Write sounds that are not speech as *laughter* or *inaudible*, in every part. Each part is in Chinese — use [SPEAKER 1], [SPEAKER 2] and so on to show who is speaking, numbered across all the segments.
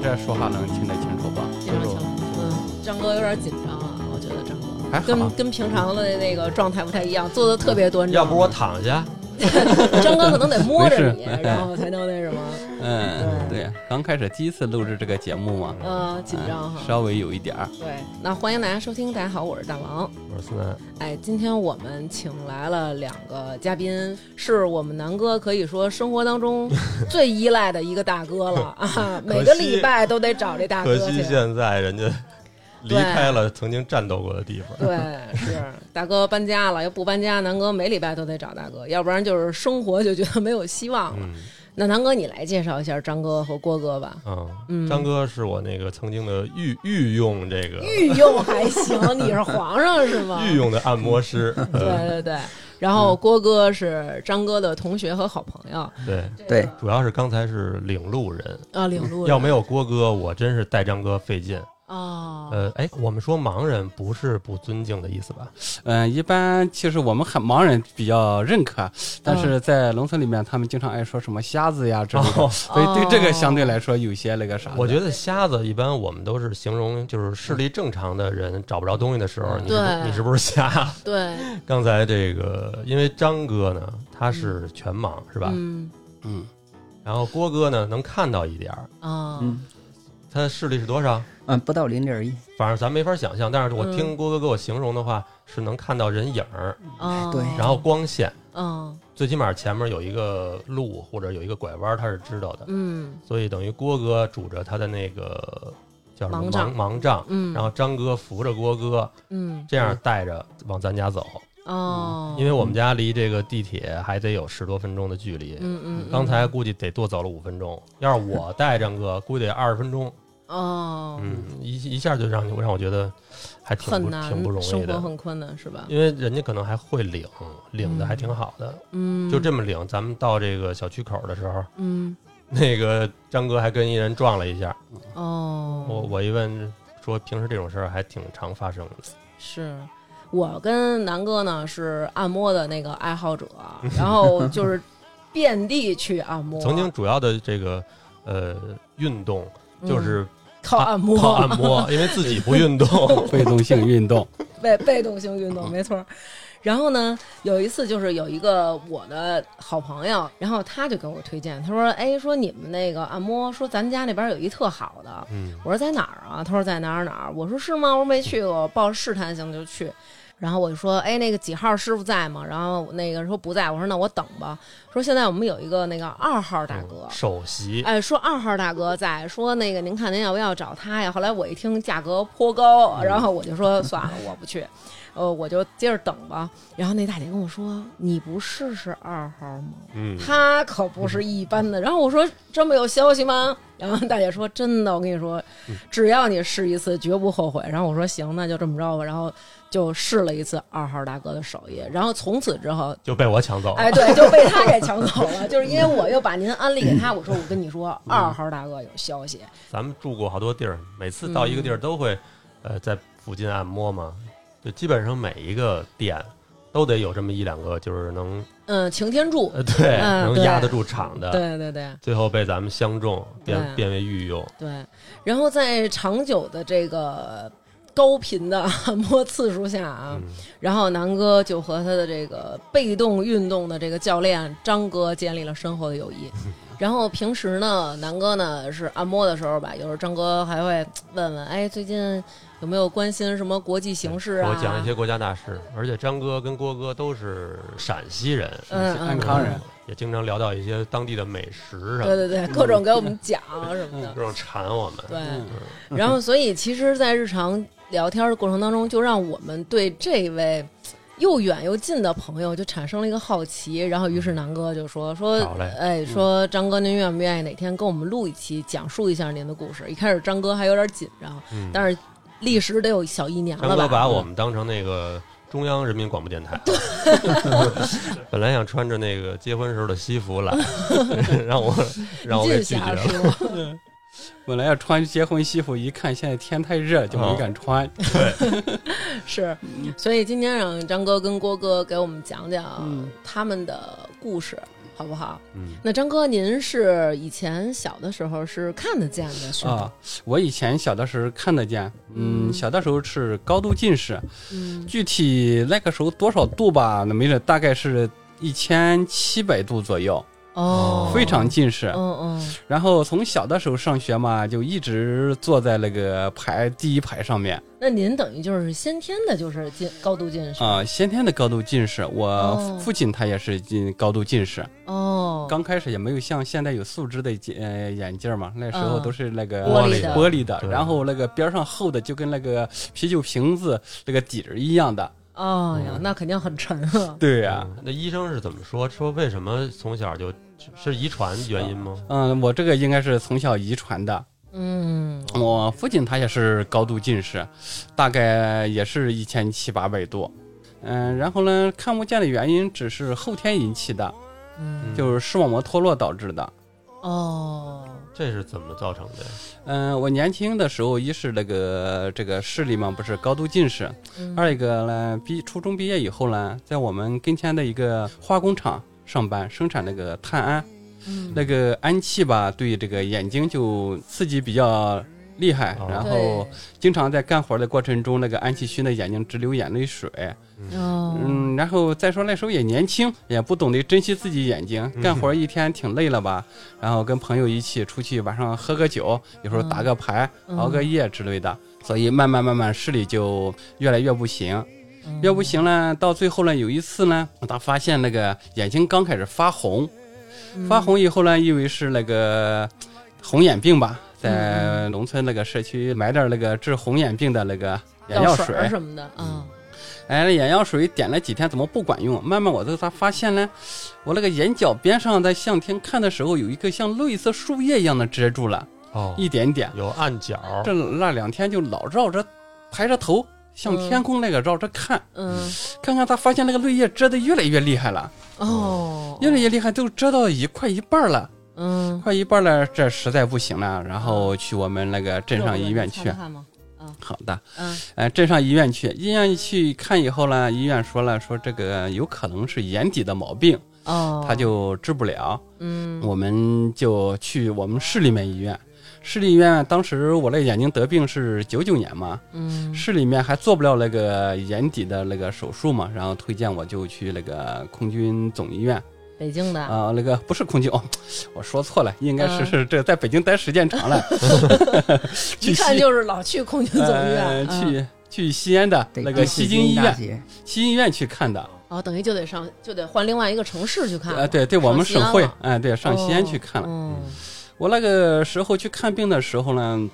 [SPEAKER 1] 这说话能听得清楚吧？
[SPEAKER 2] 非常清楚。嗯，张哥有点紧张啊，我觉得张哥
[SPEAKER 1] 还好
[SPEAKER 2] 跟跟平常的那个状态不太一样，做的特别端正。
[SPEAKER 3] 要不我躺下，
[SPEAKER 2] *laughs* 张哥可能得摸着你
[SPEAKER 1] 没事，
[SPEAKER 2] 然后才能那什么，
[SPEAKER 1] 嗯，对，刚开始第一次录制这个节目嘛，
[SPEAKER 2] 呃，紧张哈
[SPEAKER 1] 嗯。稍微有一点儿。
[SPEAKER 2] 对，那欢迎大家收听，大家好，我是大王。
[SPEAKER 3] 我说思南，
[SPEAKER 2] 哎，今天我们请来了两个嘉宾，是我们南哥可以说生活当中最依赖的一个大哥了啊，每个礼拜都得找这大
[SPEAKER 4] 可
[SPEAKER 2] 哥
[SPEAKER 4] 惜
[SPEAKER 2] 去。
[SPEAKER 4] 现在人家离开了曾经战斗过的地 *laughs* 方。
[SPEAKER 2] 对，是大哥搬家了，要不搬家，南哥每礼拜都得找大哥，要不然就是生活就觉得没有希望了。
[SPEAKER 4] 嗯
[SPEAKER 2] 那南哥，你来介绍一下张哥和郭哥吧。
[SPEAKER 4] 啊，
[SPEAKER 2] 嗯，
[SPEAKER 4] 张哥是我那个曾经的御御用这个
[SPEAKER 2] 御用还行，你是皇上是
[SPEAKER 4] *laughs*
[SPEAKER 2] 吗？
[SPEAKER 4] 御用的按摩师，呃
[SPEAKER 2] *laughs* 对对对，然后郭哥是张哥的同学和好朋友
[SPEAKER 4] 对，
[SPEAKER 5] 对，
[SPEAKER 4] 主要是刚才是领路人，
[SPEAKER 2] 啊，领路人
[SPEAKER 4] 要没有郭哥，我真是带张哥费劲。
[SPEAKER 2] 哦，
[SPEAKER 4] 呃，哎，我们说盲人不是不尊敬的意思吧？
[SPEAKER 1] 嗯，一般其实我们很盲人比较认可，但是在农村里面，他们经常爱说什么瞎子呀之类的，所以对这个相对来说有些那个啥的。
[SPEAKER 4] 我觉得瞎子一般我们都是形容就是视力正常的人找不着东西的时候，
[SPEAKER 1] 嗯
[SPEAKER 4] 你是不
[SPEAKER 2] 对
[SPEAKER 4] 你是不是瞎？
[SPEAKER 2] 对，
[SPEAKER 4] 刚才这个，因为张哥呢他是全盲是吧？
[SPEAKER 2] 嗯
[SPEAKER 1] 嗯，
[SPEAKER 4] 然后郭哥呢能看到一点儿，
[SPEAKER 2] 啊，
[SPEAKER 5] 嗯
[SPEAKER 4] 他的视力是多少？
[SPEAKER 3] 啊
[SPEAKER 5] 嗯，不到零点一，
[SPEAKER 4] 反正咱没法想象，但是我
[SPEAKER 2] 嗯
[SPEAKER 4] 听郭哥给我形容的话，是能看到人影儿，
[SPEAKER 2] 哦
[SPEAKER 5] 对
[SPEAKER 4] 然后光线，
[SPEAKER 2] 嗯
[SPEAKER 4] 最起码前面有一个路或者有一个拐弯，他是知道的。
[SPEAKER 2] 嗯
[SPEAKER 4] 所以等于郭哥拄着他的那个叫什
[SPEAKER 2] 盲
[SPEAKER 4] 么盲
[SPEAKER 2] 杖
[SPEAKER 4] 盲杖，
[SPEAKER 2] 嗯，
[SPEAKER 4] 然后张哥扶着郭哥，
[SPEAKER 2] 嗯
[SPEAKER 4] 这样带着往咱家走，
[SPEAKER 2] 哦，
[SPEAKER 4] 嗯因为我们家离这个地铁还得有十多分钟的距离。
[SPEAKER 2] 嗯嗯嗯
[SPEAKER 4] 刚才估计得多走了五分钟，要是我带张哥，估计得二十分钟。
[SPEAKER 2] 哦，
[SPEAKER 4] 嗯，一一下就让你让我觉觉得还挺
[SPEAKER 2] 很
[SPEAKER 4] 不
[SPEAKER 2] 难，
[SPEAKER 4] 挺不容易
[SPEAKER 2] 生活
[SPEAKER 4] 的，
[SPEAKER 2] 很困难是吧？
[SPEAKER 4] 因为人家可能还会领，领的还挺好的，
[SPEAKER 2] 嗯，
[SPEAKER 4] 就这么领。咱们到这个小区口的时候，
[SPEAKER 2] 嗯
[SPEAKER 4] 那个张哥还跟一人撞了一下，
[SPEAKER 2] 哦，
[SPEAKER 4] 我我一问说平时这种事儿还挺常发生的，
[SPEAKER 2] 是我跟南哥呢是按摩的那个爱好
[SPEAKER 4] *laughs*
[SPEAKER 2] 者，然后就是遍地去按摩，
[SPEAKER 4] *laughs* 曾经主要的这个呃运动
[SPEAKER 2] 嗯
[SPEAKER 4] 就是
[SPEAKER 2] 靠按摩，
[SPEAKER 4] 靠按摩，因为自己不
[SPEAKER 2] *laughs*
[SPEAKER 4] 运动，
[SPEAKER 1] 被动性运动，
[SPEAKER 2] 被被动性运动，没错儿。然后呢，有一次就是有一个我的好朋友，然后他就给我推荐，他说：“哎，说你们那个按摩，说咱家那边有一特好的。
[SPEAKER 4] 嗯”
[SPEAKER 2] 我说：“在哪儿啊？”他说：“在哪儿哪儿。”我说：“是吗？”我说：“没去过，抱着试探性就去。”然后我就说：“哎，那个几号师傅在吗？”然后那个说不在，我说：“那我等吧。”说现在我们有一个那个二号大
[SPEAKER 4] 嗯
[SPEAKER 2] 哥，
[SPEAKER 4] 首席
[SPEAKER 2] 哎，说二号大哥在，说那个您看您要不要找他呀？后来我一听价格颇高，然后我就说算了，我不去，呃，我就接着等吧。然后那大姐跟我说：“你不试试二号吗？
[SPEAKER 4] 嗯
[SPEAKER 2] 他可不是一般的。”然后我说：“这么有消息吗？” *laughs* 然后大姐说：“真的，我跟你说，只要你试一次，绝不后悔。”然后我说：“行，那就这么着吧。”然后就试了一次二号大哥的手艺，然后从此之后
[SPEAKER 4] 就被我抢走了。
[SPEAKER 2] 哎，对，就被他给抢走了， *laughs* 就是因为我又把您安利给他，我说我跟你说，二号大哥有消息，
[SPEAKER 4] 咱们住过好多地儿，每次到一个地儿
[SPEAKER 2] 嗯
[SPEAKER 4] 都会，呃，在附近按摩嘛，就基本上每一个店都得有这么一两个，就是能，
[SPEAKER 2] 嗯，擎天柱，
[SPEAKER 4] 呃，对，
[SPEAKER 2] 嗯
[SPEAKER 4] 能
[SPEAKER 2] 对
[SPEAKER 4] 压得住场的，
[SPEAKER 2] 对对对
[SPEAKER 4] 最后被咱们相中，
[SPEAKER 2] 对
[SPEAKER 4] 变变为御用。
[SPEAKER 2] 对，然后在长久的这个高频的 *laughs* 按摩次数下啊，
[SPEAKER 4] 嗯，
[SPEAKER 2] 然后南哥就和他的这个被动运动的这个教练张哥建立了深厚的友谊。
[SPEAKER 4] 嗯
[SPEAKER 2] 然后平时呢，南哥呢是按摩的时候吧，有时候张哥还会问问，哎，最近有没有关心什么国际形势啊？
[SPEAKER 4] 我讲一些国家大事，而且张哥跟郭哥都是陕西人，
[SPEAKER 2] 嗯嗯
[SPEAKER 1] 安康人。
[SPEAKER 4] 也经常聊到一些当地的美食什么
[SPEAKER 2] 对
[SPEAKER 4] 的，
[SPEAKER 2] 对对，各种给我们讲什么的
[SPEAKER 4] 这。种馋我们。
[SPEAKER 2] 对，
[SPEAKER 1] 嗯
[SPEAKER 2] 然后所以其实，在日常聊天的过程当中，就让我们对这位又远又近的朋友就产生了一个好奇。然后，于是南哥就说说
[SPEAKER 4] 嗯好嘞，嗯
[SPEAKER 2] 哎，说张哥，您愿不愿意哪天跟我们录一期，讲述一下您的故事？一开始张哥还有点紧张，
[SPEAKER 4] 嗯
[SPEAKER 2] 但是历时得有小一年
[SPEAKER 4] 张
[SPEAKER 2] 了
[SPEAKER 4] 哥把
[SPEAKER 2] 吧？嗯
[SPEAKER 4] 我们当成那个中央人民广播电台， *laughs* 本来想穿着那个结婚时候的西服来，让我让我
[SPEAKER 2] 你
[SPEAKER 4] 给
[SPEAKER 2] 净
[SPEAKER 4] 拒绝
[SPEAKER 2] 瞎
[SPEAKER 4] 了。
[SPEAKER 2] 说，
[SPEAKER 1] 本来要穿结婚西服，一看现在天太热，就没敢穿。
[SPEAKER 2] *laughs* 是，所以今天让张哥跟郭哥给我们讲讲
[SPEAKER 1] 嗯
[SPEAKER 2] 他们的故事。好不好？
[SPEAKER 4] 嗯，
[SPEAKER 2] 那张哥，您是以前小的时候是看得见的，是吗？
[SPEAKER 1] 啊，我以前小的时候看得见，嗯，
[SPEAKER 2] 嗯
[SPEAKER 1] 小的时候是高度近视，
[SPEAKER 2] 嗯，
[SPEAKER 1] 具体那个时候多少度吧，那没准大概是一千七百度左右，
[SPEAKER 2] 哦，
[SPEAKER 1] 非常近视。
[SPEAKER 2] 嗯嗯，
[SPEAKER 1] 然后从小的时候上学嘛，就一直坐在那个排第一排上面
[SPEAKER 2] 那您等于就是先天的就是近高度近视
[SPEAKER 1] 啊、先天的高度近视。我
[SPEAKER 2] 哦
[SPEAKER 1] 父亲他也是近高度近视，
[SPEAKER 2] 哦，
[SPEAKER 1] 刚开始也没有像现在有素质的眼呃眼镜嘛，那时候
[SPEAKER 2] 嗯
[SPEAKER 1] 都是那个
[SPEAKER 2] 玻璃的
[SPEAKER 1] 玻璃的，
[SPEAKER 4] 对
[SPEAKER 1] 然后那个边上厚的就跟那个啤酒瓶子那个底儿一样的。嗯
[SPEAKER 2] 哦呀，那肯定很沉啊。
[SPEAKER 1] 对呀、
[SPEAKER 4] 嗯那医生是怎么说？说为什么从小就是遗传原因吗？
[SPEAKER 1] 嗯，我这个应该是从小遗传的。
[SPEAKER 2] 嗯，
[SPEAKER 1] 我父亲他也是高度近视，大概也是一千七八百度。嗯，然后呢，看不见的原因只是后天引起的，
[SPEAKER 2] 嗯，
[SPEAKER 1] 就是视网膜脱落导致的。
[SPEAKER 2] 哦，
[SPEAKER 4] 这是怎么造成的呀？
[SPEAKER 1] 嗯，我年轻的时候，一是那个这个视力嘛，不是高度近视；
[SPEAKER 2] 嗯
[SPEAKER 1] 二一个呢，毕初中毕业以后呢，在我们跟前的一个化工厂上班，生产那个碳氨，
[SPEAKER 2] 嗯
[SPEAKER 1] 那个氨气吧，对这个眼睛就刺激比较厉害，
[SPEAKER 4] 哦
[SPEAKER 1] 然后
[SPEAKER 2] 对
[SPEAKER 1] 经常在干活的过程中，那个氨气熏得眼睛直流眼泪水。
[SPEAKER 2] 哦，
[SPEAKER 1] 嗯，然后再说那时候也年轻，也不懂得珍惜自己眼睛，干活一天挺累了吧，然后跟朋友一起出去晚上喝个酒，有时候打个牌、
[SPEAKER 2] 嗯
[SPEAKER 1] 熬个夜之类的，所以慢慢慢慢视力就越来越不行，
[SPEAKER 2] 嗯
[SPEAKER 1] 越不行呢，到最后呢，有一次呢，他发现那个眼睛刚开始发红，
[SPEAKER 2] 嗯
[SPEAKER 1] 发，红以后呢，以为是那个红眼病吧，在农村那个社区买点那个治红眼病的那个眼药
[SPEAKER 2] 嗯药
[SPEAKER 1] 水，
[SPEAKER 2] 儿什么的啊，
[SPEAKER 1] 哎，那眼药水点了几天怎么不管用？慢慢我这才发现呢，我那个眼角边上在向天看的时候，有一个像绿色树叶一样的遮住了，
[SPEAKER 4] 哦，
[SPEAKER 1] 一点点。
[SPEAKER 4] 有暗角，
[SPEAKER 1] 这那两天就老绕着抬着头向
[SPEAKER 2] 嗯
[SPEAKER 1] 天空那个绕着看，
[SPEAKER 2] 嗯，
[SPEAKER 1] 看看他发现那个绿叶遮的越来越厉害了，
[SPEAKER 2] 哦，
[SPEAKER 1] 越来越厉害，都遮到一快一半了。
[SPEAKER 2] 嗯，
[SPEAKER 1] 快一半了，这实在不行了，然后去我们那个镇上医院
[SPEAKER 2] 要不
[SPEAKER 1] 去
[SPEAKER 2] 然你。看看吗？
[SPEAKER 1] 好的，
[SPEAKER 2] 嗯，
[SPEAKER 1] 呃，镇上医院去，医院去看以后呢，医院说了，说这个有可能是眼底的毛病，
[SPEAKER 2] 哦，
[SPEAKER 1] 他就治不了，
[SPEAKER 2] 嗯，
[SPEAKER 1] 我们就去我们市里面医院。市里面当时我那眼睛得病是九九年嘛，
[SPEAKER 2] 嗯
[SPEAKER 1] 市里面还做不了那个眼底的那个手术嘛，然后推荐我就去那个空军总医院，
[SPEAKER 2] 北京的，
[SPEAKER 1] 啊、那个不是空军哦，我说错了，应该是
[SPEAKER 2] 嗯
[SPEAKER 1] 是这在北京待时间
[SPEAKER 2] *laughs*
[SPEAKER 1] 长了，去
[SPEAKER 2] 一看
[SPEAKER 1] 西
[SPEAKER 2] 就是老去空军总医
[SPEAKER 1] 呃
[SPEAKER 2] 院，嗯
[SPEAKER 1] 去去西安的
[SPEAKER 3] 对
[SPEAKER 1] 那
[SPEAKER 3] 就
[SPEAKER 1] 个
[SPEAKER 3] 是
[SPEAKER 1] 西京医
[SPEAKER 3] 大
[SPEAKER 1] 院，
[SPEAKER 3] 学
[SPEAKER 1] 西京医院去看的，
[SPEAKER 2] 哦，等于就得上，就得换另外一个城市去看了，
[SPEAKER 1] 呃，对对，我们
[SPEAKER 2] 上西
[SPEAKER 1] 省
[SPEAKER 2] 安
[SPEAKER 1] 会
[SPEAKER 2] 了，
[SPEAKER 1] 哎、对，上西安去看了。
[SPEAKER 2] 哦
[SPEAKER 1] 我那个时候去看病的时候呢，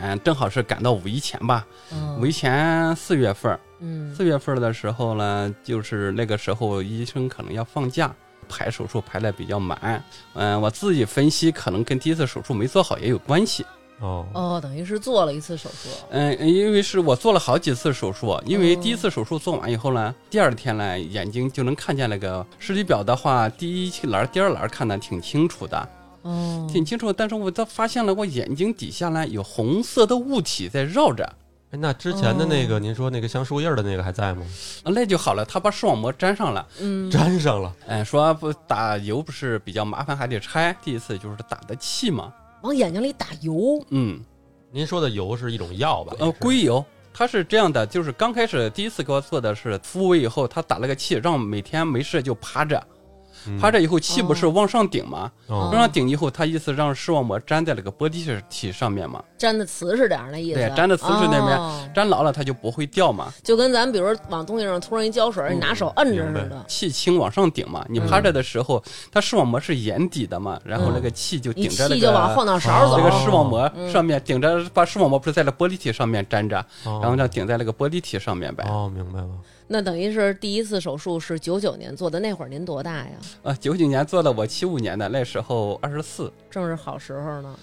[SPEAKER 1] 嗯、正好是赶到五一前吧，
[SPEAKER 2] 嗯，
[SPEAKER 1] 五一前四月份儿，
[SPEAKER 2] 嗯，
[SPEAKER 1] 四月份儿的时候呢，就是那个时候医生可能要放假。排手术排的比较满，嗯、我自己分析可能跟第一次手术没做好也有关系，
[SPEAKER 4] 哦，
[SPEAKER 2] 哦，等于是做了一次手术，
[SPEAKER 1] 嗯，因为是我做了好几次手术，因为第一次手术做完以后呢，第二天呢眼睛就能看见那个视力表的话，第一栏、第二栏看的挺清楚的，
[SPEAKER 2] 哦，
[SPEAKER 1] 挺清楚。但是我倒发现了我眼睛底下呢有红色的物体在绕着，
[SPEAKER 4] 哎那之前的那个，您说那个像树叶的那个还在吗？
[SPEAKER 1] 啊那就好了，他把视网膜粘上了。
[SPEAKER 2] 嗯，
[SPEAKER 4] 粘上了，
[SPEAKER 1] 嗯，说不打油不是比较麻烦，还得拆。第一次就是打的气嘛，
[SPEAKER 2] 往眼睛里打油，
[SPEAKER 1] 嗯，
[SPEAKER 4] 您说的油是一种药吧？
[SPEAKER 1] 呃，硅油。它是这样的，就是刚开始第一次给我做的是复位以后，他打了个气，让我每天没事就趴着，
[SPEAKER 4] 嗯
[SPEAKER 1] 趴着以后气不是
[SPEAKER 2] 哦
[SPEAKER 1] 往上顶吗？
[SPEAKER 4] 哦
[SPEAKER 1] 往上顶以后，它意思让视网膜粘在那个玻璃体上面嘛，
[SPEAKER 2] 粘的瓷实点儿那意思，
[SPEAKER 1] 对粘得瓷实那边
[SPEAKER 2] 哦
[SPEAKER 1] 粘牢了它就不会掉嘛，
[SPEAKER 2] 就跟咱们比如说往东西上涂上一胶水，
[SPEAKER 1] 嗯
[SPEAKER 2] 你拿手摁着似
[SPEAKER 4] 明
[SPEAKER 2] 的，
[SPEAKER 1] 气轻往上顶嘛。你
[SPEAKER 4] 嗯
[SPEAKER 1] 趴着的时候，它视网膜是眼底的嘛，然后那个气就
[SPEAKER 2] 你
[SPEAKER 1] 顶着那
[SPEAKER 2] 气就往后
[SPEAKER 1] 个。啊
[SPEAKER 2] 脑勺
[SPEAKER 1] 这
[SPEAKER 2] 走，
[SPEAKER 1] 个视网膜
[SPEAKER 4] 嗯
[SPEAKER 1] 上面顶着，把视网膜不是在那玻璃体上面粘着，
[SPEAKER 4] 哦
[SPEAKER 1] 然后呢顶在那个玻璃体上面呗。
[SPEAKER 4] 哦，明白了。
[SPEAKER 2] 那等于是第一次手术是九九年做的，那会儿您多大呀？
[SPEAKER 1] 啊，九几年做的，我七五年的，那时候二十四。
[SPEAKER 2] 正是好时候呢。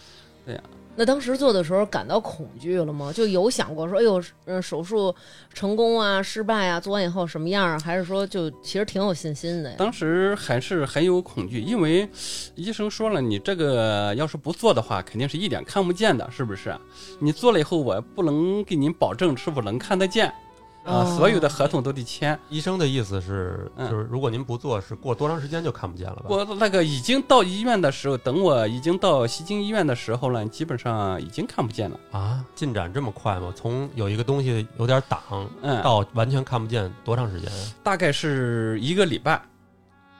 [SPEAKER 1] 对呀
[SPEAKER 2] 那当时做的时候感到恐惧了吗？就有想过说，哎呦，呃手术成功啊、失败啊，做完以后什么样啊？还是说就其实挺有信心的呀？
[SPEAKER 1] 当时还是很有恐惧，因为医生说了，你这个要是不做的话，肯定是一点看不见的，是不是？你做了以后，我不能给您保证是否能看得见，啊，
[SPEAKER 2] 哦
[SPEAKER 1] 所有的合同都得签。
[SPEAKER 4] 医生的意思是，就是如果您不做，是过多长时间就看不见了吧？
[SPEAKER 1] 我那个已经到医院的时候，等我已经到西京医院的时候了，基本上已经看不见了。
[SPEAKER 4] 啊，进展这么快吗？从有一个东西有点挡，
[SPEAKER 1] 嗯，
[SPEAKER 4] 到完全看不见多长时间啊？
[SPEAKER 1] 大概是一个礼拜。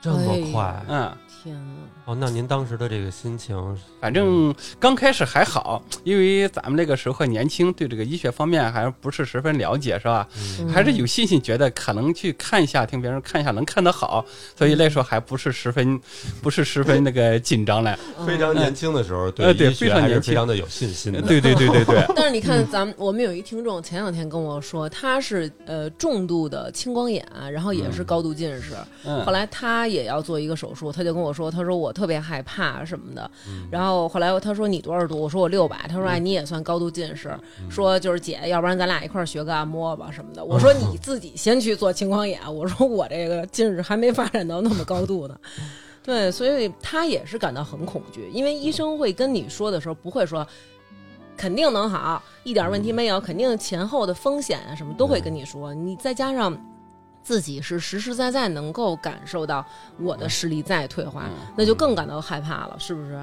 [SPEAKER 4] 这么快？
[SPEAKER 1] 嗯，
[SPEAKER 2] 天啊哪！
[SPEAKER 4] 哦，那您当时的这个心情
[SPEAKER 1] 反正刚开始还好，因为咱们那个时候还年轻，对这个医学方面还不是十分了解，是吧？
[SPEAKER 4] 嗯
[SPEAKER 1] 还是有信心，觉得可能去看一下，听别人看一下能看得好，所以那时候还不是十分，不是十分那个紧张嘞。
[SPEAKER 2] 嗯
[SPEAKER 4] 非常年轻的时候，
[SPEAKER 1] 呃对
[SPEAKER 4] 医
[SPEAKER 1] 非
[SPEAKER 4] 学
[SPEAKER 1] 常
[SPEAKER 4] 还是
[SPEAKER 1] 年轻
[SPEAKER 4] 非常的有信心的。
[SPEAKER 1] 对对对对对，
[SPEAKER 2] 嗯但是你看，咱们我们有一听众前两天跟我说，他是呃重度的青光眼，啊然后也是高度近视，后
[SPEAKER 1] 嗯，
[SPEAKER 2] 来他也要做一个手术，他就跟我说，他说我特别害怕什么的，
[SPEAKER 4] 嗯
[SPEAKER 2] 然后后来他说你多少度？我说我六百，他说
[SPEAKER 1] 嗯
[SPEAKER 2] 哎你也算高度近视，说就是姐，要不然咱俩一块儿学个按摩吧什么的。我说你自己先去做青光眼，我说我这个近视还没发展到那么高度呢。对，所以他也是感到很恐惧，因为医生会跟你说的时候，不会说肯定能好，一点问题没有，肯定前后的风险啊什么都会跟你说。你再加上自己是实实在在能够感受到我的视力在退
[SPEAKER 1] 嗯
[SPEAKER 2] 化，那就更感到害怕了，是不是？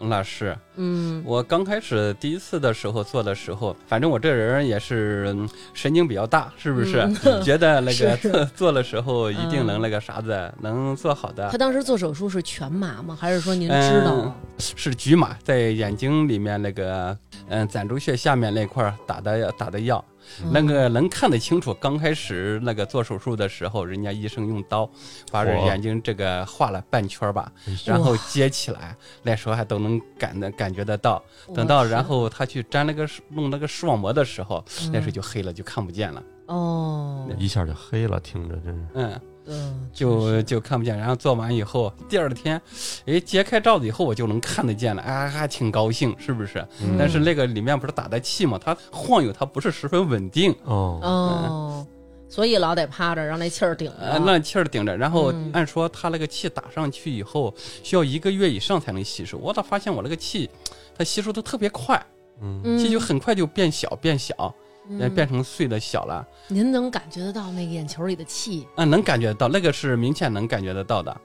[SPEAKER 1] 那是
[SPEAKER 2] 嗯
[SPEAKER 1] 我刚开始第一次的时候做的时候，反正我这人也是嗯神经比较大，是不是？觉得那个
[SPEAKER 2] 是
[SPEAKER 1] 做做的时候一定能那个啥子，能做好的
[SPEAKER 2] 他。当时做手术是全麻吗？还是说您知道吗？
[SPEAKER 1] 是局麻在眼睛里面那个嗯攒住穴下面那块儿打的打的药。嗯那个能看得清楚。刚开始那个做手术的时候，人家医生用刀把这
[SPEAKER 4] 嚯
[SPEAKER 1] 眼睛这个画了半圈儿吧，然后接起来，那时候还都能感的感觉得到。等到然后他去粘那个弄那个视网膜的时候，
[SPEAKER 2] 嗯
[SPEAKER 1] 那时候就黑了，就看不见了。
[SPEAKER 2] 哦，
[SPEAKER 4] 一下就黑了，听着真是。
[SPEAKER 1] 嗯，
[SPEAKER 2] 嗯，
[SPEAKER 1] 就就看不见。然后做完以后，第二天，哎，揭开罩子以后我就能看得见了，啊，还挺高兴，是不是？
[SPEAKER 2] 嗯
[SPEAKER 1] 但是那个里面不是打的气嘛，它晃悠，它不是十分稳定。
[SPEAKER 4] 哦，
[SPEAKER 2] 哦，所以老得趴着让那气儿顶
[SPEAKER 1] 呃
[SPEAKER 2] 着，，
[SPEAKER 1] 那气儿顶着，然后
[SPEAKER 2] 啊嗯
[SPEAKER 1] 按说他那个气打上去以后，需要一个月以上才能吸收。我咋发现我那个气，它吸收的特别快，
[SPEAKER 4] 嗯，
[SPEAKER 2] 嗯
[SPEAKER 1] 气就很快就变小变小，呃变成碎的小了。
[SPEAKER 2] 您能感觉得到那个眼球里的气？
[SPEAKER 1] 啊，能感觉得到，那个是明显能感觉得到的。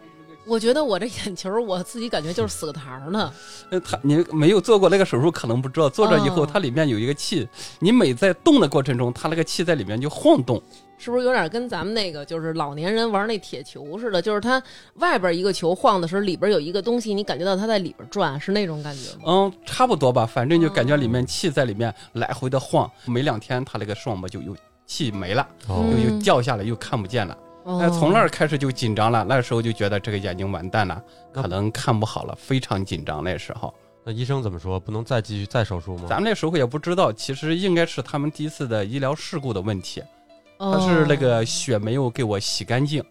[SPEAKER 2] 我觉得我这眼球，我自己感觉就是死个堂儿呢。
[SPEAKER 1] 呃，它你没有做过那个手术，可能不知道。做着以后，
[SPEAKER 2] 哦
[SPEAKER 1] 它里面有一个气，你每在动的过程中，它那个气在里面就晃动。
[SPEAKER 2] 是不是有点跟咱们那个就是老年人玩那铁球似的？就是它外边一个球晃的时候，里边有一个东西，你感觉到它在里边转，是那种感觉吗？
[SPEAKER 1] 嗯，差不多吧，反正就感觉里面气在里面来回的晃。没两天，它那个视网膜就有气没了，又
[SPEAKER 4] 哦，
[SPEAKER 2] 嗯
[SPEAKER 1] 又掉下来，又看不见了。
[SPEAKER 2] 哦
[SPEAKER 1] 哎，从那儿开始就紧张了，那时候就觉得这个眼睛完蛋了，
[SPEAKER 2] 哦
[SPEAKER 1] 可能看不好了，非常紧张。那时候，
[SPEAKER 4] 那医生怎么说？不能再继续再手术吗？
[SPEAKER 2] 哦
[SPEAKER 1] 咱们那时候也不知道，其实应该是他们第一次的医疗事故的问题，
[SPEAKER 2] 哦
[SPEAKER 1] 他是那个血没有给我洗干净，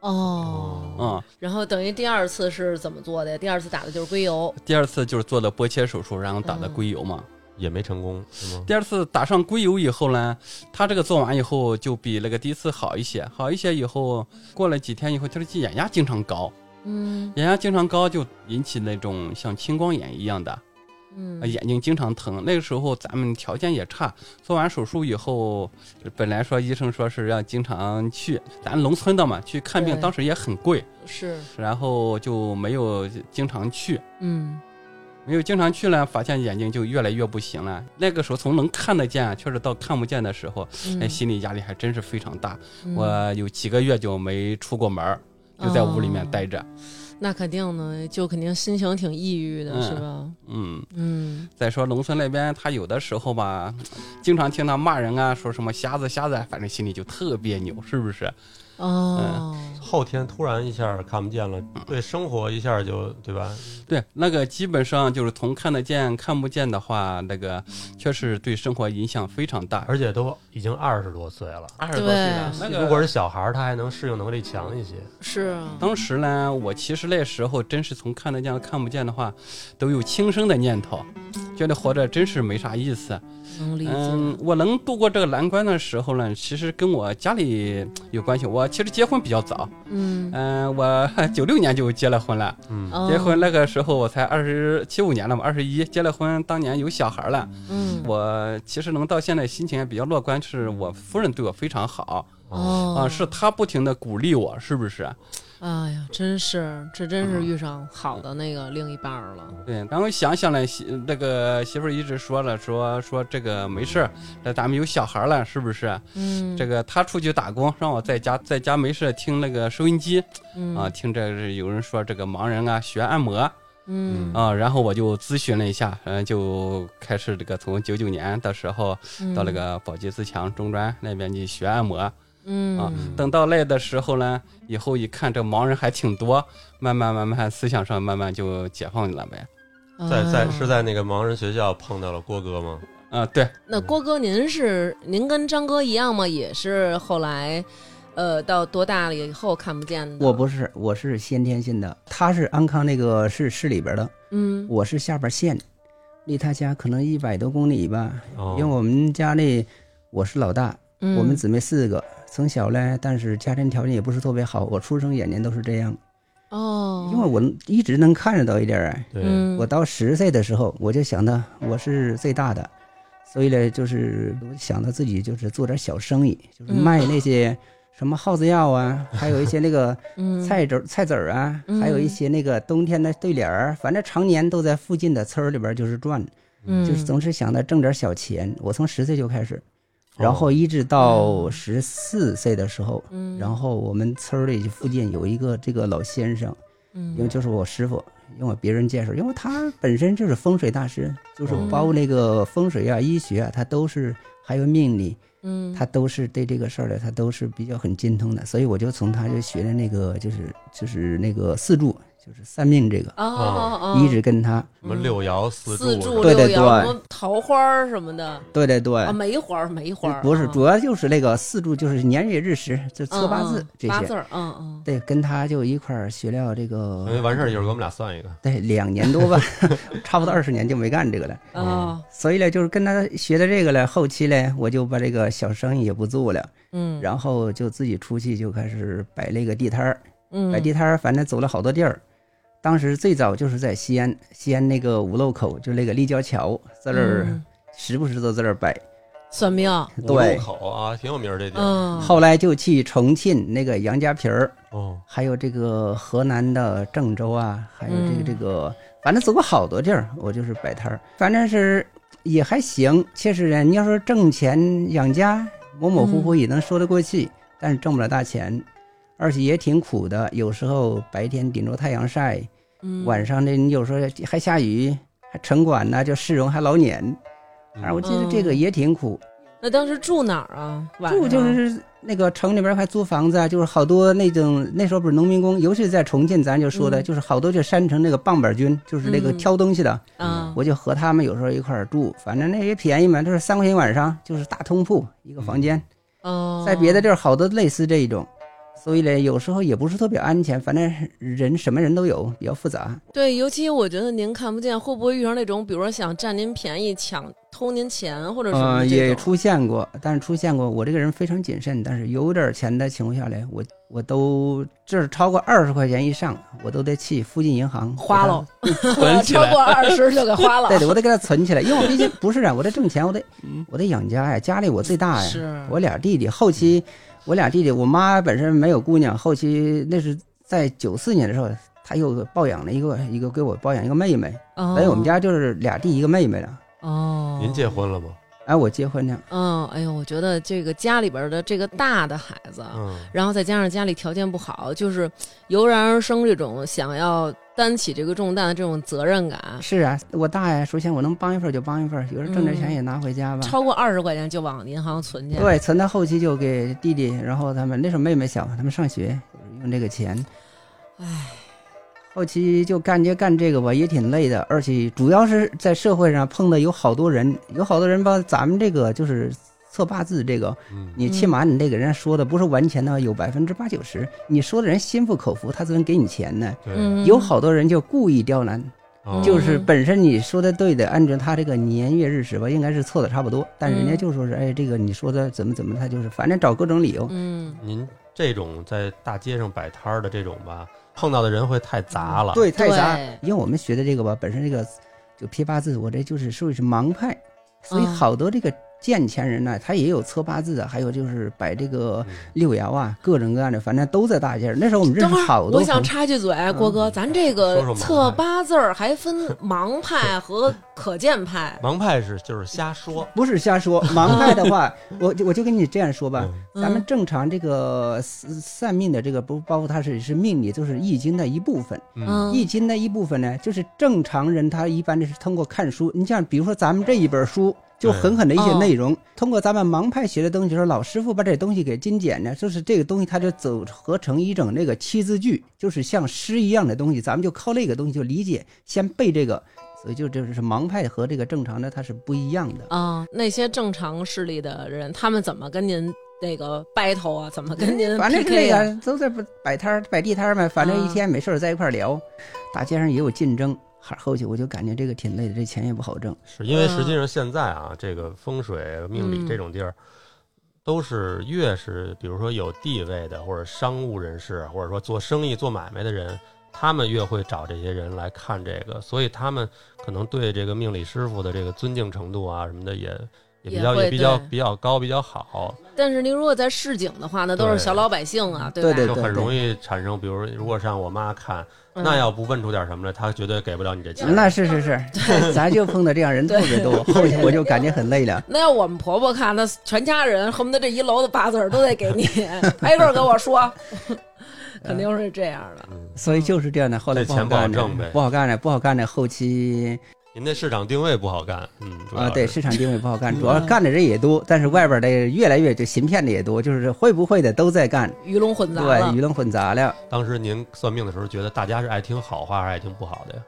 [SPEAKER 2] 哦，
[SPEAKER 1] 嗯，
[SPEAKER 2] 然后等于第二次是怎么做的？第二次打的就是硅油，
[SPEAKER 1] 第二次就是做了波切手术，然后打
[SPEAKER 2] 嗯
[SPEAKER 1] 的硅油嘛。
[SPEAKER 4] 也没成功是吗？
[SPEAKER 1] 第二次打上硅油以后呢，他这个做完以后就比那个第一次好一些，好一些以后，过了几天以后，他的眼压经常高，
[SPEAKER 2] 嗯
[SPEAKER 1] 眼压经常高就引起那种像青光眼一样的。
[SPEAKER 2] 嗯
[SPEAKER 1] 呃，眼睛经常疼。那个时候咱们条件也差，做完手术以后，本来说医生说是让经常去，咱农村的嘛，去看病
[SPEAKER 2] 对
[SPEAKER 1] 当时也很贵，
[SPEAKER 2] 是
[SPEAKER 1] 然后就没有经常去。
[SPEAKER 2] 嗯
[SPEAKER 1] 没有经常去呢，发现眼睛就越来越不行了。那个时候从能看得见，啊确实到看不见的时候，哎，心理压力还真是非常大。
[SPEAKER 2] 嗯
[SPEAKER 1] 我有几个月就没出过门儿，就在屋里
[SPEAKER 2] 哦
[SPEAKER 1] 面待着。
[SPEAKER 2] 嗯那肯定呢，就肯定心情挺抑郁的，
[SPEAKER 1] 嗯
[SPEAKER 2] 是吧？
[SPEAKER 1] 嗯，
[SPEAKER 2] 嗯，
[SPEAKER 1] 再说农村那边，他有的时候吧，经常听他骂人啊，说什么瞎子瞎子，反正心里就特别扭，是不是？
[SPEAKER 2] 哦，
[SPEAKER 1] 嗯
[SPEAKER 4] 后天突然一下看不见了，对生活一下就对吧？
[SPEAKER 1] 对，那个基本上就是从看得见看不见的话，那个确实对生活影响非常大。
[SPEAKER 4] 而且都已经二十多岁了，
[SPEAKER 1] 二
[SPEAKER 2] 十多岁了
[SPEAKER 1] 那
[SPEAKER 4] 如果
[SPEAKER 1] 个
[SPEAKER 4] 是小孩儿，他还能适应能力强一些。
[SPEAKER 2] 是啊，
[SPEAKER 1] 当时呢，我其实那时候真是从看得见看不见的话，都有轻生的念头。觉得活着真是没啥意思。
[SPEAKER 2] 能理解。
[SPEAKER 1] 嗯，我能度过这个难关的时候呢，其实跟我家里有关系。我其实结婚比较早，
[SPEAKER 2] 嗯，
[SPEAKER 1] 嗯，我 *laughs* 九六年就结了婚了。
[SPEAKER 4] 嗯，
[SPEAKER 2] 哦
[SPEAKER 1] 结婚那个时候我才二十七五年了嘛，二十一，结了婚当年有小孩了。
[SPEAKER 2] 嗯，
[SPEAKER 1] 我其实能到现在心情也比较乐观，是我夫人对我非常好
[SPEAKER 2] 哦
[SPEAKER 1] 啊，是她不停的鼓励我，是不是？
[SPEAKER 2] 哎呀，真是，这真
[SPEAKER 1] 嗯
[SPEAKER 2] 是遇上好的那个另一半儿了。
[SPEAKER 1] 对，然后想想呢，媳那个媳妇儿一直说了，说说这个没事儿，那咱们有小孩了，是不是？
[SPEAKER 2] 嗯，
[SPEAKER 1] 这个她出去打工，让我在家在家没事听那个收音机
[SPEAKER 2] 嗯
[SPEAKER 1] 啊，，听着是有人说这个盲人啊学按摩
[SPEAKER 2] 嗯
[SPEAKER 1] 啊，然后我就咨询了一下，嗯，就开始这个从九九年的时候
[SPEAKER 2] 嗯
[SPEAKER 1] 到那个宝鸡自强中专那边去学按摩，
[SPEAKER 2] 嗯
[SPEAKER 1] 啊等到累的时候呢，以后一看这盲人还挺多，慢慢慢慢思想上慢慢就解放了呗。
[SPEAKER 4] 在在
[SPEAKER 2] 啊
[SPEAKER 4] 是在那个盲人学校碰到了郭哥吗？
[SPEAKER 1] 啊、
[SPEAKER 2] *laughs*
[SPEAKER 1] 对，
[SPEAKER 2] 那郭哥，您是您跟张哥一样吗？也是后来，呃，到多大了以后看不见的？
[SPEAKER 3] 我不是，我是先天性的，他是安康那个市市里边的，
[SPEAKER 2] 嗯
[SPEAKER 3] 我是下边县，离他家可能一百多公里吧。
[SPEAKER 4] 哦
[SPEAKER 3] 因为我们家里我是老大，
[SPEAKER 2] 嗯，
[SPEAKER 3] 我们姊妹四个，从小嘞，但是家庭条件也不是特别好，我出生眼睛都是这样，
[SPEAKER 2] 哦，
[SPEAKER 3] 因为我一直能看得到一点儿哎。
[SPEAKER 4] 对，
[SPEAKER 2] 嗯
[SPEAKER 3] 我到十岁的时候，我就想到我是最大的，所以呢，就是我想到自己就是做点小生意，就是
[SPEAKER 2] 嗯
[SPEAKER 3] 卖那些什么耗子药啊，还有一些那个
[SPEAKER 2] 嗯
[SPEAKER 3] 菜籽儿菜籽儿啊，
[SPEAKER 2] 嗯
[SPEAKER 3] 还有一些那个冬天的对联儿，反正常年都在附近的村儿里边儿就是转，
[SPEAKER 2] 嗯
[SPEAKER 3] 就是总是想着挣点小钱。我从十岁就开始，然后
[SPEAKER 4] 哦
[SPEAKER 3] 一直到
[SPEAKER 2] 嗯
[SPEAKER 3] 十四岁的时候，
[SPEAKER 2] 嗯，
[SPEAKER 3] 然后我们村儿里附近有一个这个老先生，因为
[SPEAKER 2] 嗯
[SPEAKER 3] 就是我师傅，因为别人介绍，因为他本身就是风水大师，就是
[SPEAKER 2] 嗯
[SPEAKER 3] 包那个风水啊、医学啊，他都是还有命理，
[SPEAKER 2] 嗯
[SPEAKER 3] 他都是对这个事儿的，他都是比较很精通的，所以我就从他就学的那个，就是就是那个四柱，就是算命这个，
[SPEAKER 2] 哦哦哦，
[SPEAKER 3] 一直跟他，
[SPEAKER 4] 什么六爻四
[SPEAKER 2] 四
[SPEAKER 4] 柱啊
[SPEAKER 2] 柱
[SPEAKER 3] 对
[SPEAKER 2] 六
[SPEAKER 3] 对
[SPEAKER 2] 爻
[SPEAKER 3] 对
[SPEAKER 2] 什么桃花儿什么的
[SPEAKER 3] 对对对
[SPEAKER 2] 啊，，梅花儿梅花儿
[SPEAKER 3] 不是，
[SPEAKER 2] 啊
[SPEAKER 3] 主要就是那个四柱，就是年月日时，就测
[SPEAKER 2] 嗯
[SPEAKER 3] 八
[SPEAKER 2] 嗯
[SPEAKER 3] 字这
[SPEAKER 2] 八字
[SPEAKER 3] 些，
[SPEAKER 2] 儿，嗯嗯，
[SPEAKER 3] 对，跟他就一块儿学了
[SPEAKER 4] 因
[SPEAKER 3] 这
[SPEAKER 4] 为
[SPEAKER 3] 个，
[SPEAKER 4] 哎完事儿一会儿给我们俩算一个。
[SPEAKER 3] 对，两年多吧，差不多二十年就没干这个了。
[SPEAKER 2] 哦，
[SPEAKER 3] 所以呢，就是跟他学的这个了，后期嘞，我就把这个小生意也不做了，
[SPEAKER 2] 嗯，
[SPEAKER 3] 然后就自己出去就开始摆那个地摊儿，
[SPEAKER 2] 嗯
[SPEAKER 3] 摆地摊儿，反正走了好多地儿。当时最早就是在西安，西安那个五路口，就是那个立交桥，在那儿
[SPEAKER 2] 嗯
[SPEAKER 3] 时不时都在那儿摆。
[SPEAKER 2] 算命，
[SPEAKER 4] 五路
[SPEAKER 3] 对，
[SPEAKER 4] 口啊，挺有名儿这地儿。
[SPEAKER 2] 嗯，
[SPEAKER 3] 后来就去重庆那个杨家坪儿，
[SPEAKER 4] 哦，
[SPEAKER 3] 还有这个河南的郑州啊，还有这
[SPEAKER 2] 嗯
[SPEAKER 3] 个这个，反正走过好多地儿，我就是摆摊儿，反正是也还行。确实呢，你要说挣钱养家，模模糊糊也能说得过去，但是挣不了大钱，而且也挺苦的。有时候白天顶着太阳晒，
[SPEAKER 2] 嗯
[SPEAKER 3] 晚上呢你有时候还下雨，还城管呢就市容还老撵，
[SPEAKER 4] 嗯
[SPEAKER 3] 反正我觉得这个也挺苦。
[SPEAKER 2] 那当时住哪儿啊？晚上
[SPEAKER 3] 住就是那个城里边还租房子啊，就是好多那种那时候不是农民工，尤其是在重庆，咱就说的，
[SPEAKER 2] 嗯
[SPEAKER 3] 就是好多就山城那个棒板军，就是那个
[SPEAKER 2] 嗯
[SPEAKER 3] 挑东西的，
[SPEAKER 2] 啊，
[SPEAKER 3] 我就和他们有时候一块儿住，反正那也便宜嘛，就是三块钱晚上，就是大通铺一个房间，
[SPEAKER 2] 哦，
[SPEAKER 3] 在别的地儿好多类似这一种。所以呢，有时候也不是特别安全，反正人什么人都有，比较复杂。
[SPEAKER 2] 对，尤其我觉得您看不见，会不会遇上那种，比如说想占您便宜、抢偷您钱或者什么
[SPEAKER 3] 呃，
[SPEAKER 2] 的
[SPEAKER 3] 也
[SPEAKER 2] 这种？
[SPEAKER 3] 出现过，但是出现过。我这个人非常谨慎，但是有点钱的情况下来，我我都这是超过二十块钱以上，我都得去附近银行
[SPEAKER 2] 花
[SPEAKER 3] *laughs*
[SPEAKER 2] 了。，
[SPEAKER 1] 存起
[SPEAKER 2] 超
[SPEAKER 1] 来
[SPEAKER 2] 过二十就给花了。*laughs*
[SPEAKER 3] 对对，我得给它存起来，因为我毕竟不是啊，我得挣钱，我得我得养家呀，家里我最大
[SPEAKER 2] 嗯
[SPEAKER 3] 呀，
[SPEAKER 2] 是
[SPEAKER 3] 哎我俩弟弟，后期我俩弟弟，我妈本身没有姑娘，后期那是在九四年的时候，她又抱养了一个一个给我抱养一个妹妹，
[SPEAKER 2] 哦
[SPEAKER 3] 所以我们家就是俩弟一个妹妹了。
[SPEAKER 2] 哦，
[SPEAKER 4] 您结婚了吗？
[SPEAKER 3] 哎，我结婚了，
[SPEAKER 2] 嗯，哎呦，我觉得这个家里边的这个大的孩子，啊
[SPEAKER 4] 嗯，
[SPEAKER 2] 然后再加上家里条件不好，就是油然而生这种想要担起这个重担的这种责任感，
[SPEAKER 3] 是啊，我大呀，首先我能帮一份儿就帮一份儿，有时候挣
[SPEAKER 2] 嗯
[SPEAKER 3] 点钱也拿回家吧。
[SPEAKER 2] 超过二十块钱就往银行存去。
[SPEAKER 3] 对，存到后期就给弟弟，然后他们那时候妹妹小，他们上学用这个钱。
[SPEAKER 2] 唉，
[SPEAKER 3] 后期就干就干这个吧，也挺累的，而且主要是在社会上碰的有好多人，有好多人吧，咱们这个就是测八字这个，
[SPEAKER 4] 嗯
[SPEAKER 3] 你起码你这个人说的不是完全的，有百分之八九十，你说的人心服口服，他才能给你钱呢。
[SPEAKER 4] 对，
[SPEAKER 2] 嗯，
[SPEAKER 3] 有好多人就故意刁难，
[SPEAKER 4] 哦
[SPEAKER 3] 就是本身你说的对的，按照他这个年月日时吧，应该是错的差不多，但人家
[SPEAKER 2] 嗯
[SPEAKER 3] 就说是，哎，这个你说的怎么怎么，他就是反正找各种理由。
[SPEAKER 2] 嗯，
[SPEAKER 4] 您这种在大街上摆摊儿的这种吧，碰到的人会太杂了。
[SPEAKER 3] 对，太杂
[SPEAKER 2] 对。
[SPEAKER 3] 因为我们学的这个吧，本身这个就批八字，我这就是属于是盲派，所以
[SPEAKER 2] 嗯
[SPEAKER 3] 好多这个见钱人呢、他也有测八字啊的，还有就是摆这个
[SPEAKER 4] 嗯
[SPEAKER 3] 六爻啊，各种各样的，反正都在大街上。那时候我们认
[SPEAKER 2] 等
[SPEAKER 3] 识
[SPEAKER 2] 会儿
[SPEAKER 3] 好
[SPEAKER 2] 我
[SPEAKER 3] 多嗯朋友
[SPEAKER 2] 想，插句嘴，郭哥，咱这
[SPEAKER 4] 说
[SPEAKER 2] 个
[SPEAKER 4] 说盲派。
[SPEAKER 2] 测八字儿还分盲派和可见派
[SPEAKER 4] 盲派是就是瞎说，
[SPEAKER 3] 不是瞎说。盲派的话，我就我就跟你这样说吧，
[SPEAKER 4] 嗯
[SPEAKER 3] 咱们
[SPEAKER 2] 嗯
[SPEAKER 3] 正常这个散散命的这个不包括它是是命理，就是易经的一部分。
[SPEAKER 4] *laughs* 嗯，
[SPEAKER 2] 嗯，
[SPEAKER 3] 易经的一部分呢，就是正常人他一般的是通过看书，你像比如说咱们这一本书，就狠狠的一些内容，通过咱们盲派学的东西，就是老师傅把这东西给精简呢，就是这个东西它就组合成一整那个七字句，就是像诗一样的东西，咱们就靠那个东西就理解，先背这个，所以就这就是盲派和这个正常的它是不一样的。
[SPEAKER 2] 啊，那些正常视力的人，他们怎么跟您那个 battle 啊？怎么跟您
[SPEAKER 3] 反正是
[SPEAKER 2] PK
[SPEAKER 3] 那
[SPEAKER 2] 啊？
[SPEAKER 3] 个都在摆摊儿摆地摊儿嘛，反
[SPEAKER 2] 嗯
[SPEAKER 3] 正一天没事儿在一块儿聊，大街上也有竞争。后后期我就感觉这个挺累的，这钱也不好挣。
[SPEAKER 4] 是因为实
[SPEAKER 3] 嗯
[SPEAKER 4] 际上现在啊，这个风水命理
[SPEAKER 2] 嗯
[SPEAKER 4] 这种地儿，都是越是比如说有地位的或者商务人士，或者说做生意做买卖的人，他们越会找这些人来看这个，所以他们可能对这个命理师傅的这个尊敬程度啊什么的也。也比
[SPEAKER 2] 也
[SPEAKER 4] 较
[SPEAKER 2] 会
[SPEAKER 4] 也比较
[SPEAKER 2] 对
[SPEAKER 4] 比较高，比较好，
[SPEAKER 2] 但是您如果在市井的话，那都
[SPEAKER 4] 对
[SPEAKER 2] 是小老百姓啊，吧？
[SPEAKER 3] 对
[SPEAKER 4] 就很容易产生，比如如果让我妈看，
[SPEAKER 2] 嗯
[SPEAKER 4] 那要不问出点什么来，她绝对给不了你这钱。
[SPEAKER 3] 那是是是，咱就碰到这样人特别多，后期我就感觉很累了。
[SPEAKER 2] 那要我们婆婆看，那全家人恨不得这一楼的八字儿都得给你， *laughs* 挨个儿跟我
[SPEAKER 3] *laughs*
[SPEAKER 2] 说，肯定是这样的。
[SPEAKER 4] 嗯
[SPEAKER 3] 所以就是这样的，后来
[SPEAKER 4] 这
[SPEAKER 3] 不好
[SPEAKER 4] 钱不好
[SPEAKER 3] 干
[SPEAKER 4] 挣呗
[SPEAKER 3] 的，不好干的，不好干的。后期
[SPEAKER 4] 您这市场定位不好干，嗯，主
[SPEAKER 3] 啊，
[SPEAKER 4] 要
[SPEAKER 3] 对
[SPEAKER 4] 是
[SPEAKER 3] 市场定位不
[SPEAKER 2] *laughs*
[SPEAKER 3] 好干，主
[SPEAKER 2] 嗯
[SPEAKER 3] 要干的人也多，但是外边的越来越就行骗的也多，就是会不会的都在干，
[SPEAKER 2] 鱼龙混杂了
[SPEAKER 3] 对，鱼，龙混杂了。
[SPEAKER 4] 当时您算命的时候，觉得大家是爱听好话还是爱听不好的呀？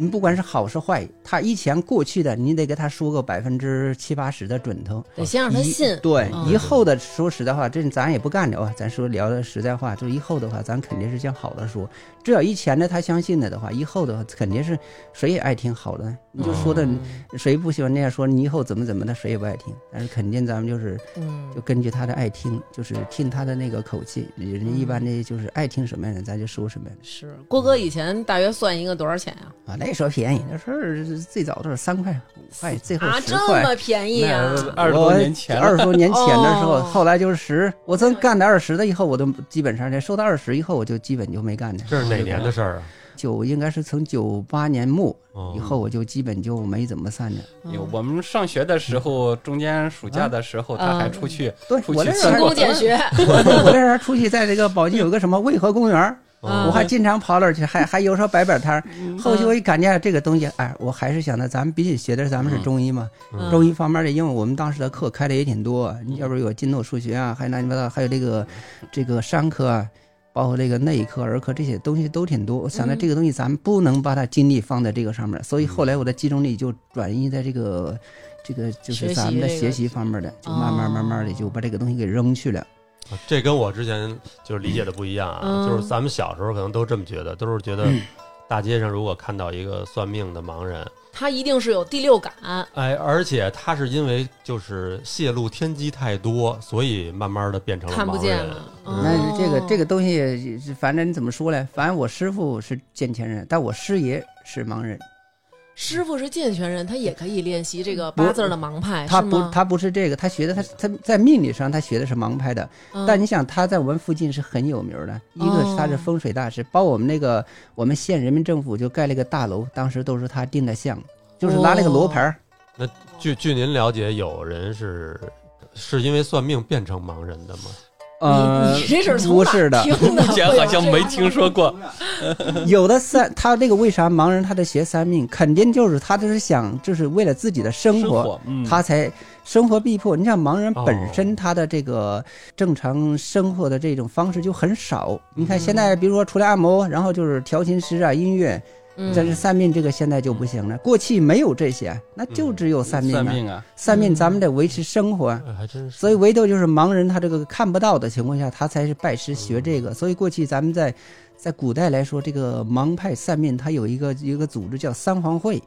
[SPEAKER 3] 你嗯不管是好是坏，他以前过去的，你得给他说个百分之七八十的准头。
[SPEAKER 2] 得先让他
[SPEAKER 3] 以
[SPEAKER 2] 信。
[SPEAKER 3] 对，
[SPEAKER 2] 嗯
[SPEAKER 3] 以后的说实在话，这咱也不干了啊。咱说聊的实在话，就是以后的话，咱肯定是向好的说。只要以前的他相信的的话，以后的话肯定是谁也爱听好的。你就说的
[SPEAKER 2] 嗯，
[SPEAKER 3] 谁不喜欢那样说，你以后怎么怎么的，谁也不爱听。但是肯定咱们就是
[SPEAKER 2] 嗯
[SPEAKER 3] 就根据他的爱听，就是听他的那个口气，人家一
[SPEAKER 2] 嗯
[SPEAKER 3] 般的就是爱听什么样的，咱就说什么样的
[SPEAKER 2] 是郭哥以前大约算一个多少钱啊？
[SPEAKER 3] 啊。那时候便宜，那时候最早都是三块五块，最后
[SPEAKER 2] 啊，
[SPEAKER 3] 十
[SPEAKER 2] 这
[SPEAKER 3] 块。
[SPEAKER 2] 么便宜啊！
[SPEAKER 1] 二十多年前
[SPEAKER 3] 二
[SPEAKER 1] 了，
[SPEAKER 3] 十多年前的时候，
[SPEAKER 2] 哦
[SPEAKER 3] 后来就是十，我真干到二十的以后，我都基本上收到二十以后，我就基本就没干了。
[SPEAKER 4] *laughs* 这是哪年的事 *laughs* 儿啊？
[SPEAKER 3] 九应该是从九八年末
[SPEAKER 4] 哦
[SPEAKER 3] 以后，我就基本就没怎么散了。
[SPEAKER 1] 有我们上学的时候，中间暑假的时候，
[SPEAKER 2] 嗯啊
[SPEAKER 1] 他还出去
[SPEAKER 3] 对
[SPEAKER 1] 出去
[SPEAKER 3] 我那
[SPEAKER 1] 勤
[SPEAKER 2] 勤
[SPEAKER 1] 工
[SPEAKER 2] 工
[SPEAKER 3] 人
[SPEAKER 2] 俭学，
[SPEAKER 3] 我我那时候出去在这个宝鸡有个什么渭河公园，
[SPEAKER 2] 嗯
[SPEAKER 3] 我还经常跑那儿去，还还有时候摆摆摊儿。后期我一感觉这个东西，哎，我还是想着咱们毕竟学的是咱们是中医嘛，
[SPEAKER 2] 嗯
[SPEAKER 3] 中医方面的，因为我们当时的课开的也挺多，要不然有经络数学啊，还有乱七八糟，还有这个这个伤科啊，包括这个内科、儿科这些东西都挺多。我想
[SPEAKER 2] 嗯
[SPEAKER 3] 着这个东西咱们不能把它精力放在这个上面，所以后来我的集中力就转移在这个这个就是咱们的
[SPEAKER 2] 学习这个
[SPEAKER 3] 学习方面的，就慢慢
[SPEAKER 2] 哦
[SPEAKER 3] 慢慢的就把这个东西给扔去了。
[SPEAKER 4] 这跟我之前就是理解的不一样啊，
[SPEAKER 2] 嗯
[SPEAKER 4] 就是咱们小时候可能都这么觉得，都是觉得大街上如果看到一个算命的盲人，
[SPEAKER 2] 他一定是有第六感。
[SPEAKER 4] 哎，而且他是因为就是泄露天机太多，所以慢慢的变成了
[SPEAKER 2] 看不
[SPEAKER 4] 盲
[SPEAKER 2] 见
[SPEAKER 4] 人
[SPEAKER 2] 了
[SPEAKER 4] 嗯
[SPEAKER 3] 那
[SPEAKER 2] 哦
[SPEAKER 3] 这个这个东西，反正你怎么说呢？反正我师傅是健全人，但我师爷是盲人。
[SPEAKER 2] 师傅是健全人，他也可以练习这个八字儿的盲派，
[SPEAKER 3] 他
[SPEAKER 2] 哎是
[SPEAKER 3] 不
[SPEAKER 2] 吗？
[SPEAKER 3] 他不是这个，他学的他他在命理上他学的是盲派的，
[SPEAKER 2] 嗯哦
[SPEAKER 3] 但你想他在我们附近是很有名的，一个是他是风水大师，包括我们那个我们县人民政府就盖了一个大楼，当时都是他定的项，就是拿那个罗盘儿，
[SPEAKER 4] 据据您了解，有人是是因为算命变成盲人的吗？
[SPEAKER 3] 呃
[SPEAKER 2] 哦你你这是从
[SPEAKER 3] 不
[SPEAKER 2] 哪
[SPEAKER 3] 是的
[SPEAKER 2] 听的？
[SPEAKER 1] *laughs* 以前好像没听说过，
[SPEAKER 3] *laughs*
[SPEAKER 2] 嗯
[SPEAKER 3] 有的三他这个为啥盲人他得学三命，肯定就是他就是想就是为了自己的生
[SPEAKER 1] 生
[SPEAKER 3] 活，
[SPEAKER 1] 活，嗯，
[SPEAKER 3] 他才生活逼迫。你像盲人
[SPEAKER 4] 哦
[SPEAKER 3] 本身他的这个正常生活的这种方式就很少。你看
[SPEAKER 2] 嗯
[SPEAKER 3] 现在，比如说除了按摩，然后就是调琴师啊、音乐，
[SPEAKER 2] 嗯
[SPEAKER 3] 但是三命这个现在就不行了。过去没有这些，那就只有三命
[SPEAKER 1] 算
[SPEAKER 3] 了。
[SPEAKER 1] 命啊，
[SPEAKER 3] 三命咱们得维持生活。
[SPEAKER 4] 哎，还真是。
[SPEAKER 3] 所以唯独就是盲人他这个看不到的情况下，他才是拜师学这个。所以过去咱们在在古代来说，这个盲派散面，它有一个一个组织叫三皇会，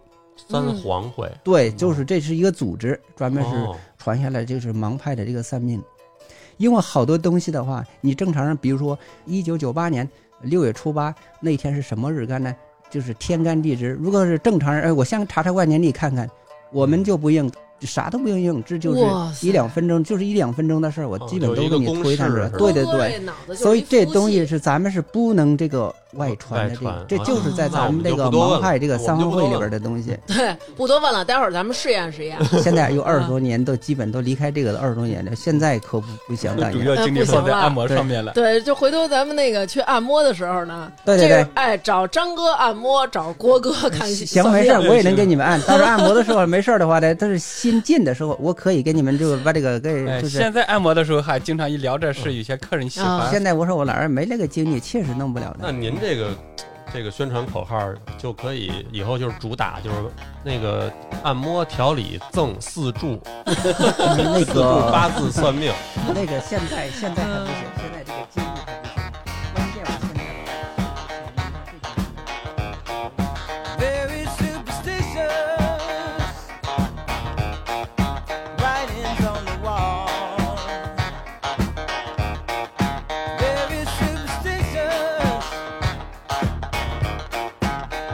[SPEAKER 4] 三皇会
[SPEAKER 3] 对，就是这是一个组织，专门是
[SPEAKER 4] 哦
[SPEAKER 3] 传下来就是盲派的这个散命。因为好多东西的话，你正常人，比如说一九九八年六月初八那天是什么日干呢？就是天干地支。如果是正常人，哎，我先查查万年历看看，我们就不应，啥都不用应，这就
[SPEAKER 2] 哇
[SPEAKER 3] 是
[SPEAKER 2] 塞
[SPEAKER 3] 一两分钟，就是一两分钟的事儿，我
[SPEAKER 4] 哦
[SPEAKER 3] 基本
[SPEAKER 4] 有
[SPEAKER 3] 都
[SPEAKER 4] 一
[SPEAKER 3] 给
[SPEAKER 4] 个
[SPEAKER 3] 你
[SPEAKER 4] 公
[SPEAKER 3] 推上去
[SPEAKER 4] 式
[SPEAKER 3] 了。
[SPEAKER 4] 是吧
[SPEAKER 3] 对对对，，
[SPEAKER 2] 脑子就是
[SPEAKER 3] 所以
[SPEAKER 2] 一
[SPEAKER 3] 这
[SPEAKER 2] 夫
[SPEAKER 3] 东西
[SPEAKER 2] 妻
[SPEAKER 3] 是咱们是不能这个外传的，这
[SPEAKER 4] 外传
[SPEAKER 3] 个这就是在
[SPEAKER 2] 哦
[SPEAKER 3] 咱们这
[SPEAKER 4] 那
[SPEAKER 3] 个
[SPEAKER 4] 我们就不多问
[SPEAKER 3] 盲
[SPEAKER 4] 了
[SPEAKER 3] 派这个三
[SPEAKER 4] 我
[SPEAKER 3] 合
[SPEAKER 4] 们就不多
[SPEAKER 3] 会里
[SPEAKER 4] 问
[SPEAKER 3] 边的东西。
[SPEAKER 2] 对，不多问了，待会儿咱们试验
[SPEAKER 3] *laughs*
[SPEAKER 2] 试验。
[SPEAKER 3] 现在有二十多年，都基本都离开这个了，二十多年了，现在可不不行，大
[SPEAKER 1] 主
[SPEAKER 3] 家
[SPEAKER 1] 要精力放在按摩
[SPEAKER 3] 不行了
[SPEAKER 1] 上面了。
[SPEAKER 2] 对，就回头咱们那个去按摩的时候呢，
[SPEAKER 3] 对对对
[SPEAKER 2] 这哎，找张哥按摩，找郭哥看戏
[SPEAKER 3] 行
[SPEAKER 2] 扫
[SPEAKER 3] 没事
[SPEAKER 2] 面
[SPEAKER 3] 儿，我也能给你们按。但是按摩的时候没事儿的话呢，但是新进的时候，我可以给你们就把这个给
[SPEAKER 1] 哎，
[SPEAKER 3] 就是。
[SPEAKER 1] 现在按摩的时候还经常一聊这事，有些客人喜
[SPEAKER 2] 啊
[SPEAKER 1] 欢。
[SPEAKER 3] 现在我说我老人没那个精力，确实弄不了
[SPEAKER 4] 那
[SPEAKER 3] 的。
[SPEAKER 4] 您这个这个宣传口号就可以以后就是主打就是那个按摩调理赠四柱，
[SPEAKER 3] 那
[SPEAKER 4] 四柱
[SPEAKER 3] 个
[SPEAKER 4] 八字算命。
[SPEAKER 3] 那个现在现在还不行，现在这个精力还不行，关键我现在老人现在这个。
[SPEAKER 5] very superstitious. Writings on the wall. Very superstitious.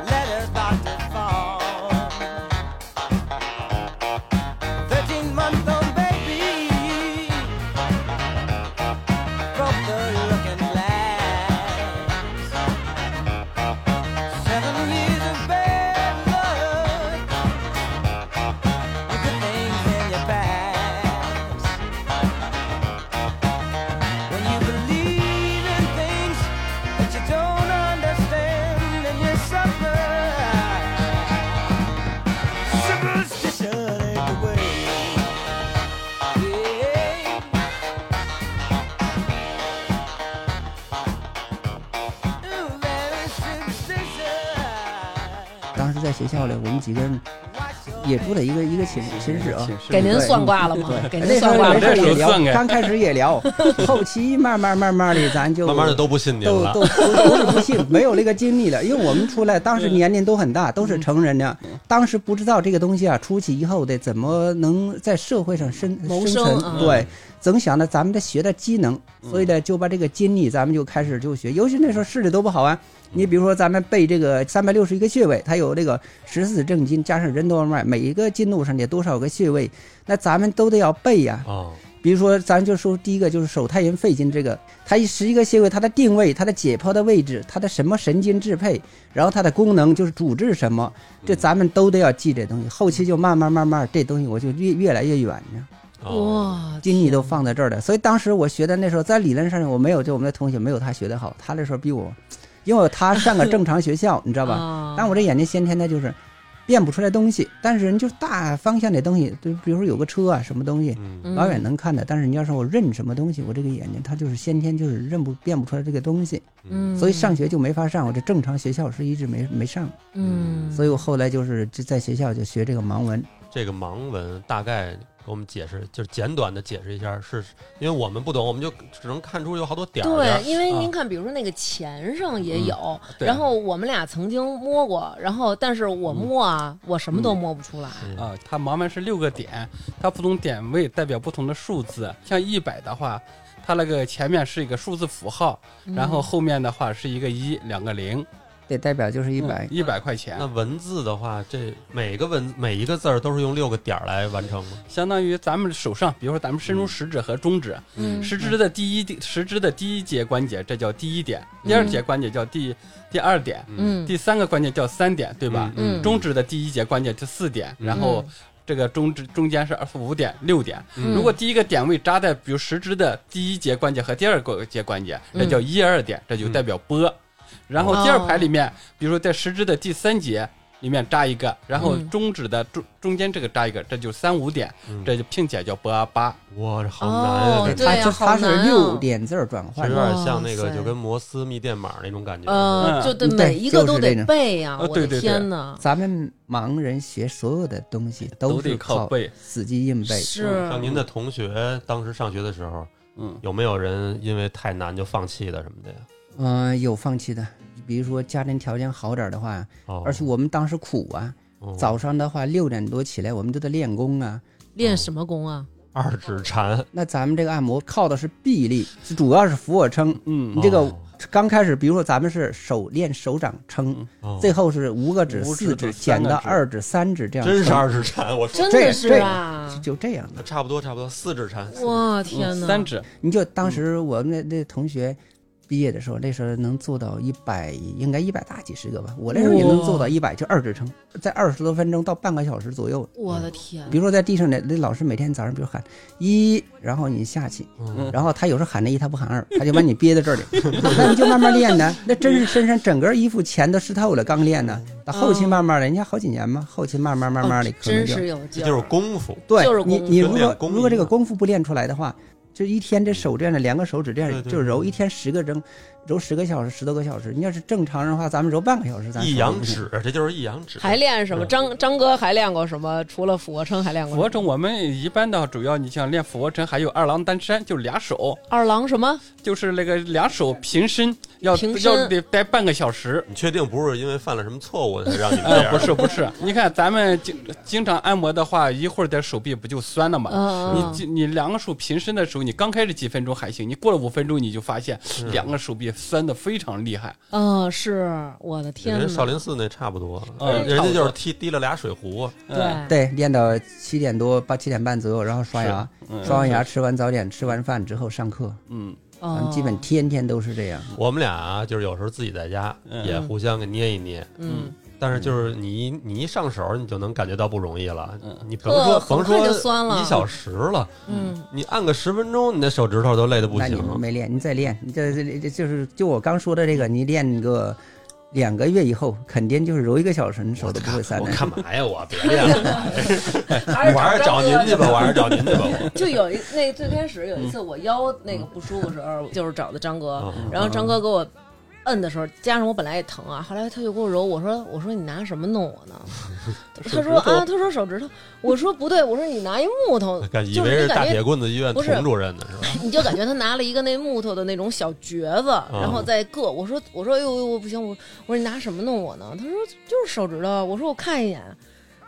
[SPEAKER 5] Letters about to fall. Thirteen month old baby. Broke the looking glass. Seven years of bad luck. You put things in your past. When you believe in things that you don't understand, and you suffer. Superstition ain't the way. Yeah. Ooh, very superstitious.
[SPEAKER 3] 当时在学校里，我们几个人
[SPEAKER 5] Watch your
[SPEAKER 3] 也住在一个一个寝寝室啊。
[SPEAKER 2] 给您
[SPEAKER 3] 对
[SPEAKER 2] 算卦了吗？给
[SPEAKER 3] 那
[SPEAKER 2] 您
[SPEAKER 3] 时候
[SPEAKER 2] 算卦
[SPEAKER 3] 没
[SPEAKER 2] 了
[SPEAKER 3] 事
[SPEAKER 2] 吗
[SPEAKER 3] 儿。也
[SPEAKER 1] 这手算
[SPEAKER 3] 聊，
[SPEAKER 1] 开
[SPEAKER 3] *laughs* 刚开始也聊，后期慢慢慢慢的，咱就
[SPEAKER 4] 慢慢的都不信您
[SPEAKER 3] 都
[SPEAKER 4] 了
[SPEAKER 3] 都。不是不信，没有那个精力了。因为我们出来当时年龄都很大，都
[SPEAKER 4] 嗯
[SPEAKER 3] 是成人呢，当时不知道这个东西啊，出去以后得怎么能在社会上生
[SPEAKER 2] 谋生
[SPEAKER 3] 生
[SPEAKER 2] 啊
[SPEAKER 3] 存？对，
[SPEAKER 4] 嗯
[SPEAKER 3] 总想着咱们得学点技能，所以呢就把这个精力咱们就开始就学，尤其那时候视力都不好啊。你比如说，咱们背这个三百六十一个穴位，它有这个十四正经，加上人多脉，每一个经络上有多少个穴位，那咱们都得要背啊呀、
[SPEAKER 4] 哦，
[SPEAKER 3] 比如说，咱就说第一个就是手太阴肺经这个，它一十一个穴位，它的定位、它的解剖的位置、它的什么神经支配，然后它的功能就是主治什么，这咱们都得要记这东西。后期就慢慢慢慢，这东西我就越越来越远呢，
[SPEAKER 4] 哦，
[SPEAKER 2] 哇，
[SPEAKER 3] 精力都放在这儿了。所以当时我学的那时候，在理论上我没有，就我们的同学没有他学的好，他那时候比我，因为他上个正常学校，你知道吧？
[SPEAKER 2] 吧
[SPEAKER 3] 但我这眼睛先天它就是变不出来东西，但是人就大方向的东西，就比如说有个车啊，什么东西，
[SPEAKER 4] 嗯，
[SPEAKER 2] 嗯
[SPEAKER 3] 老远能看的，但是你要说我认什么东西，我这个眼睛它就是先天就是认不辨不出来这个东西，
[SPEAKER 2] 嗯，
[SPEAKER 3] 所以上学就没法上。我这正常学校是一直没没上，
[SPEAKER 2] 嗯，
[SPEAKER 3] 所以我后来就是就在学校就学这个盲文。
[SPEAKER 4] 这个盲文大概给我们解释，就是简短的解释一下，是因为我们不懂，我们就只能看出有好多点儿
[SPEAKER 2] 对，
[SPEAKER 4] 的。
[SPEAKER 2] 因为
[SPEAKER 4] 啊
[SPEAKER 2] 您看，比如说那个钱上也
[SPEAKER 3] 嗯
[SPEAKER 2] 有，
[SPEAKER 1] 对
[SPEAKER 2] 哦然后我们俩曾经摸过，然后但是
[SPEAKER 3] 嗯
[SPEAKER 2] 我摸啊，我什么都摸不出来。
[SPEAKER 4] 嗯
[SPEAKER 1] 啊，它盲文是六个点，它不同点位代表不同的数字。像一百的话，它那个前面是一个数字符号，然后后面的话是一个一，两个零，嗯
[SPEAKER 3] 这代表就是一
[SPEAKER 2] 嗯
[SPEAKER 3] 百、
[SPEAKER 1] 一百块钱
[SPEAKER 4] 那，文字的话，这每个文每一个字儿都是用六个点儿来完成吗？
[SPEAKER 1] 相当于咱们手上，比如说咱们伸出食指和中指，
[SPEAKER 2] 嗯，
[SPEAKER 1] 食指的第一地食指的第一节关节，这叫第一点；第二节关节叫第第二点，
[SPEAKER 2] 嗯，
[SPEAKER 1] 第三个关节叫三点，对吧？
[SPEAKER 2] 嗯
[SPEAKER 1] 中指的第一节关节是四点，
[SPEAKER 4] 嗯
[SPEAKER 1] 然后这个中指中间是二五点六点。
[SPEAKER 4] 嗯
[SPEAKER 1] 如果第一个点位扎在比如食指的第一节关节和第二个节关节，
[SPEAKER 2] 嗯
[SPEAKER 1] 这叫一二点，这就代表波。然后第二排里面，比如说在食指的第三节里面扎一个，然后
[SPEAKER 2] 哦嗯
[SPEAKER 1] 中指的中中间这个扎一个，这就三五点，
[SPEAKER 4] 嗯
[SPEAKER 1] 这就并且叫波啊八。
[SPEAKER 4] 哇，这好难呀、
[SPEAKER 2] 哦
[SPEAKER 4] 这
[SPEAKER 2] 对呀
[SPEAKER 3] 它是
[SPEAKER 2] 好
[SPEAKER 3] 它
[SPEAKER 2] 难啊
[SPEAKER 3] 是六点字儿转
[SPEAKER 4] 其实
[SPEAKER 3] 换
[SPEAKER 4] 有
[SPEAKER 3] 的。
[SPEAKER 4] 点像那
[SPEAKER 2] 哇
[SPEAKER 4] 个，
[SPEAKER 2] 塞
[SPEAKER 4] 就跟摩斯密电码那种感觉。
[SPEAKER 2] 呃，
[SPEAKER 1] 嗯
[SPEAKER 2] 就对
[SPEAKER 3] 对
[SPEAKER 2] 每一个都
[SPEAKER 3] 就是
[SPEAKER 2] 得
[SPEAKER 3] 这种
[SPEAKER 2] 背啊！
[SPEAKER 1] 呃
[SPEAKER 2] 我的
[SPEAKER 1] 对对对
[SPEAKER 2] 天哪，
[SPEAKER 3] 咱们盲人学所有的东西
[SPEAKER 1] 都
[SPEAKER 3] 是
[SPEAKER 1] 得靠背
[SPEAKER 3] 死记硬背。嗯
[SPEAKER 2] 是
[SPEAKER 4] 像您的同学当时上学的时候，
[SPEAKER 1] 嗯，
[SPEAKER 4] 有没有人因为太难就放弃的什么的呀？
[SPEAKER 3] 嗯、有放弃的，比如说家庭条件好点儿的话，
[SPEAKER 4] 哦，
[SPEAKER 3] 而且我们当时苦啊，
[SPEAKER 4] 哦
[SPEAKER 3] 早上的话六点多起来，我们都得练功啊。
[SPEAKER 2] 练什么功啊？
[SPEAKER 4] 二指禅，
[SPEAKER 3] 那咱们这个按摩靠的是臂力，主要是俯卧撑。
[SPEAKER 1] 嗯
[SPEAKER 3] 你这个
[SPEAKER 4] 哦
[SPEAKER 3] 刚开始，比如说咱们是手练手掌撑，
[SPEAKER 4] 哦
[SPEAKER 3] 最后是五个指、
[SPEAKER 1] 五指
[SPEAKER 3] 四
[SPEAKER 1] 到
[SPEAKER 3] 指
[SPEAKER 1] 三
[SPEAKER 3] 减
[SPEAKER 1] 个
[SPEAKER 3] 到
[SPEAKER 1] 指
[SPEAKER 3] 二指、三指这样撑，
[SPEAKER 4] 真是二指禅，我说
[SPEAKER 2] 真
[SPEAKER 3] 这
[SPEAKER 2] 的
[SPEAKER 3] 个
[SPEAKER 2] 是
[SPEAKER 3] 这个
[SPEAKER 2] 啊！
[SPEAKER 3] 就这嗯样的。
[SPEAKER 4] 差不多差不多四指禅，
[SPEAKER 2] 哇天哪！
[SPEAKER 1] 三指，
[SPEAKER 3] 你就当时我们那那同学毕业的时候，那时候能做到一百，应该一百大几十个吧。我那时候也能做到一百，就二指撑，在二十多分钟到半个小时左右。
[SPEAKER 2] 我的天！
[SPEAKER 3] 比如说在地上，那那老师每天早上，比如喊一，然后你下去，
[SPEAKER 4] 嗯
[SPEAKER 3] 然后他有时候喊那一，他不喊二，他就把你憋在
[SPEAKER 4] *laughs*
[SPEAKER 3] 这里，那你就慢慢练呢。那真是身上整个衣服钱都湿透了，刚练呢。到后期慢慢的，人家好几年嘛，后期慢慢慢慢的
[SPEAKER 2] 哦
[SPEAKER 3] 可
[SPEAKER 2] 真
[SPEAKER 3] 能就是
[SPEAKER 2] 有
[SPEAKER 4] 这
[SPEAKER 2] 劲儿，
[SPEAKER 4] 就是功夫，
[SPEAKER 3] 对，
[SPEAKER 2] 就是
[SPEAKER 3] 你
[SPEAKER 2] 功夫
[SPEAKER 3] 你
[SPEAKER 4] 就
[SPEAKER 3] 如
[SPEAKER 4] 练
[SPEAKER 3] 果
[SPEAKER 4] 功
[SPEAKER 3] 如果这
[SPEAKER 4] 一
[SPEAKER 3] 个
[SPEAKER 4] 样
[SPEAKER 3] 功夫不练出来的话，就一天这手这样的，两个手指这
[SPEAKER 4] 对
[SPEAKER 3] 样
[SPEAKER 4] 对
[SPEAKER 3] 就揉
[SPEAKER 4] 对
[SPEAKER 3] 一天十个针，揉十个小时十多个小时。你要是正常人的话，咱们揉半个小时，咱
[SPEAKER 4] 一
[SPEAKER 3] 手
[SPEAKER 4] 阳
[SPEAKER 3] 不行
[SPEAKER 4] 指，这就是一阳指，
[SPEAKER 2] 还练什么？
[SPEAKER 4] 嗯
[SPEAKER 2] 张张哥还练过什么？除了俯卧撑，还练
[SPEAKER 1] 俯
[SPEAKER 2] 过什
[SPEAKER 1] 卧
[SPEAKER 2] 么
[SPEAKER 1] 撑我们一般的主要你像练俯卧撑，还有二郎单伸，就是俩手，
[SPEAKER 2] 二郎什么？
[SPEAKER 1] 就是那个两手平伸，要
[SPEAKER 2] 平伸
[SPEAKER 1] 要得待半个小时。
[SPEAKER 4] 你确定不是因为犯了什么错误才让你这
[SPEAKER 1] 呃，
[SPEAKER 4] 样？
[SPEAKER 1] 不是不是，你看咱们经经常按摩的话，一会儿的手臂不就酸了吗？
[SPEAKER 2] 嗯
[SPEAKER 1] 你这你两个手平伸的时候，你刚开始几分钟还行，你过了五分钟你就发现两个手臂酸的非常厉害。
[SPEAKER 2] 嗯，嗯是我的天
[SPEAKER 4] 人少
[SPEAKER 2] 哪！
[SPEAKER 4] 林寺那差不多，
[SPEAKER 1] 嗯
[SPEAKER 4] 人
[SPEAKER 1] 差
[SPEAKER 4] 家
[SPEAKER 1] 不多
[SPEAKER 4] 就是踢滴了俩水壶，啊
[SPEAKER 1] 嗯，
[SPEAKER 2] 对，
[SPEAKER 3] 对，练到七点多八七点半左右，然后刷牙，
[SPEAKER 1] 嗯
[SPEAKER 3] 刷完牙吃完早点，吃完饭之后上课，
[SPEAKER 1] 嗯，
[SPEAKER 3] 咱们基本
[SPEAKER 2] 哦
[SPEAKER 3] 天天都是这样。
[SPEAKER 4] 我们俩啊，就是有时候自己在家
[SPEAKER 1] 嗯
[SPEAKER 4] 也互相给捏一捏，
[SPEAKER 2] 嗯，
[SPEAKER 4] 但是就是你一你一上手，你就能感觉到不容易了
[SPEAKER 1] 嗯。
[SPEAKER 4] 你甭说
[SPEAKER 2] 呃很
[SPEAKER 4] 甭
[SPEAKER 2] 快
[SPEAKER 4] 说
[SPEAKER 2] 就酸了
[SPEAKER 4] 一小时了，
[SPEAKER 2] 嗯，
[SPEAKER 4] 你按个十分钟，你的手指头都累得不
[SPEAKER 3] 那你
[SPEAKER 4] 行。
[SPEAKER 3] 没练，你再练，你这这这就是就我刚说的这个，你练个两个月以后，肯定就是揉一个小时，你手都不会酸
[SPEAKER 4] 我
[SPEAKER 3] 的。
[SPEAKER 4] 干嘛呀？我别练了，
[SPEAKER 2] *laughs* 还
[SPEAKER 4] 嗯我还是找您去吧，嗯我还是找您去吧。
[SPEAKER 2] *laughs* 就有一那最开始有一次我腰那个不舒服时候，就是找的张哥，
[SPEAKER 4] 我
[SPEAKER 2] 然后张哥给我摁的时候，加上我本来也疼啊，后来他就给我揉，我说我说你拿什么弄我
[SPEAKER 4] *laughs*
[SPEAKER 2] 呢？他说啊，他说手指头，我说不对，我说你拿一木头
[SPEAKER 4] *laughs* 嗯，感以
[SPEAKER 2] 就
[SPEAKER 4] 为
[SPEAKER 2] 是
[SPEAKER 4] 是
[SPEAKER 2] 你
[SPEAKER 4] 大
[SPEAKER 2] 感
[SPEAKER 4] 铁
[SPEAKER 2] 觉
[SPEAKER 4] 棍子医院
[SPEAKER 2] 不是
[SPEAKER 4] 佟主任呢，是吧？
[SPEAKER 2] 你就感觉他拿了一个那木头的那种小橛子，然后再硌。我说我说哎呦哎呦不行，我我说你拿什么弄我呢？他说就是手指头。我说我看一眼。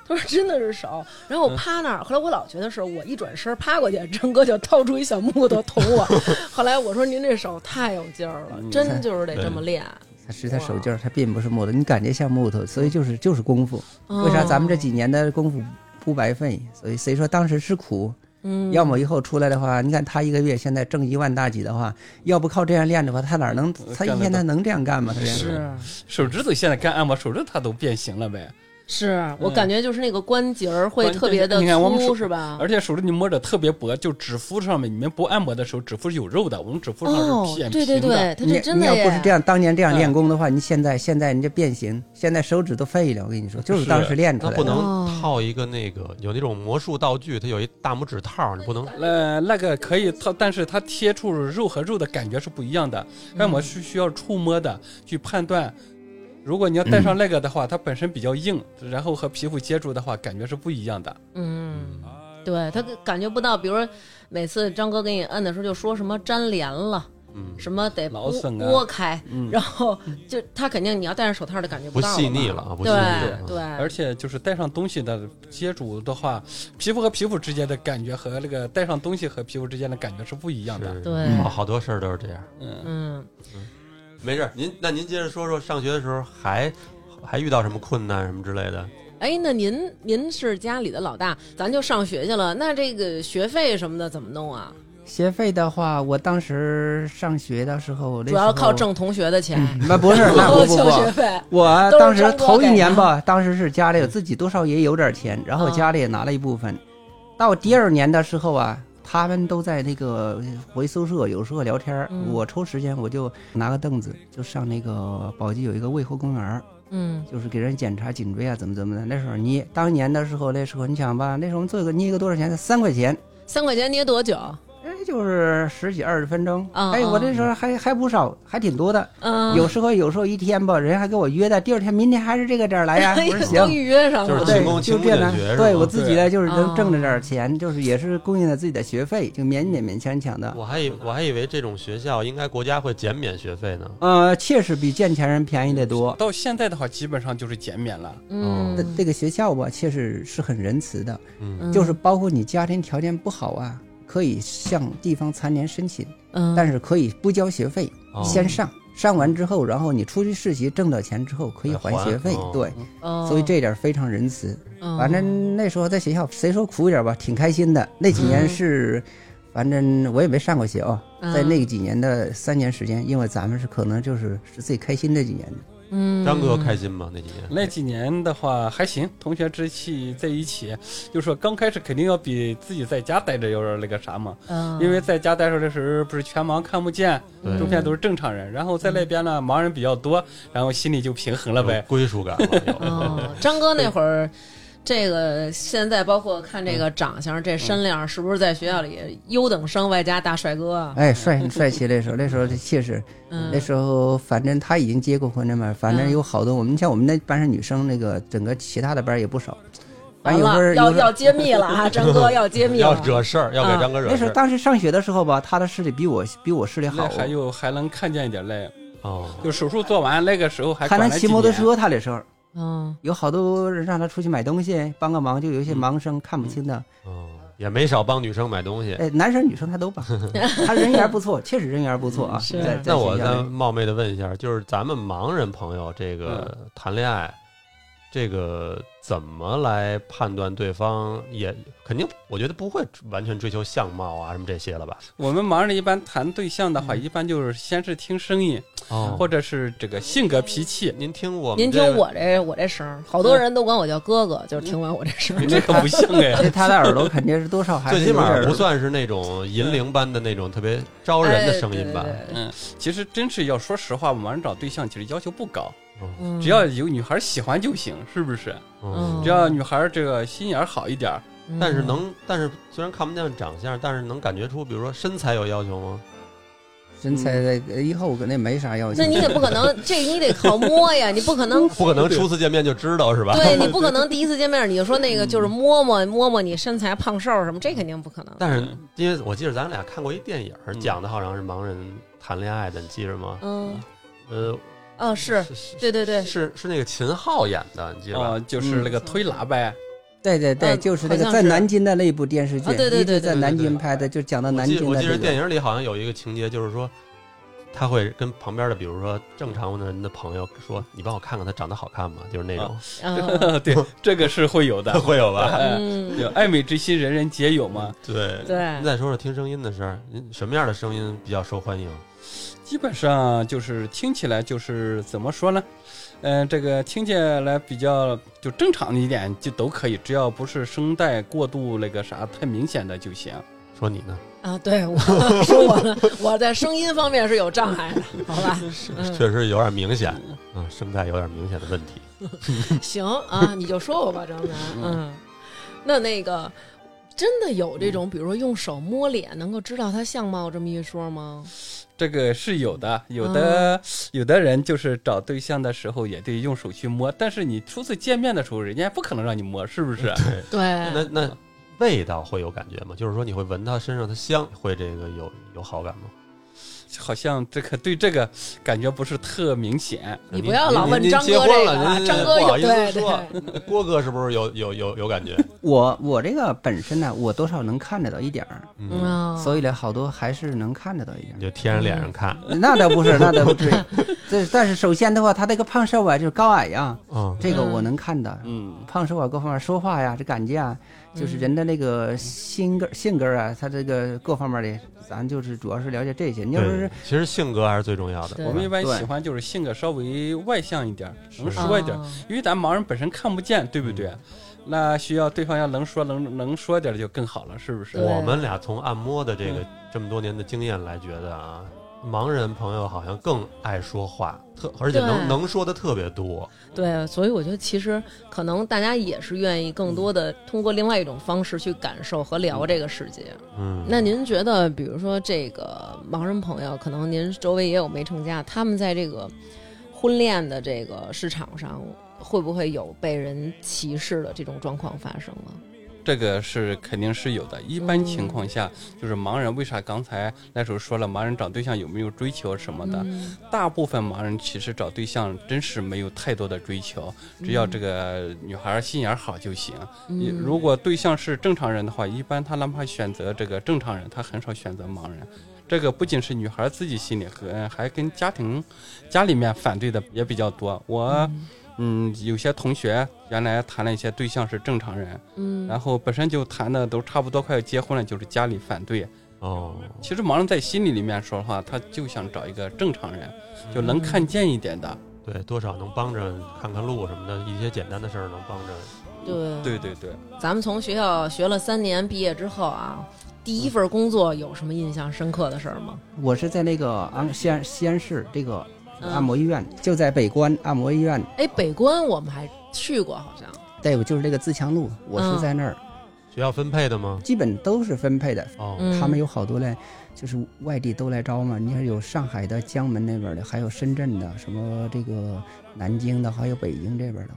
[SPEAKER 2] 他说真的是手，然后我趴那儿。后来我老觉得是我一转身趴过去，张哥就掏出一小木头捅我。后来我说您这手太有劲儿
[SPEAKER 3] 嗯
[SPEAKER 2] 了，真就是得这么练。
[SPEAKER 3] 它实在手劲儿，它并不是木头，你感觉像木头，所以就是就是功夫。为啥咱们这几年的功夫不白费？所以谁说当时是苦？
[SPEAKER 2] 嗯
[SPEAKER 3] 要么以后出来的话，你看他一个月现在挣一万大几的话，要不靠这样练的话，他哪能他一天他能这样干吗？他这样
[SPEAKER 2] 嗯是
[SPEAKER 1] 手指头现在干按摩，手指头它都变形了呗，
[SPEAKER 3] 嗯
[SPEAKER 2] 是，我感觉就是那个关节儿会
[SPEAKER 1] 关
[SPEAKER 2] 特别的
[SPEAKER 1] 你看我们
[SPEAKER 2] 粗，
[SPEAKER 1] 手
[SPEAKER 2] 是吧？
[SPEAKER 1] 而且手指你摸着特别薄，就指腹上面，你们不按摩的时候，指腹是有肉的，我们指腹上
[SPEAKER 2] 哦
[SPEAKER 1] 是扁，
[SPEAKER 2] 对对
[SPEAKER 1] 平的。
[SPEAKER 2] 对，他这真
[SPEAKER 3] 你
[SPEAKER 2] 的
[SPEAKER 3] 你要
[SPEAKER 2] 耶嗯
[SPEAKER 3] 不是这样，当年这样练功的话，你现在现在你这变形，现在手指都废了。我跟你说，就是当时练出
[SPEAKER 4] 啊那
[SPEAKER 3] 来
[SPEAKER 4] 不
[SPEAKER 3] 的。
[SPEAKER 2] 哦
[SPEAKER 4] 能套一个那个有那种魔术道具，它有一大拇指套，你不能
[SPEAKER 1] 呃，那个可以，它但是它贴触肉和肉的感觉是不一样的，按摩是需要触摸的去判断。如果你要戴上那个的话，它本身比较硬，然后和皮肤接触的话，感觉是不一样的。
[SPEAKER 2] 嗯，对他感觉不到，比如说每次张哥给你摁的时候，就说什么粘连了，
[SPEAKER 4] 嗯
[SPEAKER 2] 什么得
[SPEAKER 1] 劳
[SPEAKER 2] 拨
[SPEAKER 1] 损啊
[SPEAKER 2] 拨开，
[SPEAKER 1] 嗯
[SPEAKER 2] 然后就他肯定你要戴上手套的感觉
[SPEAKER 4] 不
[SPEAKER 2] 到
[SPEAKER 4] 细腻
[SPEAKER 2] 了
[SPEAKER 4] 了
[SPEAKER 2] 嘛，
[SPEAKER 4] 啊，不细腻
[SPEAKER 2] 对
[SPEAKER 4] 了。
[SPEAKER 2] 对，
[SPEAKER 1] 而且就是戴上东西的接触的话，皮肤和皮肤之间的感觉和那个戴上东西和皮肤之间的感觉是不一样的。
[SPEAKER 4] 是
[SPEAKER 2] 对
[SPEAKER 4] 好好多事儿都是这样。
[SPEAKER 2] 嗯，
[SPEAKER 4] 嗯没事儿，您那您接着说说上学的时候还还遇到什么困难什么之类的？
[SPEAKER 2] 哎，那您您是家里的老大，咱就上学去了，那这个学费什么的怎么弄啊？
[SPEAKER 3] 学费的话，我当时上学的时候，那
[SPEAKER 2] 主要
[SPEAKER 3] 时候
[SPEAKER 2] 靠。挣同学的钱，
[SPEAKER 3] *laughs* 那不是，那不不
[SPEAKER 2] 交学
[SPEAKER 3] 不，
[SPEAKER 2] 费，
[SPEAKER 3] 我
[SPEAKER 2] 都是
[SPEAKER 3] 当时
[SPEAKER 2] 张哥
[SPEAKER 3] 头一
[SPEAKER 2] 给
[SPEAKER 3] 年
[SPEAKER 2] 的
[SPEAKER 3] 吧，当时是家里有自己多少也有点钱，然后
[SPEAKER 2] 啊
[SPEAKER 3] 家里也拿了一部分。到第二年的时候啊，他们都在那个回宿舍，有时候聊天儿，
[SPEAKER 2] 嗯
[SPEAKER 3] 我抽时间我就拿个凳子，就上那个宝鸡有一个渭河公园儿，
[SPEAKER 2] 嗯
[SPEAKER 3] 就是给人检查颈椎啊，怎么怎么的。那时候捏，当年的时候，那时候你想吧，那时候我们做一个捏一个多少钱？才三块钱，
[SPEAKER 2] 三块钱捏多久？
[SPEAKER 3] 哎也就是十几二十分钟。
[SPEAKER 2] 嗯
[SPEAKER 3] 哎，
[SPEAKER 2] 嗯
[SPEAKER 3] 我这时候还还不少，还挺多的。
[SPEAKER 2] 嗯，
[SPEAKER 3] 有时候有时候一天吧，人家还给我约的，第二天明天啊还是这个点儿
[SPEAKER 2] *laughs*
[SPEAKER 3] 来呀。我说
[SPEAKER 2] 哎终
[SPEAKER 3] 行，
[SPEAKER 2] 于约上
[SPEAKER 4] 就是
[SPEAKER 2] 了，
[SPEAKER 3] 对
[SPEAKER 4] 勤，工
[SPEAKER 3] 就
[SPEAKER 4] 勤工
[SPEAKER 3] 这样
[SPEAKER 4] 俭学
[SPEAKER 3] 的。
[SPEAKER 4] 是
[SPEAKER 3] 对
[SPEAKER 4] 吗
[SPEAKER 3] 我自己呢，就是
[SPEAKER 2] 哦
[SPEAKER 3] 能挣着点儿钱，就是也是供应了自己的学费，就勉勉勉强强的。
[SPEAKER 4] *laughs* 我还以我还以为这种学校应该国家会减免学费呢。
[SPEAKER 3] 呃，确实比见钱人便宜得
[SPEAKER 4] 嗯
[SPEAKER 3] 多。
[SPEAKER 1] 到现在的话，基本上就是减免了。
[SPEAKER 2] 嗯
[SPEAKER 3] 这，这个学校吧，确实是很仁慈的，
[SPEAKER 4] 嗯
[SPEAKER 2] 嗯
[SPEAKER 3] 就是包括你家庭条件不好啊，可以向地方残联申请，
[SPEAKER 2] 嗯，
[SPEAKER 3] 但是可以不交学费，
[SPEAKER 4] 哦
[SPEAKER 3] 先上，上完之后，然后你出去实习挣到钱之后可以还学费
[SPEAKER 4] 还哦，
[SPEAKER 3] 对，
[SPEAKER 2] 哦
[SPEAKER 3] 所以这点非常仁慈。
[SPEAKER 2] 嗯
[SPEAKER 3] 反正那时候在学校，谁说苦一点吧，挺开心的。那几年
[SPEAKER 2] 嗯
[SPEAKER 3] 是，反正我也没上过学啊，
[SPEAKER 2] 嗯
[SPEAKER 3] 在那几年的三年时间，因为咱们是可能就是是最开心的几年的。
[SPEAKER 2] 嗯，
[SPEAKER 4] 张哥开心吗？那几年
[SPEAKER 1] 那几年的话还行，同学之气在一起，就说刚开始肯定要比自己在家待着要那个啥嘛，
[SPEAKER 2] 嗯，
[SPEAKER 1] 因为在家待着的时候不是全盲看不见，
[SPEAKER 4] 对
[SPEAKER 1] 中间都是正常人，然后在那边呢盲人比较多，然后心里就平衡了
[SPEAKER 4] 有
[SPEAKER 1] 呗。
[SPEAKER 4] 归属感
[SPEAKER 2] *laughs*
[SPEAKER 4] 了
[SPEAKER 2] 哦，张哥那会儿。这个现在包括看这个长相，这身量是不是在学校里优等生外加大帅哥啊？
[SPEAKER 3] 哎，帅帅气那时候，那时候确实，
[SPEAKER 2] 嗯
[SPEAKER 3] 那时候反正他已经结过婚了嘛，反正
[SPEAKER 2] 嗯
[SPEAKER 3] 有好多我们，你像我们那班上女生，那个整个其他的班也不少。反
[SPEAKER 2] 完
[SPEAKER 3] 正有时候
[SPEAKER 2] 了，要
[SPEAKER 3] 有时候
[SPEAKER 2] 要揭秘了啊！张哥要揭
[SPEAKER 4] 有，
[SPEAKER 2] 秘
[SPEAKER 4] *laughs* 要
[SPEAKER 2] 了，
[SPEAKER 4] 惹事儿，要给
[SPEAKER 2] 啊
[SPEAKER 4] 张哥惹
[SPEAKER 3] 那时
[SPEAKER 4] 事
[SPEAKER 3] 候
[SPEAKER 4] 儿。
[SPEAKER 3] 当时上学的时候吧，他的视力比我比我
[SPEAKER 4] 嗯
[SPEAKER 3] 视力好
[SPEAKER 1] 那，还有还能看见一点嘞，
[SPEAKER 4] 哦，
[SPEAKER 1] 就手术做完那个时候还
[SPEAKER 3] 还
[SPEAKER 1] 管
[SPEAKER 3] 能
[SPEAKER 1] 了啊几
[SPEAKER 3] 骑摩托
[SPEAKER 1] 年
[SPEAKER 3] 车。他那时候
[SPEAKER 2] 嗯，
[SPEAKER 3] 有好多人让他出去买东西帮个忙，就有一些盲生看不清的，
[SPEAKER 4] 哦，也没少帮女生买东西。
[SPEAKER 3] 哎，男生女生他都
[SPEAKER 2] *laughs*
[SPEAKER 3] 帮，他人缘不错，确实人缘不错啊。
[SPEAKER 2] 是
[SPEAKER 3] 在在
[SPEAKER 4] 那我
[SPEAKER 3] 学校
[SPEAKER 4] 再
[SPEAKER 3] 里
[SPEAKER 4] 冒昧的问一下，就是咱们盲人朋友这个谈恋爱，这个怎么来判断对方也肯定？我觉得不会完全追求相貌啊什么这些了吧？
[SPEAKER 1] 我们盲人一般谈对象的话，一般就是先是听声音，
[SPEAKER 4] 哦
[SPEAKER 1] 或者是这个性格脾气。
[SPEAKER 4] 您听我们
[SPEAKER 2] 您
[SPEAKER 4] 这
[SPEAKER 2] 听
[SPEAKER 4] 个
[SPEAKER 2] 我这我这声儿，好多人都管我叫哥哥，就是听完我这声儿
[SPEAKER 1] 你，这可不像
[SPEAKER 3] *laughs*
[SPEAKER 1] 哎，
[SPEAKER 3] 这他的耳朵肯定是多少
[SPEAKER 4] *laughs*
[SPEAKER 3] 还
[SPEAKER 4] 最
[SPEAKER 3] 是
[SPEAKER 4] 起
[SPEAKER 3] 有点
[SPEAKER 4] 码
[SPEAKER 3] 儿
[SPEAKER 4] 不算是那种银铃般的那种特别招人的声音吧
[SPEAKER 2] 哎？对对对
[SPEAKER 1] 其实真是要说实话，我盲人找对象其实要求不高，
[SPEAKER 4] 嗯
[SPEAKER 2] 嗯
[SPEAKER 1] 只要有女孩喜欢就行，是不是？
[SPEAKER 2] 嗯
[SPEAKER 4] 嗯，
[SPEAKER 1] 只要女孩这个心眼儿好一点儿，
[SPEAKER 4] 但是能，但是虽然看不见长相，但是能感觉出，比如说身材有要求吗？
[SPEAKER 3] 身材的，以后我肯定没啥要求。
[SPEAKER 2] 那你得不可
[SPEAKER 4] *laughs*
[SPEAKER 2] 能，这你得靠摸呀，你不可能。
[SPEAKER 4] 不可能初次见面就知道是吧？
[SPEAKER 2] 对你不可能第一次见面你就说那个就是摸摸摸摸你身材胖瘦什么，这肯定不可能。
[SPEAKER 4] *laughs* 但是
[SPEAKER 1] 嗯
[SPEAKER 4] 因为我记得咱俩看过一电影儿，
[SPEAKER 1] 嗯
[SPEAKER 4] 讲的好像是盲人谈恋爱的，你记着吗？
[SPEAKER 2] 嗯，
[SPEAKER 4] 呃，
[SPEAKER 2] 哦是，
[SPEAKER 4] 是
[SPEAKER 2] 对对对，
[SPEAKER 4] 是是那个秦昊演的，你记
[SPEAKER 3] 哦
[SPEAKER 4] 着吧？
[SPEAKER 1] 啊，就是那个推拿呗。
[SPEAKER 3] 对对对，
[SPEAKER 2] 嗯
[SPEAKER 3] 就是那
[SPEAKER 2] 好
[SPEAKER 3] 个
[SPEAKER 2] 像
[SPEAKER 3] 在
[SPEAKER 2] 是
[SPEAKER 3] 南京的那一部电视剧，
[SPEAKER 2] 啊对对对
[SPEAKER 3] 一直
[SPEAKER 2] 对
[SPEAKER 3] 在
[SPEAKER 4] 对
[SPEAKER 3] 南
[SPEAKER 4] 对
[SPEAKER 3] 京拍的，就讲到
[SPEAKER 4] 我
[SPEAKER 3] 南
[SPEAKER 4] 记
[SPEAKER 3] 京
[SPEAKER 4] 我
[SPEAKER 3] 的
[SPEAKER 4] 记
[SPEAKER 3] 这
[SPEAKER 4] 得电
[SPEAKER 3] 个。
[SPEAKER 4] 影里好像有一个情节，就是说他会跟旁边的，比如说正常的人的朋友说：“你帮我看看他长得好看吗？”就是那种，
[SPEAKER 3] 哦
[SPEAKER 4] *laughs*
[SPEAKER 2] 嗯
[SPEAKER 1] *laughs* 对，这个是会有
[SPEAKER 2] *laughs*
[SPEAKER 1] 的。
[SPEAKER 4] 会有吧？
[SPEAKER 1] 哎
[SPEAKER 2] 嗯，
[SPEAKER 1] 有爱美之心，人人皆有嘛。
[SPEAKER 4] 对。
[SPEAKER 2] 对
[SPEAKER 4] 您，啊再说说听声音的事儿，您什么样的声音比较受欢迎？
[SPEAKER 1] 基本上就是听起来就是怎么说呢？嗯、这个听起来比较就正常一点就都可以，只要不是声带过度那个啥太明显的就行。
[SPEAKER 4] 说你呢？
[SPEAKER 2] 啊，对我 *laughs* 说我了，我在声音方面是有障碍的，好吧？嗯，
[SPEAKER 4] *laughs* 确实有点明显，嗯，声带有点明显的问题。
[SPEAKER 2] 行啊，你就说我吧，张楠。嗯，那那个真的有这种，比如说用手摸脸能够知道他相貌这么一说吗？
[SPEAKER 1] 这个是有的，有的、
[SPEAKER 2] 嗯
[SPEAKER 1] 有的人就是找对象的时候也得用手去摸，但是你初次见面的时候，人家不可能让你摸，是不是？
[SPEAKER 2] *laughs* 对，
[SPEAKER 4] 那那味道会有感觉吗？就是说你会闻它身上的香，会这个有有好感吗？
[SPEAKER 1] 好像这个对这个感觉不是特明显。
[SPEAKER 2] 你
[SPEAKER 4] 您
[SPEAKER 2] 不要老
[SPEAKER 4] 您
[SPEAKER 2] 问
[SPEAKER 4] 您
[SPEAKER 2] 张
[SPEAKER 4] 结
[SPEAKER 2] 哥
[SPEAKER 4] 婚
[SPEAKER 2] 这
[SPEAKER 4] 了
[SPEAKER 2] 个了，
[SPEAKER 4] 您
[SPEAKER 2] 张
[SPEAKER 4] 不
[SPEAKER 2] 哥有
[SPEAKER 4] 好意思
[SPEAKER 2] 对
[SPEAKER 4] 说
[SPEAKER 2] 对，
[SPEAKER 4] 郭哥是不是有有有有感觉？
[SPEAKER 3] 我我这个本身呢，我多少能看得到一点儿，
[SPEAKER 2] 嗯
[SPEAKER 4] 嗯，
[SPEAKER 2] 啊，
[SPEAKER 3] 所以呢，好多还是能看得到一点
[SPEAKER 4] 你就贴人脸上看，
[SPEAKER 3] 儿。那倒不是，那倒不至于。这但是首先的话，他这个胖瘦啊，就是高矮呀、
[SPEAKER 4] 嗯，
[SPEAKER 3] 这个我能看到。
[SPEAKER 1] 嗯，
[SPEAKER 3] 胖瘦啊，各方面说话呀，这感觉啊，就是人的那个心根儿性格啊，他这个各方面的，咱就是主要是了解这些。你要说
[SPEAKER 4] 对
[SPEAKER 3] 是，
[SPEAKER 4] 其实性格还是最重要的。
[SPEAKER 2] 对
[SPEAKER 1] 我们一般
[SPEAKER 3] 对
[SPEAKER 1] 喜欢就是性格稍微外向一点，能
[SPEAKER 4] 是
[SPEAKER 1] 说一点。
[SPEAKER 2] 啊
[SPEAKER 1] 因为咱盲人本身看不见，对不对？那需要对方要能说能能说点儿就更好了，是不是？
[SPEAKER 2] 对
[SPEAKER 4] 我们俩从按摩的这个这么多年的经验来觉得啊，盲人朋友好像更爱说话，特而且能
[SPEAKER 2] 对
[SPEAKER 4] 能说的特别多。
[SPEAKER 2] 对，所以我觉得其实可能大家也是愿意更
[SPEAKER 1] 嗯
[SPEAKER 2] 多的通过另外一种方式去感受和聊这个世界。
[SPEAKER 4] 嗯，
[SPEAKER 2] 那您觉得，比如说这个盲人朋友，可能您周围也有没成家，他们在这个婚恋的这个市场上，会不会有被人歧视的这种状况发生啊？
[SPEAKER 1] 这个是肯定是有的。一
[SPEAKER 2] 嗯
[SPEAKER 1] 般情况下，就是盲人为啥刚才那时候说了，盲人找对象有没有追求什么的？
[SPEAKER 2] 嗯
[SPEAKER 1] 大部分盲人其实找对象真是没有太多的追求，只
[SPEAKER 2] 嗯
[SPEAKER 1] 要这个女孩儿心眼儿好就行。
[SPEAKER 3] 嗯
[SPEAKER 1] 也如果对象是正常人的话，一般他哪怕选择这个正常人，他很少选择盲人。这个不仅是女孩自己心里和，呃还跟家庭、家里面反对的也比较多。我，嗯，有些同学原来谈了一些对象是正常人，
[SPEAKER 2] 嗯，
[SPEAKER 1] 然后本身就谈的都差不多快要结婚了，就是家里反对。
[SPEAKER 4] 哦，
[SPEAKER 1] 其实盲人在心里里面说的话，他就想找一个正常人，就
[SPEAKER 3] 嗯
[SPEAKER 1] 能看见一点的。
[SPEAKER 4] 对，多少能帮着看看路什么的，一些简单的事儿能帮着。
[SPEAKER 2] 对
[SPEAKER 1] 对对对，
[SPEAKER 2] 咱们从学校学了三年，毕业之后啊，第一份工作有什么印象深刻的事儿吗？
[SPEAKER 3] 我是在那个安西安西安市这个
[SPEAKER 2] 嗯
[SPEAKER 3] 按摩医院，就在北关按摩医院，
[SPEAKER 2] 哎，北关我们还去过，好像。
[SPEAKER 3] 对，我就是这个自强路，我
[SPEAKER 2] 嗯
[SPEAKER 3] 是在那儿，
[SPEAKER 4] 学校分配的吗？
[SPEAKER 3] 基本都是分配的。
[SPEAKER 4] 哦，
[SPEAKER 2] 嗯
[SPEAKER 3] 他们有好多嘞，就是外地都来招嘛。你看有上海的、江门那边的，还有深圳的，什么这个南京的，还有北京这边的。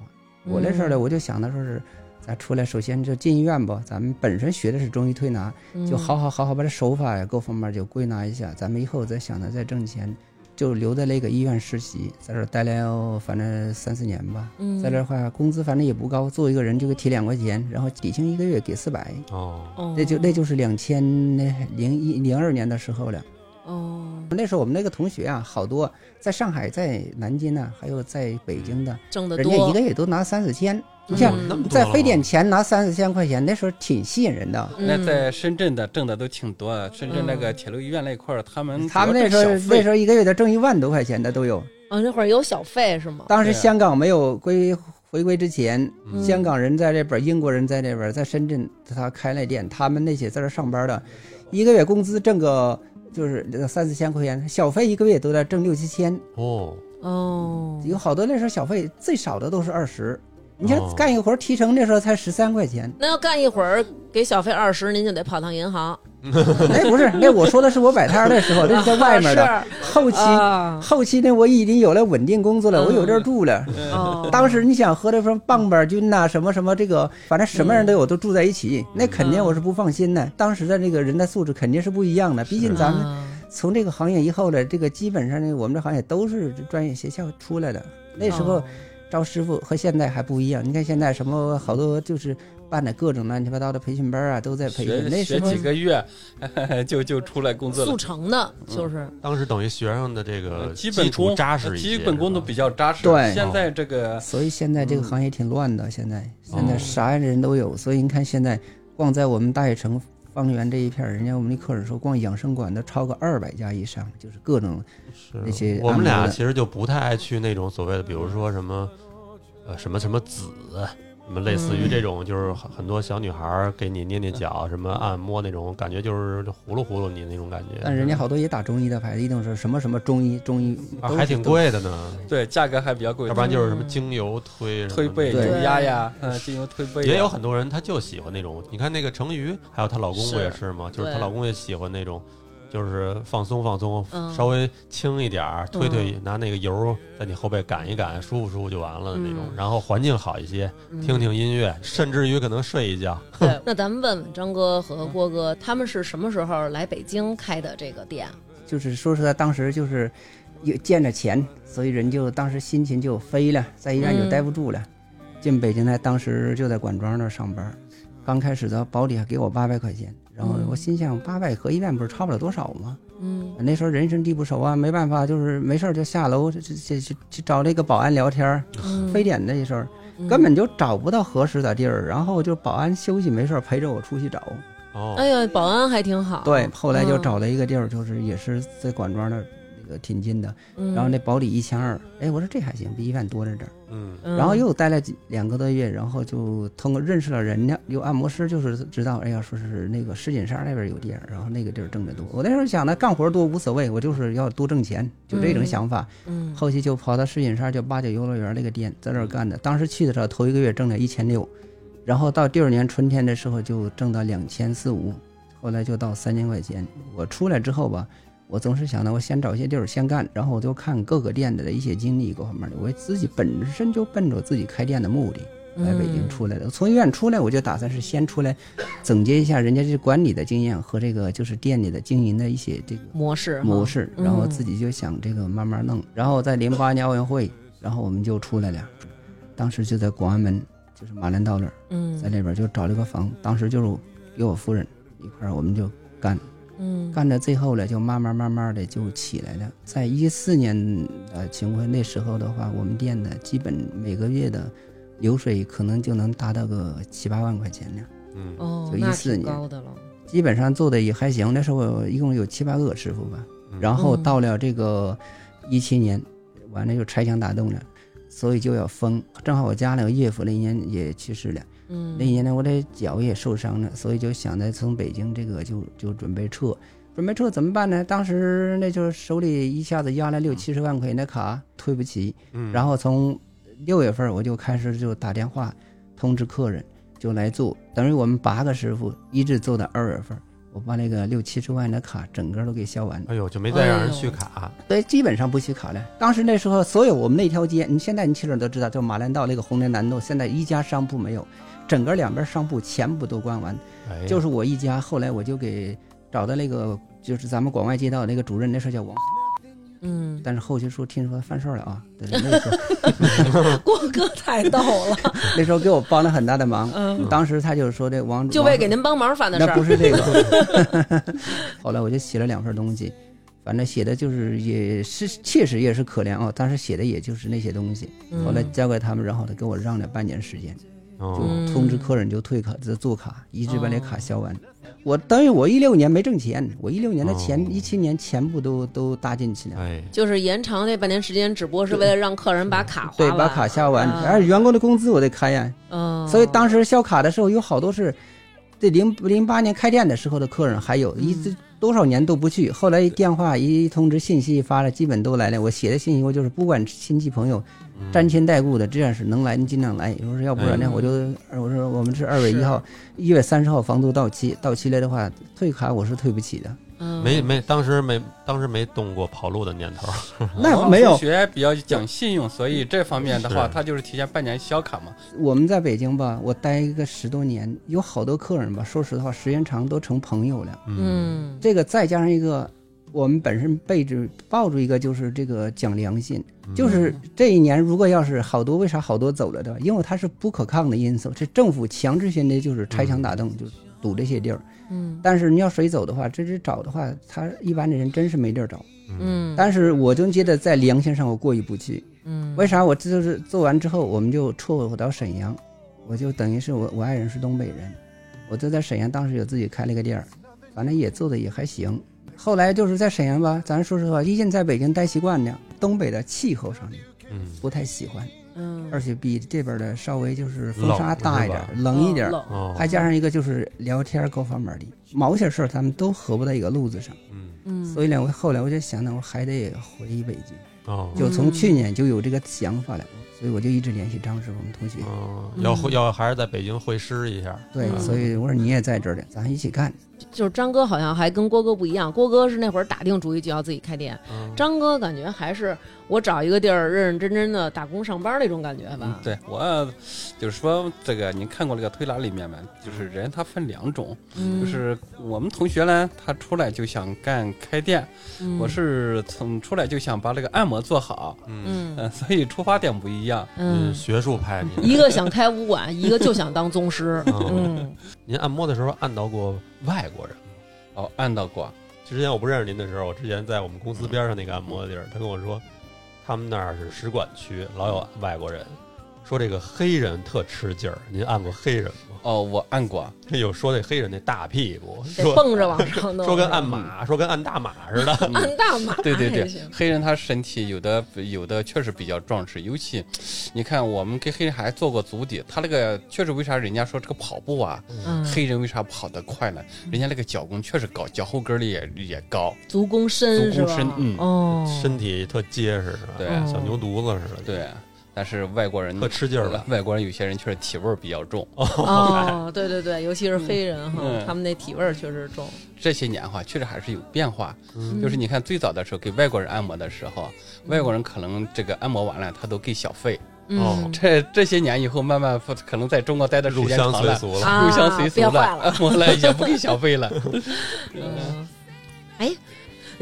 [SPEAKER 3] 我那时
[SPEAKER 2] 嗯
[SPEAKER 3] 候呢，我就想的说是，咱出来首先就进医院吧。咱们本身学的是中医推拿，
[SPEAKER 2] 嗯
[SPEAKER 3] 就好好好好把这手法呀各方面就归纳一下，咱们以后再想着再挣钱，就留在那个医院实习，在这儿待了反正三四年吧。
[SPEAKER 2] 嗯，
[SPEAKER 3] 在这儿的话，工资反正也不高，做一个人就给提两块钱，然后底薪一个月给四百，
[SPEAKER 4] 哦，
[SPEAKER 2] 哦，
[SPEAKER 3] 那就那就是两千零一零二年的时候了。
[SPEAKER 2] 哦，
[SPEAKER 3] 那时候我们那个同学啊，好多在上海、在南京呢、还有在北京的，
[SPEAKER 2] 挣得嗯
[SPEAKER 3] 人
[SPEAKER 2] 多，
[SPEAKER 3] 家一个月都拿三四千，你
[SPEAKER 2] 这
[SPEAKER 3] 像
[SPEAKER 2] 样
[SPEAKER 4] 哦那么多
[SPEAKER 3] 在
[SPEAKER 4] 了
[SPEAKER 3] 非典
[SPEAKER 4] 吗
[SPEAKER 3] 前拿三四千块钱，那时候挺吸引人的。
[SPEAKER 2] 嗯
[SPEAKER 1] 那在深圳的挣的都挺多的，深圳那个铁路医院那块儿，他们
[SPEAKER 3] 嗯他们那时候那时
[SPEAKER 1] 候
[SPEAKER 3] 候一个月得挣一万多块钱的都有。
[SPEAKER 2] 啊，那会儿有小费是吗？
[SPEAKER 3] 当时
[SPEAKER 1] 哦对啊
[SPEAKER 3] 香港没有归回归之前，
[SPEAKER 2] 嗯
[SPEAKER 3] 香港人在这边，英国人在这边，在深圳他开那店，他们那些在这上班的，一个月工资挣个就是三四千块钱，小费一个月都在挣六七千，
[SPEAKER 4] 哦，
[SPEAKER 2] 哦，
[SPEAKER 3] 有好多那时候小费最少的都是二十。你
[SPEAKER 4] 哦
[SPEAKER 3] 像干一活提成那时候才十三块钱，
[SPEAKER 2] 那要干一会儿给小费二十，您就得跑趟银行。
[SPEAKER 3] 哎，不是，那我说的是我摆摊儿的时候，那是在外面
[SPEAKER 2] *laughs*
[SPEAKER 3] 的。
[SPEAKER 2] 啊
[SPEAKER 3] 后期
[SPEAKER 2] 是啊，
[SPEAKER 3] 后期呢，我已经有了稳定工作了，我有地儿住了，
[SPEAKER 2] 哦
[SPEAKER 3] *laughs* 当时你想和这帮棒棒军呐、什么什么这个，反正什么人都有，都住在一起，那肯定我是不放心的。当时的这个人的素质肯定是不一样的，毕竟咱们
[SPEAKER 2] 啊
[SPEAKER 3] 从这个行业以后呢，这个基本上呢，我们这行业都是专业学校出来的。那时候
[SPEAKER 2] 哦
[SPEAKER 3] 招师傅和现在还不一样，你看现在什么好多就是办的各种乱七八糟的培训班啊，都在培
[SPEAKER 1] 学
[SPEAKER 3] 训。那时
[SPEAKER 1] 学
[SPEAKER 3] 候
[SPEAKER 1] 几个月就就出来工作
[SPEAKER 2] 速
[SPEAKER 1] 了，呃
[SPEAKER 2] 成的，就是
[SPEAKER 4] 当时等于学生的这个
[SPEAKER 1] 基
[SPEAKER 4] 基
[SPEAKER 1] 本
[SPEAKER 4] 础
[SPEAKER 1] 功呃
[SPEAKER 4] 扎实一些，
[SPEAKER 1] 基本功都比较扎实。
[SPEAKER 3] 对
[SPEAKER 1] 现在这个
[SPEAKER 3] 所以现在这个行业挺乱的，现在现在
[SPEAKER 4] 嗯哦
[SPEAKER 3] 啥样的人都有，所以你看现在光在我们大悦城方圆这一片儿，人家我们的客人说，光养生馆都超过二百家以上，就是各种
[SPEAKER 4] 是
[SPEAKER 3] 那些
[SPEAKER 4] 我们
[SPEAKER 3] 按摩
[SPEAKER 4] 俩
[SPEAKER 3] 的
[SPEAKER 4] 其实就不太爱去那种所谓的，比如说什么，呃，什么什么子，什么类似于这
[SPEAKER 3] 嗯
[SPEAKER 4] 种，就是很很多小女孩儿给你捏捏脚，什么按摩那种感觉，就是呼噜呼噜你那种感觉。
[SPEAKER 3] 但人家好多也打中医的牌子，一定是什么什么中医中医，
[SPEAKER 4] 啊
[SPEAKER 3] 都
[SPEAKER 4] 还
[SPEAKER 3] 是
[SPEAKER 4] 挺
[SPEAKER 3] 都。
[SPEAKER 4] 贵的呢，
[SPEAKER 1] 对价格还比较贵，
[SPEAKER 4] 要不然就是什么精油推什么
[SPEAKER 1] 推
[SPEAKER 4] 的
[SPEAKER 1] 背、
[SPEAKER 3] 对
[SPEAKER 1] 扭压呀，嗯，精油推背呀
[SPEAKER 4] 也有很多人他就喜欢那种，你看那个成瑜，还有她老公
[SPEAKER 2] 是
[SPEAKER 4] 不也是吗？就是她
[SPEAKER 2] 对
[SPEAKER 4] 老公也喜欢那种，就是放松放松，
[SPEAKER 2] 嗯
[SPEAKER 4] 稍微轻一点儿，推推，拿那个油在你后背赶一赶，舒服舒服就完了的那种。
[SPEAKER 2] 嗯
[SPEAKER 4] 然后环境好一些，听听音乐，甚至于可能睡一觉。
[SPEAKER 2] 对。那咱们问问张哥和郭哥，他们是什么时候来北京开的这个店？
[SPEAKER 3] 就是说实在，当时就是有见着钱，所以人就当时心情就飞了，在医院就
[SPEAKER 2] 嗯
[SPEAKER 3] 待不住了，进北京来，当时就在管庄那儿上班。刚开始的保底还给我八百块钱，然
[SPEAKER 4] 嗯
[SPEAKER 3] 后我心想八百和医院不是差不了多少吗？
[SPEAKER 2] 嗯
[SPEAKER 3] 那时候人生地不熟啊，没办法，就是没事儿就下楼去去去去找这个保安聊天儿。
[SPEAKER 2] 嗯
[SPEAKER 3] 非典那时候根本就找不到合适的地儿，然后就保安休息没事儿陪着我出去找。
[SPEAKER 4] 哦，
[SPEAKER 2] 哎哎呀，保安还挺好。
[SPEAKER 3] 对，后来就
[SPEAKER 2] 嗯
[SPEAKER 3] 找了一个地儿，就是也是在管庄那儿那个天津的，
[SPEAKER 2] 嗯
[SPEAKER 3] 然后那保底一千二，哎，我说这还行，比一万多在这儿。
[SPEAKER 4] 嗯
[SPEAKER 2] 嗯
[SPEAKER 3] 然后又待了几两个多月，然后就通过认识了人家，有按摩师，就是知道，哎呀，说是那个石景山那边有地儿，然后那个地儿挣得多。我那时候想呢，干活多无所谓，我就是要多挣钱，就这种想法。
[SPEAKER 2] 嗯
[SPEAKER 3] 后期就跑到石景山叫八九游乐园那个店，在那儿干的。当时去的时候，头一个月挣了一千六，然后到第二年春天的时候就挣到两千四五，后来就到三千块钱。我出来之后吧，我总是想呢，我先找一些地儿先干，然后我就看各个店的一些经历各方面的。我自己本身就奔着我自己开店的目的
[SPEAKER 2] 嗯
[SPEAKER 3] 来北京出来的。从医院出来，我就打算是先出来总结一下人家这管理的经验和这个就是店里的经营的一些这个
[SPEAKER 2] 模式哈
[SPEAKER 3] 模式，
[SPEAKER 2] 嗯
[SPEAKER 3] 然后自己就想这个慢慢弄。然后在零八年奥运会，然后我们就出来了，当时就在广安门，就是马兰道那儿，在
[SPEAKER 2] 嗯
[SPEAKER 3] 那边就找了个房，当时就是给我夫人一块儿，我们就干，
[SPEAKER 2] 嗯
[SPEAKER 3] 干到最后了，就慢慢慢慢的就起来了。在一四年的情况，那时候的话，我们店的基本每个月的流水可能就能达到个七八万块钱了。
[SPEAKER 4] 嗯
[SPEAKER 2] 哦，
[SPEAKER 3] 就
[SPEAKER 2] 那
[SPEAKER 3] 14
[SPEAKER 2] 挺
[SPEAKER 3] 年
[SPEAKER 2] 高的了，
[SPEAKER 3] 基本上做的也还行。那时候我一共有七八个师傅吧，
[SPEAKER 4] 嗯
[SPEAKER 3] 然后到了这个一七年，完了就拆墙打洞了，所以就要封。正好我家里我岳父那一年也去世了，
[SPEAKER 2] 嗯
[SPEAKER 3] 那一年呢我这脚也受伤了，所以就想着从北京这个就就准备撤。准备撤怎么办呢？当时那就是手里一下子压了六七十万块钱的卡，退不起。
[SPEAKER 4] 嗯，
[SPEAKER 3] 然
[SPEAKER 4] 后
[SPEAKER 3] 后从六月份我就开始就打电话通知客人就来做，等于我们八个师傅一直做到二月份，我把那个六七十万的卡整个都给销完，
[SPEAKER 4] 哎呦就没再让人续卡，
[SPEAKER 3] 所以基本上不许卡了。当时那时候所有我们那条街，你现在你去了都知道，就马兰道那个红莲南路，现在一家商铺没有，整个两边商铺全部都关完，
[SPEAKER 4] 哎，
[SPEAKER 3] 就是我一家。后来我就给找到那个就是咱们广外街道那个主任，那时候叫王，
[SPEAKER 2] 嗯，
[SPEAKER 3] 但是后期说听说犯事儿了啊，但是那时候 *laughs*
[SPEAKER 2] 郭哥太逗了，
[SPEAKER 3] 那时候给我帮了很大的忙。
[SPEAKER 2] 嗯，
[SPEAKER 3] 当时他就说这王
[SPEAKER 2] 就为给您帮忙犯的
[SPEAKER 3] 王
[SPEAKER 2] 事儿，
[SPEAKER 3] 那不是这个。 *laughs* 后来我就写了两份东西，反正写的就是也是确实也是可怜啊、当时写的也就是那些东西。
[SPEAKER 2] 嗯
[SPEAKER 3] 后来交给他们，然后他给我让了半年时间，
[SPEAKER 4] 哦
[SPEAKER 2] 嗯
[SPEAKER 3] 通知客人就退卡，就做卡，一直把那卡
[SPEAKER 2] 哦
[SPEAKER 3] 销完。我等于我一六年没挣钱，我一六年的钱
[SPEAKER 4] 哦
[SPEAKER 3] 一七年全部都都搭进去了。
[SPEAKER 4] 哎，
[SPEAKER 2] 就是延长那半年时间，只不过是为了让客人把卡花
[SPEAKER 3] 嗯对，
[SPEAKER 2] 完，
[SPEAKER 3] 把卡销完，
[SPEAKER 2] 啊
[SPEAKER 3] 而员工的工资我得开呀、
[SPEAKER 2] 嗯，
[SPEAKER 3] 所以当时销卡的时候，有好多是这零零八年开店的时候的客人，还有一直多少年都不去。后来一电话一通知，信息一发了，基本都来了。我写的信息，我就是不管亲戚朋友，沾亲带故的，这样是能来您尽量来。我说要不然呢，
[SPEAKER 2] 嗯
[SPEAKER 3] 我就我说我哎们是二月一号，一月三十号房租到期，到期了的话退卡我是退不起的。
[SPEAKER 2] 嗯
[SPEAKER 4] 没没当时没当时没动过跑路的念头，
[SPEAKER 3] 那没有
[SPEAKER 1] 同，学比较讲信用，所以这方面的话，
[SPEAKER 4] 是
[SPEAKER 1] 他就是提前半年销卡嘛。
[SPEAKER 3] 我们在北京吧，我待一个十多年，有好多客人吧，说实话时间长都成朋友了。
[SPEAKER 2] 嗯
[SPEAKER 3] 这个再加上一个，我们本身背着抱住一个就是这个讲良心，就是这一年如果要是好多，为啥好多走了的？因为它是不可抗的因素，这政府强制性的就是拆墙打洞，就是堵这些地儿。
[SPEAKER 2] 嗯
[SPEAKER 3] 但是你要谁走的话，这这找的话，他一般的人真是没地儿找。
[SPEAKER 2] 嗯，
[SPEAKER 3] 但是我就觉得在良心上我过意不去，
[SPEAKER 2] 嗯
[SPEAKER 3] 为啥？我这就是做完之后，我们就撤回到沈阳，我就等于是我我爱人是东北人，我就在沈阳当时有自己开了个店儿，反正也做的也还行。后来就是在沈阳吧，咱说实话，一进在北京待习惯了，东北的气候上面
[SPEAKER 4] 嗯
[SPEAKER 3] 不太喜欢，
[SPEAKER 2] 嗯
[SPEAKER 3] 而且比这边的稍微就是风沙大一点
[SPEAKER 4] 冷，
[SPEAKER 3] 冷一点
[SPEAKER 2] 哦，冷
[SPEAKER 4] 哦
[SPEAKER 3] 还加上一个就是聊天各方面的，某些事儿咱们都合不到一个路子上，
[SPEAKER 4] 嗯
[SPEAKER 2] 嗯，
[SPEAKER 3] 所以呢，我后来我就想呢，我还得回北京。
[SPEAKER 4] 哦
[SPEAKER 3] 就从去年就有这个想法了，所以我就一直联系张师傅我们同学。
[SPEAKER 4] 哦，要会要还是在北京会师一下，
[SPEAKER 3] 对，
[SPEAKER 2] 嗯
[SPEAKER 3] 所以我说你也在这儿了，咱一起干。
[SPEAKER 2] 就是张哥好像还跟郭哥不一样，郭哥是那会儿打定主意就要自己开店，
[SPEAKER 4] 嗯
[SPEAKER 2] 张哥感觉还是我找一个地儿认认真真的打工上班那种感觉
[SPEAKER 1] 嗯
[SPEAKER 2] 吧。，
[SPEAKER 1] 对我就是说这个，您看过那个推拿里面没？就是人他分两种，
[SPEAKER 2] 嗯
[SPEAKER 1] 就是我们同学呢，他出来就想干开店，
[SPEAKER 2] 嗯
[SPEAKER 1] 我是从出来就想把这个按摩做好，
[SPEAKER 4] 嗯
[SPEAKER 2] 嗯
[SPEAKER 1] 嗯，所以出发点不一样。
[SPEAKER 4] 嗯
[SPEAKER 2] 嗯，
[SPEAKER 4] 学术派您
[SPEAKER 2] 一个想开武馆，一个就想当
[SPEAKER 1] *laughs*
[SPEAKER 2] 宗师。
[SPEAKER 1] 哦
[SPEAKER 4] 嗯
[SPEAKER 2] 嗯
[SPEAKER 4] 您按摩的时候按到过外国人吗？
[SPEAKER 1] 哦，按到过，
[SPEAKER 4] 之前我不认识您的时候，我之前在我们公
[SPEAKER 2] 嗯
[SPEAKER 4] 司边上那个按摩的地儿，他跟我说，他们那儿是使馆区，老有外国人，说这个黑人特吃劲儿。您按过黑人吗？ *laughs*
[SPEAKER 1] 哦，我按过，
[SPEAKER 4] 有说那黑人那大屁股，
[SPEAKER 2] 得
[SPEAKER 4] 说
[SPEAKER 2] 蹦着往上弄。
[SPEAKER 4] 说
[SPEAKER 2] *laughs*
[SPEAKER 4] 跟按
[SPEAKER 2] 嗯
[SPEAKER 4] 马，说跟按大马似的。
[SPEAKER 2] 按大马，
[SPEAKER 1] 对对对
[SPEAKER 2] 还行，
[SPEAKER 1] 黑人他身体有的有的确实比较壮实，尤其你看我们跟黑人还做过足底，他那个确实为啥人家说这个跑步啊，
[SPEAKER 2] 嗯，
[SPEAKER 1] 黑人为啥跑得快呢？人家那个脚弓确实高，脚后跟儿也也高，
[SPEAKER 2] 嗯足弓
[SPEAKER 1] 足
[SPEAKER 2] 深是
[SPEAKER 1] 弓
[SPEAKER 2] 吧？
[SPEAKER 1] 深，嗯，
[SPEAKER 2] 哦，
[SPEAKER 4] 身体特结实，是吧
[SPEAKER 1] 对
[SPEAKER 4] 小牛犊子似的，，
[SPEAKER 1] 对。啊但是外国人
[SPEAKER 4] 特吃劲儿吧？
[SPEAKER 1] 外国人有些人确实体味儿比较重。
[SPEAKER 2] 哦，对对对，尤其是黑人哈，
[SPEAKER 1] 嗯
[SPEAKER 2] 他们那体味儿确实重。
[SPEAKER 1] 这些年哈，确实还是有变化。
[SPEAKER 4] 嗯
[SPEAKER 1] 就是你看最早的时候给外国人按摩的时候，外国人可能这个按摩完了他都给小费。
[SPEAKER 4] 哦
[SPEAKER 2] 嗯，
[SPEAKER 1] 这这些年以后，慢慢不可能在中国待的时
[SPEAKER 4] 入
[SPEAKER 1] 间
[SPEAKER 4] 乡
[SPEAKER 1] 长
[SPEAKER 4] 随
[SPEAKER 1] 了，
[SPEAKER 4] 俗了。
[SPEAKER 2] 啊
[SPEAKER 1] 入乡随俗
[SPEAKER 2] 变坏了
[SPEAKER 1] *laughs* 按摩了也不给小费了。
[SPEAKER 2] 嗯哎，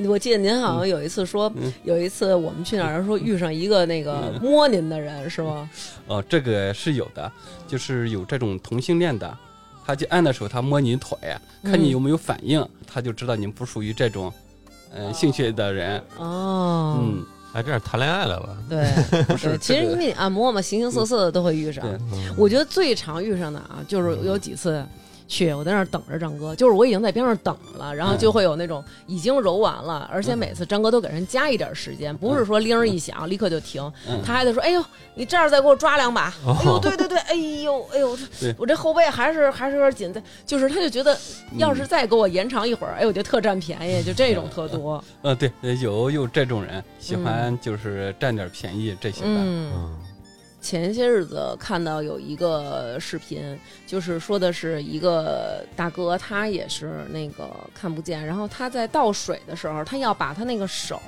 [SPEAKER 2] 我记得您
[SPEAKER 1] 嗯
[SPEAKER 2] 好像有一次说，有一次我们去哪儿说遇上一个那个
[SPEAKER 1] 嗯
[SPEAKER 2] 摸您的人是吗？
[SPEAKER 1] 哦，这个是有的，就是有这种同性恋的，他就按的时候，他摸你腿，看你有没有反应，他就知道你不属于这种，呃，兴趣的人。
[SPEAKER 2] 哦，
[SPEAKER 1] 嗯，
[SPEAKER 4] 还哎这样谈恋爱来了，
[SPEAKER 1] *laughs*
[SPEAKER 2] 对，对，其实
[SPEAKER 1] 这个
[SPEAKER 2] 因为你按摩嘛，形形色色的都会遇上
[SPEAKER 1] 对。
[SPEAKER 2] 我觉得最常遇上的啊，就是有几次去，我在那儿等着张哥，就是我已经在边上等了，然后就会有那种已经揉完了，而且每次张哥都给人加一点时间，不是说铃儿一响立刻就停，
[SPEAKER 1] 嗯
[SPEAKER 2] 他还得说：“哎呦，你这儿再给我抓两把。”哎呦，对对对，哎呦哎呦
[SPEAKER 1] 对，
[SPEAKER 2] 我这后背还是还是有点紧的，就是他就觉得要是再给我延长一会儿，哎，我就特占便宜，就这种特多。
[SPEAKER 1] 呃，对，有有这种人喜欢就是占点便宜这些的。
[SPEAKER 2] 嗯。
[SPEAKER 4] 嗯，
[SPEAKER 2] 前些日子看到有一个视频，就是说的是一个大哥，他也是那个看不见，然后他在倒水的时候，他要把他那个手，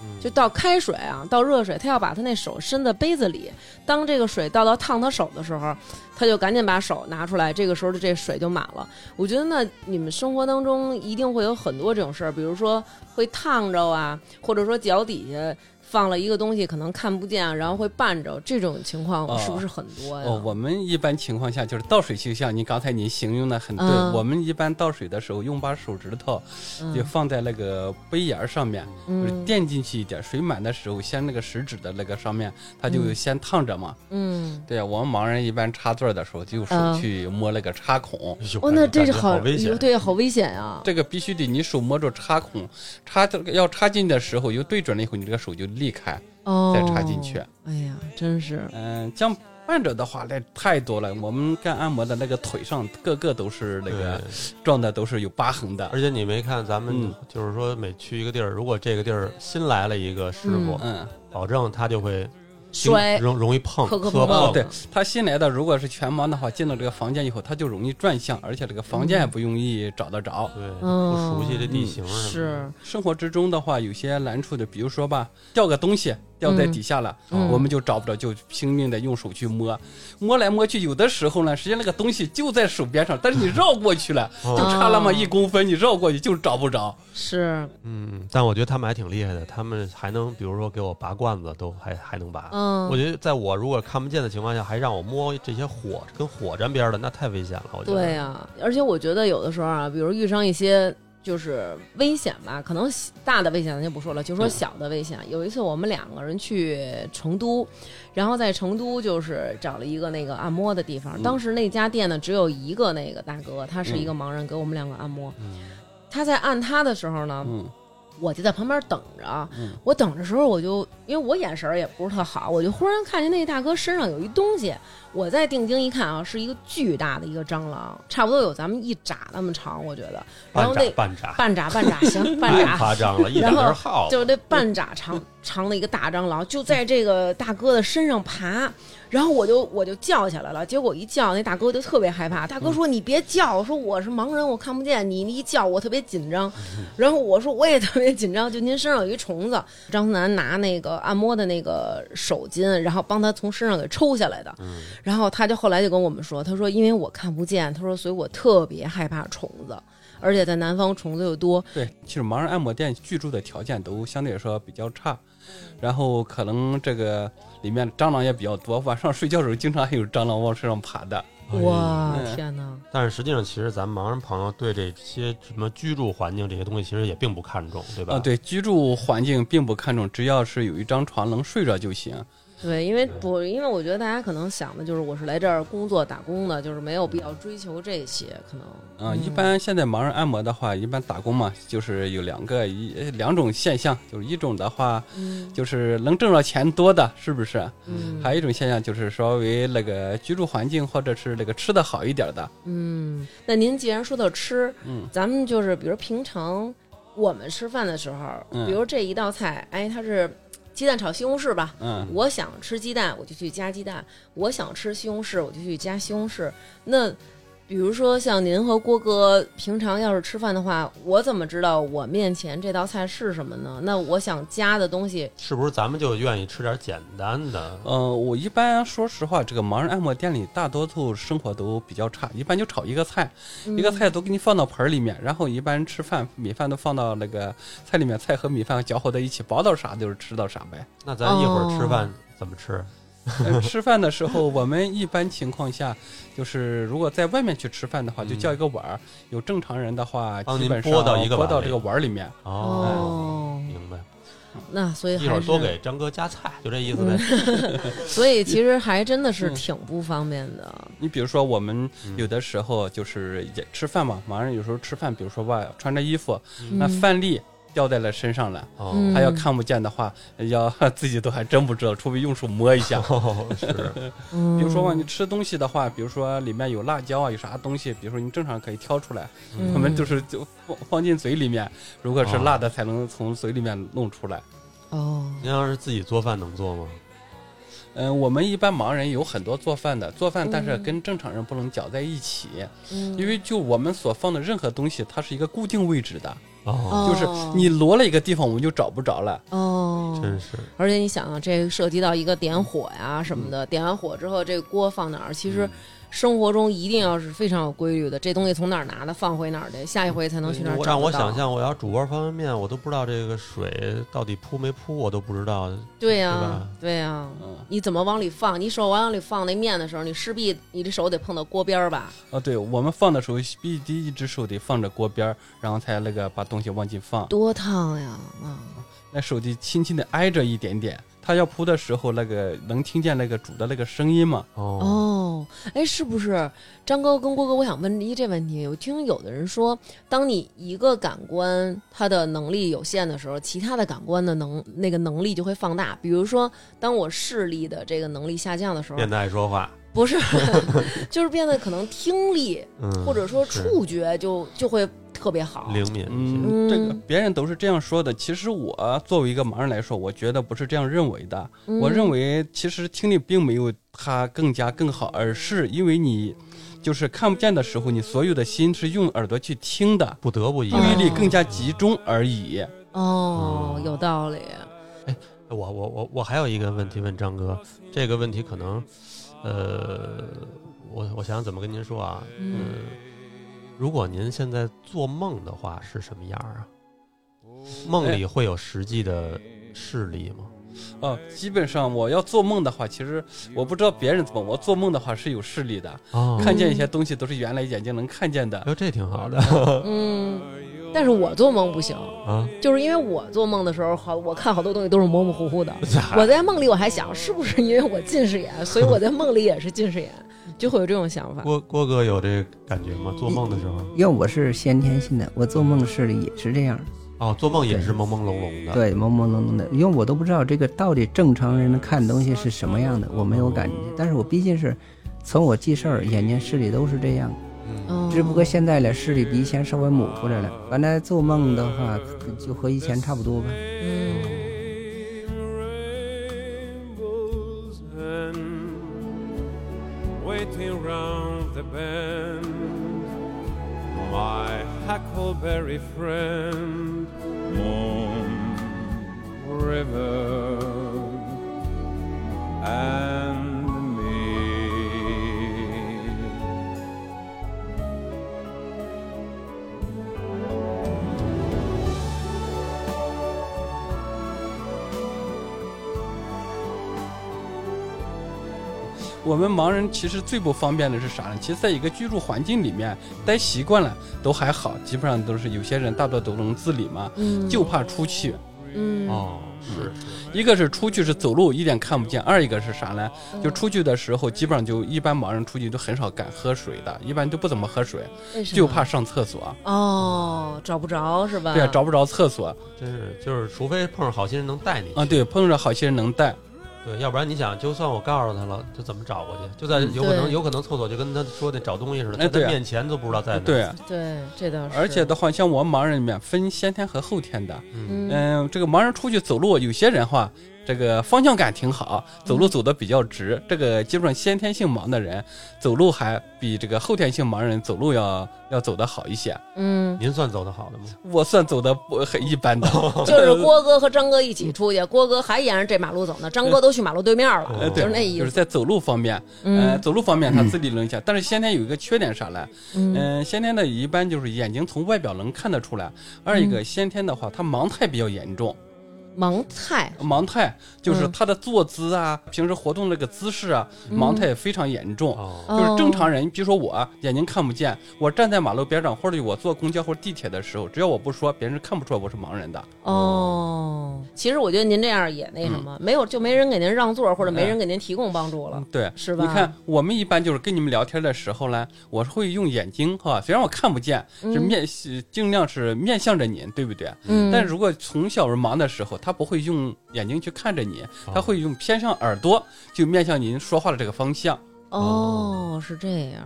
[SPEAKER 1] 嗯
[SPEAKER 2] 就倒开水啊，倒热水，他要把他那手伸在杯子里，当这个水倒到烫他手的时候，他就赶紧把手拿出来，这个时候这水就满了。我觉得那你们生活当中一定会有很多这种事儿，比如说会烫着啊，或者说脚底下放了一个东西，可能看不见，然后会绊着，这种情况
[SPEAKER 1] 哦
[SPEAKER 2] 是不是很多呀？
[SPEAKER 1] 哦，我们一般情况下就是倒水，就像你刚才你形容的很对。
[SPEAKER 2] 嗯
[SPEAKER 1] 我们一般倒水的时候，用把手指头就
[SPEAKER 2] 嗯
[SPEAKER 1] 放在那个杯沿儿上面，就是
[SPEAKER 2] 嗯
[SPEAKER 1] 垫进去一点，水满的时候，先那个食指的那个上面，它就
[SPEAKER 2] 嗯
[SPEAKER 1] 先烫着嘛。
[SPEAKER 2] 嗯，
[SPEAKER 1] 对啊我们盲人一般插座的时候，就用手
[SPEAKER 2] 嗯
[SPEAKER 1] 去摸那个插孔，
[SPEAKER 4] 哎呦
[SPEAKER 2] 哦，那
[SPEAKER 4] 感觉
[SPEAKER 2] 这是
[SPEAKER 4] 好危险，
[SPEAKER 2] 对，好危险啊！
[SPEAKER 1] 这个必须得你手摸着插孔，插这个要插进的时候，又对准了以后，你这个手就离开，
[SPEAKER 2] 哦，
[SPEAKER 1] 再插进去。
[SPEAKER 2] 哎呀，真是，
[SPEAKER 1] 嗯，像绊着的话，那太多了。我们干按摩的那个腿上，个个都是那
[SPEAKER 4] 对
[SPEAKER 1] 个撞的，都是有疤痕的。
[SPEAKER 4] 而且你没看，咱们
[SPEAKER 1] 嗯
[SPEAKER 4] 就是说每去一个地儿，如果这个地儿新来了一个师傅，
[SPEAKER 1] 嗯，
[SPEAKER 4] 保证他就会
[SPEAKER 2] 摔
[SPEAKER 4] 容容易碰
[SPEAKER 2] 磕磕
[SPEAKER 4] 磕
[SPEAKER 2] 碰碰
[SPEAKER 1] 哦
[SPEAKER 4] 碰，，
[SPEAKER 1] 对他新来的，如果是全盲的话，进到这个房间以后，他就容易转向，而且这个房间也不容易找得着。
[SPEAKER 4] 对，不
[SPEAKER 2] 嗯
[SPEAKER 4] 熟悉这地形什么的，
[SPEAKER 2] 是，
[SPEAKER 1] 生活之中的话，有些难处的，比如说吧，掉个东西掉在底下了，
[SPEAKER 2] 嗯
[SPEAKER 1] 我们就找不着，就拼命的用手去摸，摸来摸去，有的时候呢，实际那个东西就在手边上，但是你绕过去了，
[SPEAKER 4] 哦
[SPEAKER 1] 就差那么
[SPEAKER 2] 哦
[SPEAKER 1] 一公分，你绕过去就找不着。
[SPEAKER 2] 是，
[SPEAKER 4] 嗯，但我觉得他们还挺厉害的，他们还能比如说给我拔罐子，都还还能拔。
[SPEAKER 2] 嗯，
[SPEAKER 4] 我觉得在我如果看不见的情况下，还让我摸这些火跟火沾边的，那太危险了。我觉得
[SPEAKER 2] 对呀、啊而且我觉得有的时候啊，比如遇上一些就是危险吧，可能小大的危险咱就不说了，就
[SPEAKER 4] 嗯
[SPEAKER 2] 说小的危险。有一次我们两个人去成都，然后在成都就是找了一个那个按摩的地方，
[SPEAKER 1] 嗯
[SPEAKER 2] 当时那家店呢只有一个那个大哥，他是一个
[SPEAKER 4] 嗯
[SPEAKER 2] 盲人，给我们两个按摩。他在按他的时候呢，
[SPEAKER 1] 嗯
[SPEAKER 2] 我就在旁边等着。
[SPEAKER 1] 嗯
[SPEAKER 2] 我等着时候，我就因为我眼神儿也不是特好，我就忽然看见那大哥身上有一东西。我再定睛一看啊，是一个巨大的一个蟑螂，差不多有咱们一拃那么长，我觉得。然
[SPEAKER 4] 半
[SPEAKER 2] 后
[SPEAKER 4] 扎
[SPEAKER 2] 那
[SPEAKER 4] 半扎，
[SPEAKER 2] 半拃半拃，行，半
[SPEAKER 4] *laughs* 太
[SPEAKER 2] 拃
[SPEAKER 4] 夸
[SPEAKER 2] *laughs*
[SPEAKER 4] 张了，一点
[SPEAKER 2] 然后
[SPEAKER 4] 点耗
[SPEAKER 2] 就是那半拃长 *laughs* 长的一个大蟑螂，就在这个大哥的身上爬，然后我就我就叫起来了，结果一叫那大哥就特别害怕，大哥说你别叫，说我是盲人，我看不见，你你一叫我特别紧张， *laughs* 然后我说我也特别紧张，就您身上有一虫子，张思楠拿那个按摩的那个手巾，然后帮他从身上给抽下来的，然后他就后来就跟我们说，他说因为我看不见，他说所以我特别害怕虫子。而且在南方虫子又多，
[SPEAKER 1] 对，其实盲人按摩店居住的条件都相对来说比较差，
[SPEAKER 2] 嗯
[SPEAKER 1] 然后可能这个里面蟑螂也比较多，晚上睡觉的时候经常还有蟑螂往身上爬的。
[SPEAKER 2] 哇
[SPEAKER 1] 嗯
[SPEAKER 2] 天哪！
[SPEAKER 4] 但是实际上，其实咱们盲人朋友对这些什么居住环境这些东西，其实也并
[SPEAKER 1] 啊
[SPEAKER 4] 不看重，对吧？
[SPEAKER 1] 啊，对，居住环境并不看重，只要是有一张床能睡着就行。
[SPEAKER 2] 对，因为不，因为我觉得大家可能想的就是我是来这儿工作打工的，就是没有必要追求这些，可能
[SPEAKER 1] 啊、一般现在盲人按摩的话，一般打工嘛，就是有两个一呃两种现象，就是一种的话，
[SPEAKER 2] 嗯
[SPEAKER 1] 就是能挣着钱多的，是不是？
[SPEAKER 2] 嗯
[SPEAKER 1] 还有一种现象就是稍微那个居住环境或者是那个吃的好一点的，
[SPEAKER 2] 嗯。那您既然说到吃，
[SPEAKER 1] 嗯
[SPEAKER 2] 咱们就是比如平常我们吃饭的时候，
[SPEAKER 1] 嗯
[SPEAKER 2] 比如这一道菜，哎，它是鸡蛋炒西红柿吧，
[SPEAKER 1] 嗯，
[SPEAKER 2] 我想吃鸡蛋，我就去加鸡蛋；我想吃西红柿，我就去加西红柿。那比如说像您和郭哥平常要是吃饭的话，我怎么知道我面前这道菜是什么呢？那我想加的东西，
[SPEAKER 4] 是不是咱们就愿意吃点简单的？
[SPEAKER 2] 哦
[SPEAKER 1] 呃，我一般说实话，这个盲人按摩店里大多数生活都比较差，一般就炒一个菜，
[SPEAKER 2] 嗯
[SPEAKER 4] 嗯
[SPEAKER 1] 一个菜都给你放到盆儿里面，然后一般吃饭米饭都放到那个菜里面，菜和米饭搅和在一起，包到啥就是吃到啥
[SPEAKER 4] *laughs*
[SPEAKER 1] 呗。
[SPEAKER 4] *laughs* 那咱一会儿吃
[SPEAKER 2] 哦
[SPEAKER 4] 饭怎么吃？
[SPEAKER 1] 呃吃饭的时候，我们一般情况下就是如果在外面去吃饭的话，就叫一个碗儿。有正常人的话，
[SPEAKER 4] 帮
[SPEAKER 1] 基
[SPEAKER 4] 嗯哦您
[SPEAKER 1] 本上
[SPEAKER 4] 拨到一个
[SPEAKER 1] 拨
[SPEAKER 4] 碗
[SPEAKER 1] 到
[SPEAKER 4] 里
[SPEAKER 1] 这个碗儿里面。
[SPEAKER 2] 哦
[SPEAKER 4] 哎明白。
[SPEAKER 2] 那所以
[SPEAKER 4] 一会
[SPEAKER 2] 还
[SPEAKER 4] 儿
[SPEAKER 2] 是
[SPEAKER 4] 多给张哥加菜，就这意思呗。
[SPEAKER 2] 所以其实还真的是
[SPEAKER 1] 嗯
[SPEAKER 2] 挺不方便的。
[SPEAKER 1] 你比如说，我们
[SPEAKER 4] 嗯
[SPEAKER 1] 有的时候就是也吃饭嘛，盲人有时候吃饭，比如说吧，穿着衣服，
[SPEAKER 2] 嗯
[SPEAKER 1] 那饭粒掉在了身上了。
[SPEAKER 4] 哦，
[SPEAKER 2] 嗯
[SPEAKER 1] 他要看不见的话，要 *laughs* 自己都还真不知道，除非用手摸一
[SPEAKER 4] *laughs*
[SPEAKER 2] 嗯
[SPEAKER 1] 下。
[SPEAKER 4] 哦是，
[SPEAKER 2] 比
[SPEAKER 1] 比如说嘛，你吃东西的话，比如说里面有辣椒啊，有啥东西，比如说你正常可以挑出来，
[SPEAKER 2] 嗯
[SPEAKER 1] 我们就是就放放进嘴里面，如果是
[SPEAKER 4] 哦
[SPEAKER 1] 辣的才能从嘴里面弄出来。
[SPEAKER 2] 哦，
[SPEAKER 4] 您要是自己做饭能做吗？
[SPEAKER 1] 嗯，我们一般盲人有很多做饭的，做饭但是
[SPEAKER 2] 嗯
[SPEAKER 1] 跟正常人不能搅在一起，
[SPEAKER 2] 因
[SPEAKER 1] 因为就我们所放的任何东西，它是一个固定位置的，
[SPEAKER 4] 哦，
[SPEAKER 1] 就是
[SPEAKER 2] 哦
[SPEAKER 1] 你挪了一个地方，我们就找不着了。
[SPEAKER 2] 哦，
[SPEAKER 4] 真是
[SPEAKER 2] 而且你想啊，这涉及到一个点火
[SPEAKER 1] 嗯
[SPEAKER 2] 呀什么的，点完火之后，这个锅放哪儿？其
[SPEAKER 4] 嗯
[SPEAKER 2] 实生活中一定要是非常有规律的，这东西从哪儿拿的，放回哪儿去，下一回才能去哪儿
[SPEAKER 4] 我
[SPEAKER 2] 找
[SPEAKER 4] 让我
[SPEAKER 2] 得到
[SPEAKER 4] 想，象，我要煮碗方便面，我都不知道这个水到底扑没扑，我都不知道。
[SPEAKER 2] 对呀、
[SPEAKER 4] 对吧
[SPEAKER 2] 对呀、
[SPEAKER 1] 嗯
[SPEAKER 2] 你怎么往里放？你手往里放那面的时候，你势必你这手得碰到锅边儿吧？
[SPEAKER 1] 哦，对，我们放的时候必须一只手得放着锅边儿，然后才那个把东西往进放，
[SPEAKER 2] 多烫呀！啊，
[SPEAKER 1] 那手得轻轻的挨着一点点。他要扑的时候，那个能听见那个煮的那个声音嘛？
[SPEAKER 4] 哦，
[SPEAKER 2] 哦，哎，是不是张哥跟郭哥？我想问一这问题。我听有的人说，当你一个感官它的能力有限的时候，其他的感官的能那个能力就会放大。比如说，当我视力的这个能力下降的时候
[SPEAKER 4] 变，得爱说话，
[SPEAKER 2] 不是，就是变得可能听力
[SPEAKER 4] 嗯，
[SPEAKER 2] 或者说
[SPEAKER 4] 是
[SPEAKER 2] 触觉就就会特别好。
[SPEAKER 4] 灵敏，
[SPEAKER 1] 嗯，这个
[SPEAKER 2] 嗯
[SPEAKER 1] 别人都是这样说的。其实我作为一个盲人来说，我觉得不是这样认为的。我认
[SPEAKER 2] 为，
[SPEAKER 1] 为其实听力并没有它更加更好，而是因为你就是看不见的时候，你所有的心是用耳朵去听的，
[SPEAKER 4] 不得不依
[SPEAKER 2] 嗯
[SPEAKER 1] 注意
[SPEAKER 4] 赖。
[SPEAKER 1] 力更加集中而已。
[SPEAKER 2] 哦
[SPEAKER 4] 嗯，
[SPEAKER 2] 有道理。
[SPEAKER 4] 我我我我还有一个问题问张哥，这个问题可能，呃，我我想想怎么跟您说啊，
[SPEAKER 2] 嗯
[SPEAKER 4] 嗯，如果您现在做梦的话是什么样啊？梦里会有实际的视力吗？
[SPEAKER 1] 哦，基本上我要做梦的话，其实我不知道别人怎么，我做梦的话是有视力的，
[SPEAKER 4] 哦，
[SPEAKER 1] 看见一些东西都是原来眼睛能看见的。
[SPEAKER 4] 哟，这挺好的
[SPEAKER 2] 嗯，但是我做梦不行。
[SPEAKER 4] 啊，
[SPEAKER 2] 就是因为我做梦的时候，好，我看好多东西都是模模糊糊的。我在梦里我还想，是不是因为我近视眼，所以我在梦里也是近视眼，就会有这种想法。
[SPEAKER 4] 郭郭哥有这感觉吗？做梦的时候，
[SPEAKER 3] 因为我是先天性的，我做梦视力也是这样，
[SPEAKER 4] 哦，做梦也是朦朦胧胧的。，
[SPEAKER 3] 对，朦朦胧胧的，因为我都不知道这个到底正常人看东西是什么样的，我没有感觉，但是我毕竟是从我记事儿，眼睛视力都是这样，
[SPEAKER 2] 嗯
[SPEAKER 3] 只不过现在的视力比以前稍微模糊点了。完了做梦的话，就和以前差不多吧。
[SPEAKER 2] 嗯，
[SPEAKER 6] rainbows and waiting round the bend. My huckleberry friend, Moon River, and me.
[SPEAKER 1] 我们盲人其实最不方便的是啥呢？其实在一个居住环境里面待习惯了都还好，基本上都是有些人大多都能自理嘛，就怕出去。
[SPEAKER 2] 嗯，
[SPEAKER 4] 哦，是是，
[SPEAKER 1] 一个是出去是走路一点看不见，二一个是啥呢？
[SPEAKER 2] 嗯
[SPEAKER 1] 就出去的时候，基本上就一般盲人出去都很少敢喝水的，一般都不怎么喝水，
[SPEAKER 2] 为什么
[SPEAKER 1] 就怕上厕所。
[SPEAKER 2] 哦找不着是吧？
[SPEAKER 1] 对啊，找不着厕所
[SPEAKER 4] 真是就是，除非碰上好心人能带你去
[SPEAKER 1] 啊。对，碰着好心人能带，
[SPEAKER 4] 对，要不然你想，就算我告诉他了，就怎么找过去？就在
[SPEAKER 1] 嗯
[SPEAKER 4] 有可能
[SPEAKER 2] 对
[SPEAKER 4] 有可能厕所就跟他说那找东西似的，
[SPEAKER 1] 哎
[SPEAKER 4] 在
[SPEAKER 1] 对啊
[SPEAKER 4] 他面前都不知道在哪。，
[SPEAKER 1] 对。啊
[SPEAKER 2] 对，这倒是。
[SPEAKER 1] 而且的话，像我们盲人里面分先天和后天的，
[SPEAKER 4] 嗯，
[SPEAKER 2] 嗯，
[SPEAKER 1] 嗯、这个盲人出去走路，有些人话，这个方向感挺好，走路走得比较直。这个基本上先天性盲的人，走路还比这个后天性盲人走路要要走得好一些。
[SPEAKER 2] 嗯，
[SPEAKER 4] 您算走的好的吗？
[SPEAKER 1] 我算走的不很一般
[SPEAKER 2] 哦
[SPEAKER 1] 的，
[SPEAKER 2] 就是郭哥和张哥一起出去，郭哥还沿着这马路走呢，张哥都去马路对面了，
[SPEAKER 1] 呃，对，
[SPEAKER 2] 就是那意
[SPEAKER 1] 就是
[SPEAKER 2] 思。
[SPEAKER 1] 在走路方面，呃，
[SPEAKER 2] 嗯
[SPEAKER 1] 走路方面他自理能力强，但是先天有一个缺点啥呢？
[SPEAKER 2] 嗯
[SPEAKER 1] 嗯、先天的一般就是眼睛从外表能看得出来，二
[SPEAKER 2] 嗯
[SPEAKER 1] 一个先天的话，他盲态比较严重。
[SPEAKER 2] 盲菜，
[SPEAKER 1] 盲态就是
[SPEAKER 2] 嗯
[SPEAKER 1] 他的坐姿啊，平时活动那个姿势啊，盲态非常严重。
[SPEAKER 4] 哦，
[SPEAKER 2] 哦
[SPEAKER 1] 就是正常人，比如说我啊眼睛看不见，我站在马路边上，或者我坐公交或者地铁的时候，只要我不说，别人是看不出来我是盲人的。
[SPEAKER 2] 哦，其实我觉得您这样也那什么，没有就没人给您让座，或者
[SPEAKER 1] 哎
[SPEAKER 2] 没人给您提供帮助了。
[SPEAKER 1] 对，
[SPEAKER 2] 啊是吧
[SPEAKER 1] 你看，我们一般就是跟你们聊天的时候呢，我是会用眼睛哈，虽然我看不见，是面、是尽量是面向着您，对不对？
[SPEAKER 2] 嗯，
[SPEAKER 1] 但如果从小是盲的时候，他不会用眼睛去看着你，
[SPEAKER 2] 哦
[SPEAKER 1] 他会用偏向耳朵，就面向您说话的这个方向。
[SPEAKER 2] 哦，是这样，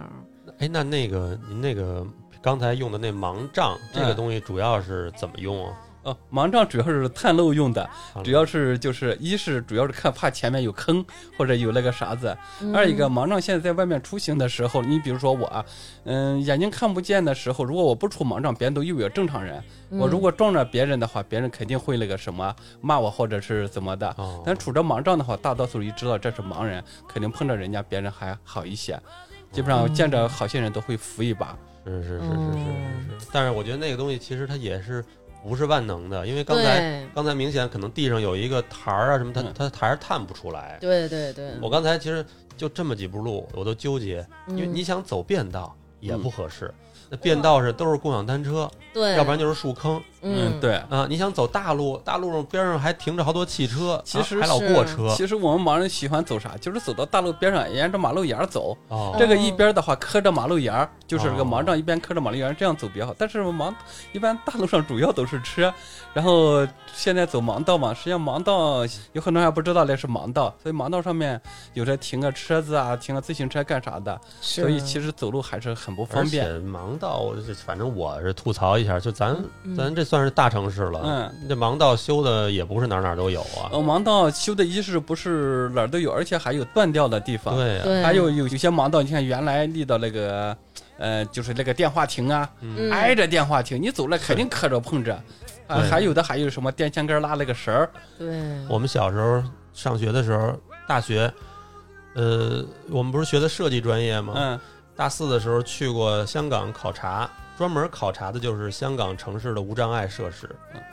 [SPEAKER 4] 哎，那那个您那个刚才用的那盲杖，这个
[SPEAKER 1] 嗯
[SPEAKER 4] 东西主要是怎么用啊？
[SPEAKER 1] 哦，盲杖主要是探路用的，
[SPEAKER 4] 啊
[SPEAKER 1] 主要是就是一是主要是看怕前面有坑或者有那个啥子，二一个
[SPEAKER 2] 嗯
[SPEAKER 1] 盲杖现在在外面出行的时候，你比如说我啊，嗯，眼睛看不见的时候，如果我不出盲杖，别人都以为我正常人，
[SPEAKER 2] 嗯
[SPEAKER 1] 我如果撞着别人的话，别人肯定会那个什么骂我或者是怎么的。
[SPEAKER 4] 哦，
[SPEAKER 1] 但杵着盲杖的话，大多数一知道这是盲人，肯定碰着人家别人还好一些，基本上见着好心人都会扶一把。
[SPEAKER 4] 是是是是
[SPEAKER 2] 哦
[SPEAKER 4] 是是是，但是我觉得那个东西其实它也是不是万能的，因
[SPEAKER 2] 嗯
[SPEAKER 4] 为刚才
[SPEAKER 2] 对
[SPEAKER 4] 刚才明显可能地上有一个台儿啊什么，它
[SPEAKER 1] 嗯
[SPEAKER 4] 它台儿探不出来。
[SPEAKER 2] 对对对，
[SPEAKER 4] 我刚才其实就这么几步路，我都纠结，因为
[SPEAKER 2] 嗯
[SPEAKER 4] 你想走便道也不合适，那便道是都是共享单车，
[SPEAKER 2] 对，
[SPEAKER 4] 要不然就是树坑
[SPEAKER 2] 嗯
[SPEAKER 1] 对。
[SPEAKER 4] 啊。你想走大路，大路上边上还停着好多汽车，
[SPEAKER 1] 其实
[SPEAKER 4] 啊还老
[SPEAKER 2] 是
[SPEAKER 4] 过车。
[SPEAKER 1] 其实我们盲人喜欢走啥，就是走到大路边上，沿着马路沿儿走。
[SPEAKER 4] 哦
[SPEAKER 1] 这个一边的话磕着马路沿儿，就是这个
[SPEAKER 4] 哦
[SPEAKER 1] 盲杖一边磕着马路沿儿这样走比较好。但是盲一般大路上主要都是车，然后现在走盲道嘛，实际上盲道有很多人还不知道那是盲道，所以盲道上面有的停个车子啊，停个自行车干啥的，
[SPEAKER 2] 是
[SPEAKER 1] 所以其实走路还是很不方便。
[SPEAKER 4] 而且盲道，我这反正我是吐槽一下，就咱、
[SPEAKER 2] 嗯
[SPEAKER 4] 咱这算是大城市了，
[SPEAKER 1] 嗯，
[SPEAKER 4] 这盲道修的也不是哪儿哪儿都有啊
[SPEAKER 1] 呃，，盲道修的一是不是哪儿都有，而且还有断掉的地方。
[SPEAKER 4] 对呀、
[SPEAKER 2] 对，
[SPEAKER 1] 还有有有些盲道，你看原来立到那个，呃，就是那个电话亭啊，
[SPEAKER 2] 嗯
[SPEAKER 1] 挨着电话亭，你走了肯定磕着碰着。啊，
[SPEAKER 4] 对
[SPEAKER 1] 还有的还有什么电线杆拉了个绳儿，
[SPEAKER 2] 对，
[SPEAKER 4] 我们小时候上学的时候，大学，呃，我们不是学的设计专业吗？
[SPEAKER 1] 嗯，
[SPEAKER 4] 大四的时候去过香港考察，专门考察的就是香港城市的无障碍设施，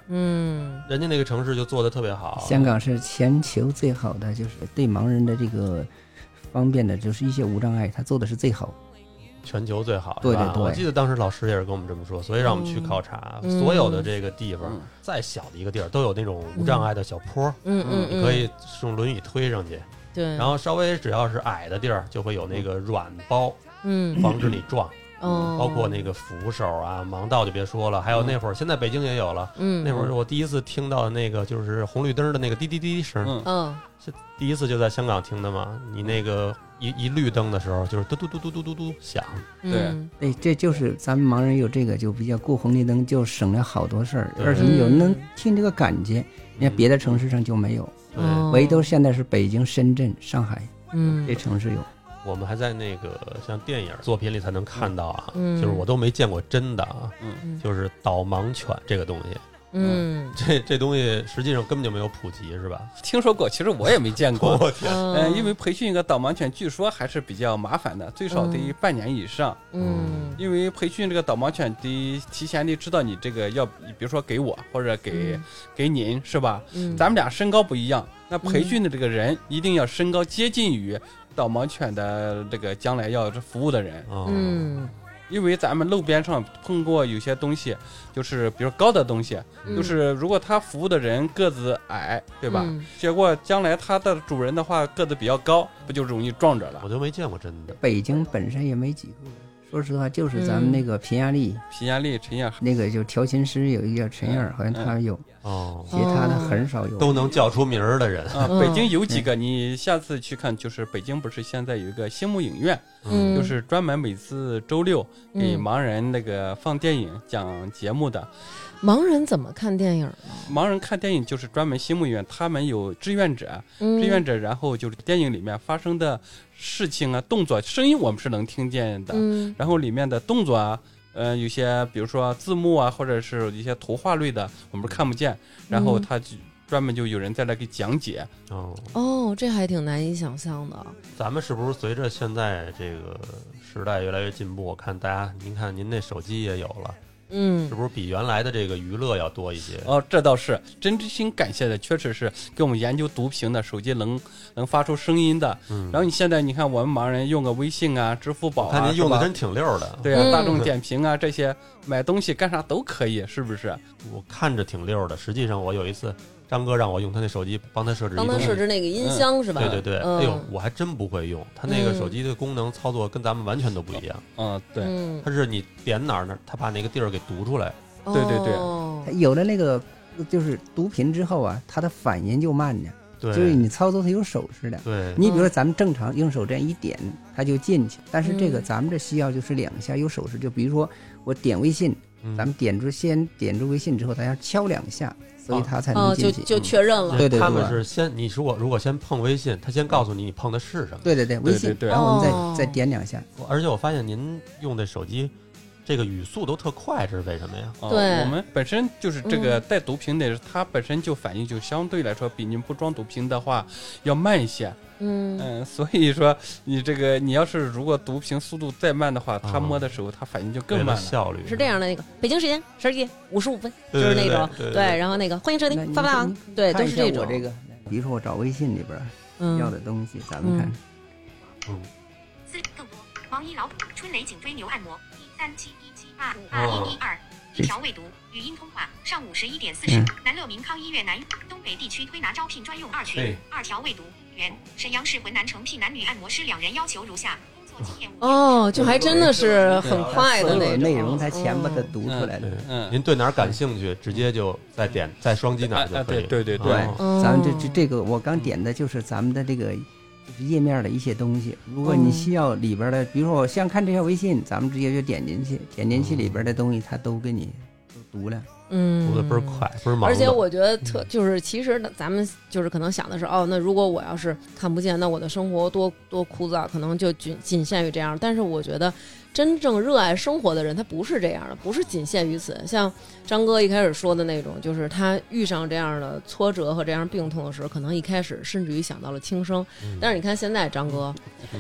[SPEAKER 2] 嗯
[SPEAKER 4] 人家那个城市就做的特别好。
[SPEAKER 3] 香港是全球最好的，就是对盲人的这个方便的，就是一些无障碍，他做的是最好。
[SPEAKER 4] 全球最好，
[SPEAKER 3] 对
[SPEAKER 4] 是吧
[SPEAKER 3] 对对
[SPEAKER 4] 我记得当时老师也是跟我们这么说，所以让我们去考察，
[SPEAKER 2] 嗯
[SPEAKER 4] 所有的这个地方
[SPEAKER 1] 嗯，
[SPEAKER 4] 再小的一个地儿都有那种无障碍的小坡，
[SPEAKER 2] 嗯嗯，
[SPEAKER 4] 你可以用轮椅推上去，
[SPEAKER 2] 对，
[SPEAKER 3] 嗯
[SPEAKER 4] 然后稍微只要是矮的地儿，就会有那个软包，
[SPEAKER 2] 嗯
[SPEAKER 4] 防止你撞，
[SPEAKER 3] 嗯
[SPEAKER 2] 哦，
[SPEAKER 4] 包括那个扶手啊，盲道就别说了，还有那会儿现在北京也有了。
[SPEAKER 2] 嗯
[SPEAKER 4] 那会儿我第一次听到那个就是红绿灯的那个滴滴滴声，
[SPEAKER 1] 嗯
[SPEAKER 2] 嗯
[SPEAKER 4] 是第一次就在香港听的嘛。你那个一一绿灯的时候，就是嘟嘟嘟嘟嘟嘟嘟响，
[SPEAKER 2] 嗯
[SPEAKER 3] 对，哎这就是咱们盲人有这个就比较过红绿灯就省了好多事儿，
[SPEAKER 4] 对
[SPEAKER 3] 二是你有
[SPEAKER 2] 嗯
[SPEAKER 3] 能听这个感觉，你看别的城市上就没有，
[SPEAKER 4] 嗯对，
[SPEAKER 2] 哦
[SPEAKER 3] 唯独现在是北京、深圳、上海这
[SPEAKER 2] 嗯
[SPEAKER 3] 城市有。
[SPEAKER 4] 我们还在那个像电影作品里才能看到啊，
[SPEAKER 2] 嗯
[SPEAKER 4] 就是我都没见过真的啊，
[SPEAKER 2] 嗯
[SPEAKER 4] 就是导盲犬这个东西， *laughs*
[SPEAKER 2] 嗯，
[SPEAKER 4] 这这东西实际上根本就没有普及，是吧？
[SPEAKER 1] 听说过，其实我也没见过。
[SPEAKER 4] 我
[SPEAKER 2] *laughs*
[SPEAKER 4] 天，
[SPEAKER 2] 嗯
[SPEAKER 1] 嗯，因为培训一个导盲犬，据说还是比较麻烦的，最少得
[SPEAKER 2] 嗯
[SPEAKER 1] 半年以上。
[SPEAKER 2] 嗯
[SPEAKER 1] 因为培训这个导盲犬得提前得知道你这个要，比如说给我或者给
[SPEAKER 2] 嗯
[SPEAKER 1] 给您是吧？
[SPEAKER 2] 嗯
[SPEAKER 1] 咱们俩身高不一样，那培训的这个人一定要身高接近于导盲犬的这个将来要服务的人。
[SPEAKER 4] 哦，
[SPEAKER 2] 嗯
[SPEAKER 1] 因为咱们路边上碰过有些东西，就是比如高的东西，
[SPEAKER 2] 嗯
[SPEAKER 1] 就是如果他服务的人个子矮，对吧？
[SPEAKER 2] 嗯
[SPEAKER 1] 结果将来他的主人的话个子比较高，不就容易撞着了
[SPEAKER 4] 我？就没见过真的。
[SPEAKER 3] 北京本身也没几个。说实话，就是咱们那个平亚丽、
[SPEAKER 1] 皮亚丽、陈亚
[SPEAKER 3] 那个就调琴师有一个叫陈燕儿，
[SPEAKER 1] 嗯
[SPEAKER 3] 好像他有，
[SPEAKER 4] 哦，
[SPEAKER 3] 其他的很少有。
[SPEAKER 4] 都能叫出名儿的人，
[SPEAKER 1] 啊，
[SPEAKER 2] 嗯
[SPEAKER 1] 北京有几个，你下次去看，就是北京不是现在有一个星木影院，
[SPEAKER 2] 嗯，
[SPEAKER 1] 就是专门每次周六给
[SPEAKER 2] 嗯
[SPEAKER 1] 盲人那个放电影讲节目的。
[SPEAKER 2] 盲人怎么看电影呢？
[SPEAKER 1] 盲人看电影就是专门星木影院，他们有志愿者，
[SPEAKER 2] 嗯
[SPEAKER 1] 志愿者，然后就是电影里面发生的事情啊、动作、声音，我们是能听见的。
[SPEAKER 2] 嗯
[SPEAKER 1] 然后里面的动作啊，呃，有些比如说字幕啊，或者是一些图画类的，我们是看不见。然后
[SPEAKER 2] 嗯
[SPEAKER 1] 他就专门就有人在那给讲解。
[SPEAKER 4] 哦，
[SPEAKER 2] 哦，这还挺难以想象的。
[SPEAKER 4] 咱们是不是随着现在这个时代越来越进步？我看大家，您看您那手机也有了，
[SPEAKER 2] 嗯
[SPEAKER 4] 是，不是比原来的这个娱乐要多一些？
[SPEAKER 1] 哦，这倒是真心感谢的，确实是给我们研究毒品的手机能能发出声音的。
[SPEAKER 4] 嗯，
[SPEAKER 1] 然后你现在你看我们盲人用个微信啊、支付宝
[SPEAKER 4] 我
[SPEAKER 1] 啊，
[SPEAKER 4] 看您用的
[SPEAKER 1] 是吧
[SPEAKER 4] 真挺溜的，
[SPEAKER 1] 对啊，
[SPEAKER 2] 嗯
[SPEAKER 1] 大众点评啊这些买东西干啥都可以，是不是？
[SPEAKER 4] 我看着挺溜的。实际上，我有一次张哥让我用他那手机帮他设置移
[SPEAKER 2] 帮
[SPEAKER 4] 动
[SPEAKER 2] 他
[SPEAKER 4] 的，
[SPEAKER 2] 设置那个音箱是吧？
[SPEAKER 4] 对对对，
[SPEAKER 2] 嗯
[SPEAKER 4] 哎呦，我还真不会用，他那个手机的功能操作跟咱们完全都不一样。
[SPEAKER 1] 嗯，对，
[SPEAKER 2] 嗯，
[SPEAKER 4] 它是你点哪儿呢，他把那个地儿给读出来。
[SPEAKER 1] 对对对
[SPEAKER 2] 哦
[SPEAKER 3] 它有了那个就是毒品之后啊，它的反应就慢呢，就是
[SPEAKER 4] 对
[SPEAKER 3] 你操作它有手势
[SPEAKER 1] 嗯
[SPEAKER 3] 的。
[SPEAKER 4] 对，
[SPEAKER 3] 你比如说咱们正常用手这样一点，它就进去，但是这个
[SPEAKER 2] 嗯
[SPEAKER 3] 咱们这需要就是两下有手势，就比如说我点微信，
[SPEAKER 4] 嗯
[SPEAKER 3] 咱们点住先点住微信之后，咱要敲两下，所以它才能
[SPEAKER 2] 哦，就
[SPEAKER 3] 进去。
[SPEAKER 2] 就确认了。
[SPEAKER 3] 对对对
[SPEAKER 4] 他们是先你如果如果先碰微信，他先告诉你你碰的是什么。
[SPEAKER 3] 对对对，微
[SPEAKER 1] 对
[SPEAKER 3] 信
[SPEAKER 1] 对，对
[SPEAKER 3] 然后我
[SPEAKER 2] 哦
[SPEAKER 3] 们再再点两下，
[SPEAKER 4] 而且我发现您用的手机，这个语速都特快，这是为什么呀？
[SPEAKER 1] 哦
[SPEAKER 2] 对
[SPEAKER 1] 我们本身就是这个带毒品的，它本身就反应就相对来说比您不装毒品的话要慢一些。
[SPEAKER 2] 嗯，
[SPEAKER 1] 嗯，所以说你这个你要是如果毒品速度再慢的
[SPEAKER 2] 啊
[SPEAKER 1] 话，他摸的时候他反应就更
[SPEAKER 4] 为
[SPEAKER 1] 慢
[SPEAKER 4] 了
[SPEAKER 1] 了。
[SPEAKER 4] 效率
[SPEAKER 2] 是这样，的，那个北京时间十二点五十五分，就
[SPEAKER 4] 对
[SPEAKER 2] 是
[SPEAKER 4] 对
[SPEAKER 2] 那种
[SPEAKER 4] 对对对对
[SPEAKER 2] 然后那个欢迎收
[SPEAKER 3] 那
[SPEAKER 2] 听
[SPEAKER 3] 你
[SPEAKER 2] 发发
[SPEAKER 3] 你
[SPEAKER 2] 王，对，都
[SPEAKER 3] 看一
[SPEAKER 2] 是
[SPEAKER 3] 下
[SPEAKER 2] 种
[SPEAKER 3] 我这个，比如说我找微信里边要
[SPEAKER 2] 嗯
[SPEAKER 3] 的东西，咱们看
[SPEAKER 2] 嗯。
[SPEAKER 7] 四更多，王一劳春雷颈椎牛按摩，一三七一啊七二
[SPEAKER 6] 嗯
[SPEAKER 7] 二一一二，一条未读，语音通话，上午十一点四十
[SPEAKER 3] 嗯，
[SPEAKER 7] 南乐民康医院南东北地区推拿招聘专用二
[SPEAKER 4] 哎
[SPEAKER 7] 群，二条未读，原沈阳市浑南城聘男女按摩师两人要求如下，工作经验五年。
[SPEAKER 2] 哦，就还真的是很快
[SPEAKER 3] 所
[SPEAKER 2] 的
[SPEAKER 3] 有
[SPEAKER 2] 那
[SPEAKER 3] 内
[SPEAKER 2] 种。嗯
[SPEAKER 3] 容它全部它读出来了
[SPEAKER 4] 对。，
[SPEAKER 1] *laughs* 嗯
[SPEAKER 4] 您对哪儿感兴趣，直接就再点再双击哪儿就
[SPEAKER 1] 哎哎
[SPEAKER 4] 可以。
[SPEAKER 1] 对对对
[SPEAKER 3] 对
[SPEAKER 4] 哦，
[SPEAKER 2] 哦
[SPEAKER 3] 咱们这这这个我刚点的就是咱们的这个就是页面的一些东西。如果你需要里边的，比如说我想看这条微信，咱们直接就点进去，点进去里边的东西它都给你都读了。
[SPEAKER 2] 嗯，
[SPEAKER 4] 读的倍儿快，倍儿忙的。
[SPEAKER 2] 而且我觉得特就是，其实咱们就是可能想的是，哦，那如果我要是看不见，那我的生活多多枯燥，可能就仅仅限于这样。但是我觉得，真正热爱生活的人，他不是这样的，不是仅限于此。像张哥一开始说的那种，就是他遇上这样的挫折和这样病痛的时候，可能一开始甚至于想到了轻生。
[SPEAKER 4] 嗯
[SPEAKER 2] 但是你看现在张
[SPEAKER 4] *laughs*
[SPEAKER 2] 哥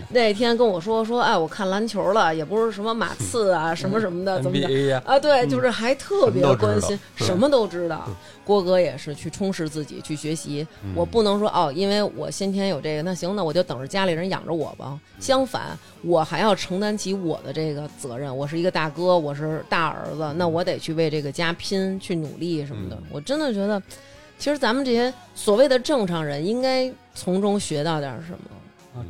[SPEAKER 2] 那天跟我说说，哎，我看篮球了，也不是什么马刺啊，什么什么的，怎么的。
[SPEAKER 1] ，NBA 呀，
[SPEAKER 2] 啊，对，就是还特别关心，什
[SPEAKER 4] 什
[SPEAKER 2] 么都知道
[SPEAKER 4] 嗯。
[SPEAKER 2] 郭哥也是去充实自己，去学习。
[SPEAKER 4] 嗯
[SPEAKER 2] 我不能说哦，因为我先天有这个，那行，那我就等着家里人养着我吧。相反，我还要承担起我的这个责任。我是一个大哥，我是大儿子，那我得去为这个家拼，去努力什么的
[SPEAKER 4] 嗯。
[SPEAKER 2] 我真的觉得，其实咱们这些所谓的正常人，应该从中学到点什么。
[SPEAKER 1] 啊
[SPEAKER 2] 嗯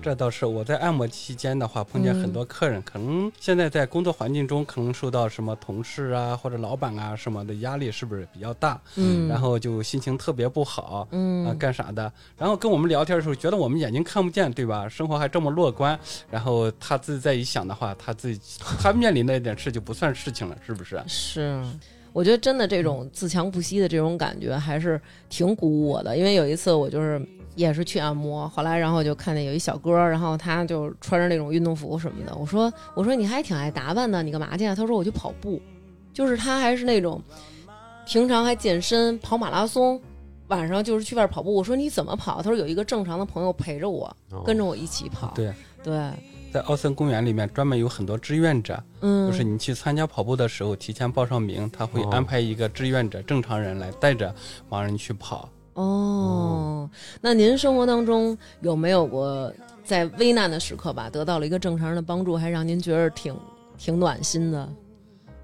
[SPEAKER 1] 这倒是我在按摩期间的话，碰见很多客人，可能现在在工作环境中，可能受到什么同事啊或者老板啊什么的压力，是不是比较大？
[SPEAKER 2] 嗯，
[SPEAKER 1] 然后就心情特别不好，
[SPEAKER 2] 嗯
[SPEAKER 1] 啊，干啥的？然后跟我们聊天的时候，觉得我们眼睛看不见，对吧？生活还这么乐观，然后他自己再一想的话，他自己他面临那点事就不算事情了，是不是？
[SPEAKER 2] 是，我觉得真的这种自强不息的这种感觉还是挺鼓舞我的。因为有一次我就是也是去按摩，后来然后就看见有一小哥儿，然后他就穿着那种运动服什么的。我说我说你还挺爱打扮的，你干嘛去啊？他说我去跑步，就是他还是那种平常还健身跑马拉松。晚上就是去外边跑步，我说你怎么跑？他说有一个正常的朋友陪着我，
[SPEAKER 4] 哦
[SPEAKER 2] 跟着我一起跑。
[SPEAKER 1] 哦对，啊
[SPEAKER 2] 对，
[SPEAKER 1] 在奥森公园里面专门有很多志愿者，
[SPEAKER 2] 嗯，
[SPEAKER 1] 就是你去参加跑步的时候，提前报上名，他会
[SPEAKER 4] 哦
[SPEAKER 1] 安排一个志愿者，正常人来带着盲人去跑。
[SPEAKER 2] 哦，那您生活当中有没有过在危难的时刻吧，得到了一个正常人的帮助，还让您觉得挺挺暖心的。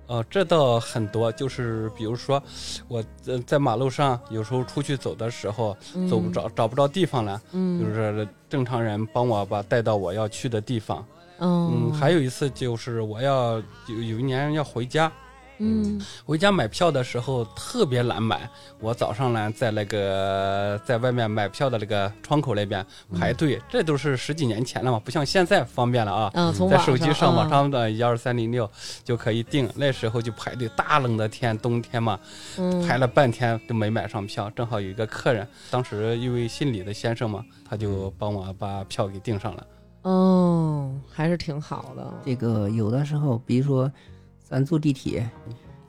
[SPEAKER 1] 哦，这倒很多，就是比如说，我在在马路上有时候出去走的时候，
[SPEAKER 2] 嗯
[SPEAKER 1] 走不着找不着地方了，就
[SPEAKER 2] 嗯
[SPEAKER 1] 是正常人帮我把带到我要去的地方。嗯，
[SPEAKER 2] 嗯，
[SPEAKER 1] 还有一次就是我要有有一年要回家，
[SPEAKER 2] 嗯
[SPEAKER 1] 回家买票的时候特别难买，我早上呢在那个在外面买票的那个窗口那边
[SPEAKER 2] 嗯
[SPEAKER 1] 排队，这都是十几年前了嘛，不像现在方便了啊。
[SPEAKER 2] 嗯，从
[SPEAKER 1] 在
[SPEAKER 2] 网
[SPEAKER 1] 手机上
[SPEAKER 2] 网
[SPEAKER 1] 网上的幺二三零六就可以订，那时候就排队，大冷的天，冬天嘛，
[SPEAKER 2] 嗯
[SPEAKER 1] 排了半天都没买上票。正好有一个客人，当时一位姓李的先生嘛，他就帮我把票给订上了。
[SPEAKER 2] 哦，还是挺好的。
[SPEAKER 3] 这个有的时候，比如说咱坐地铁，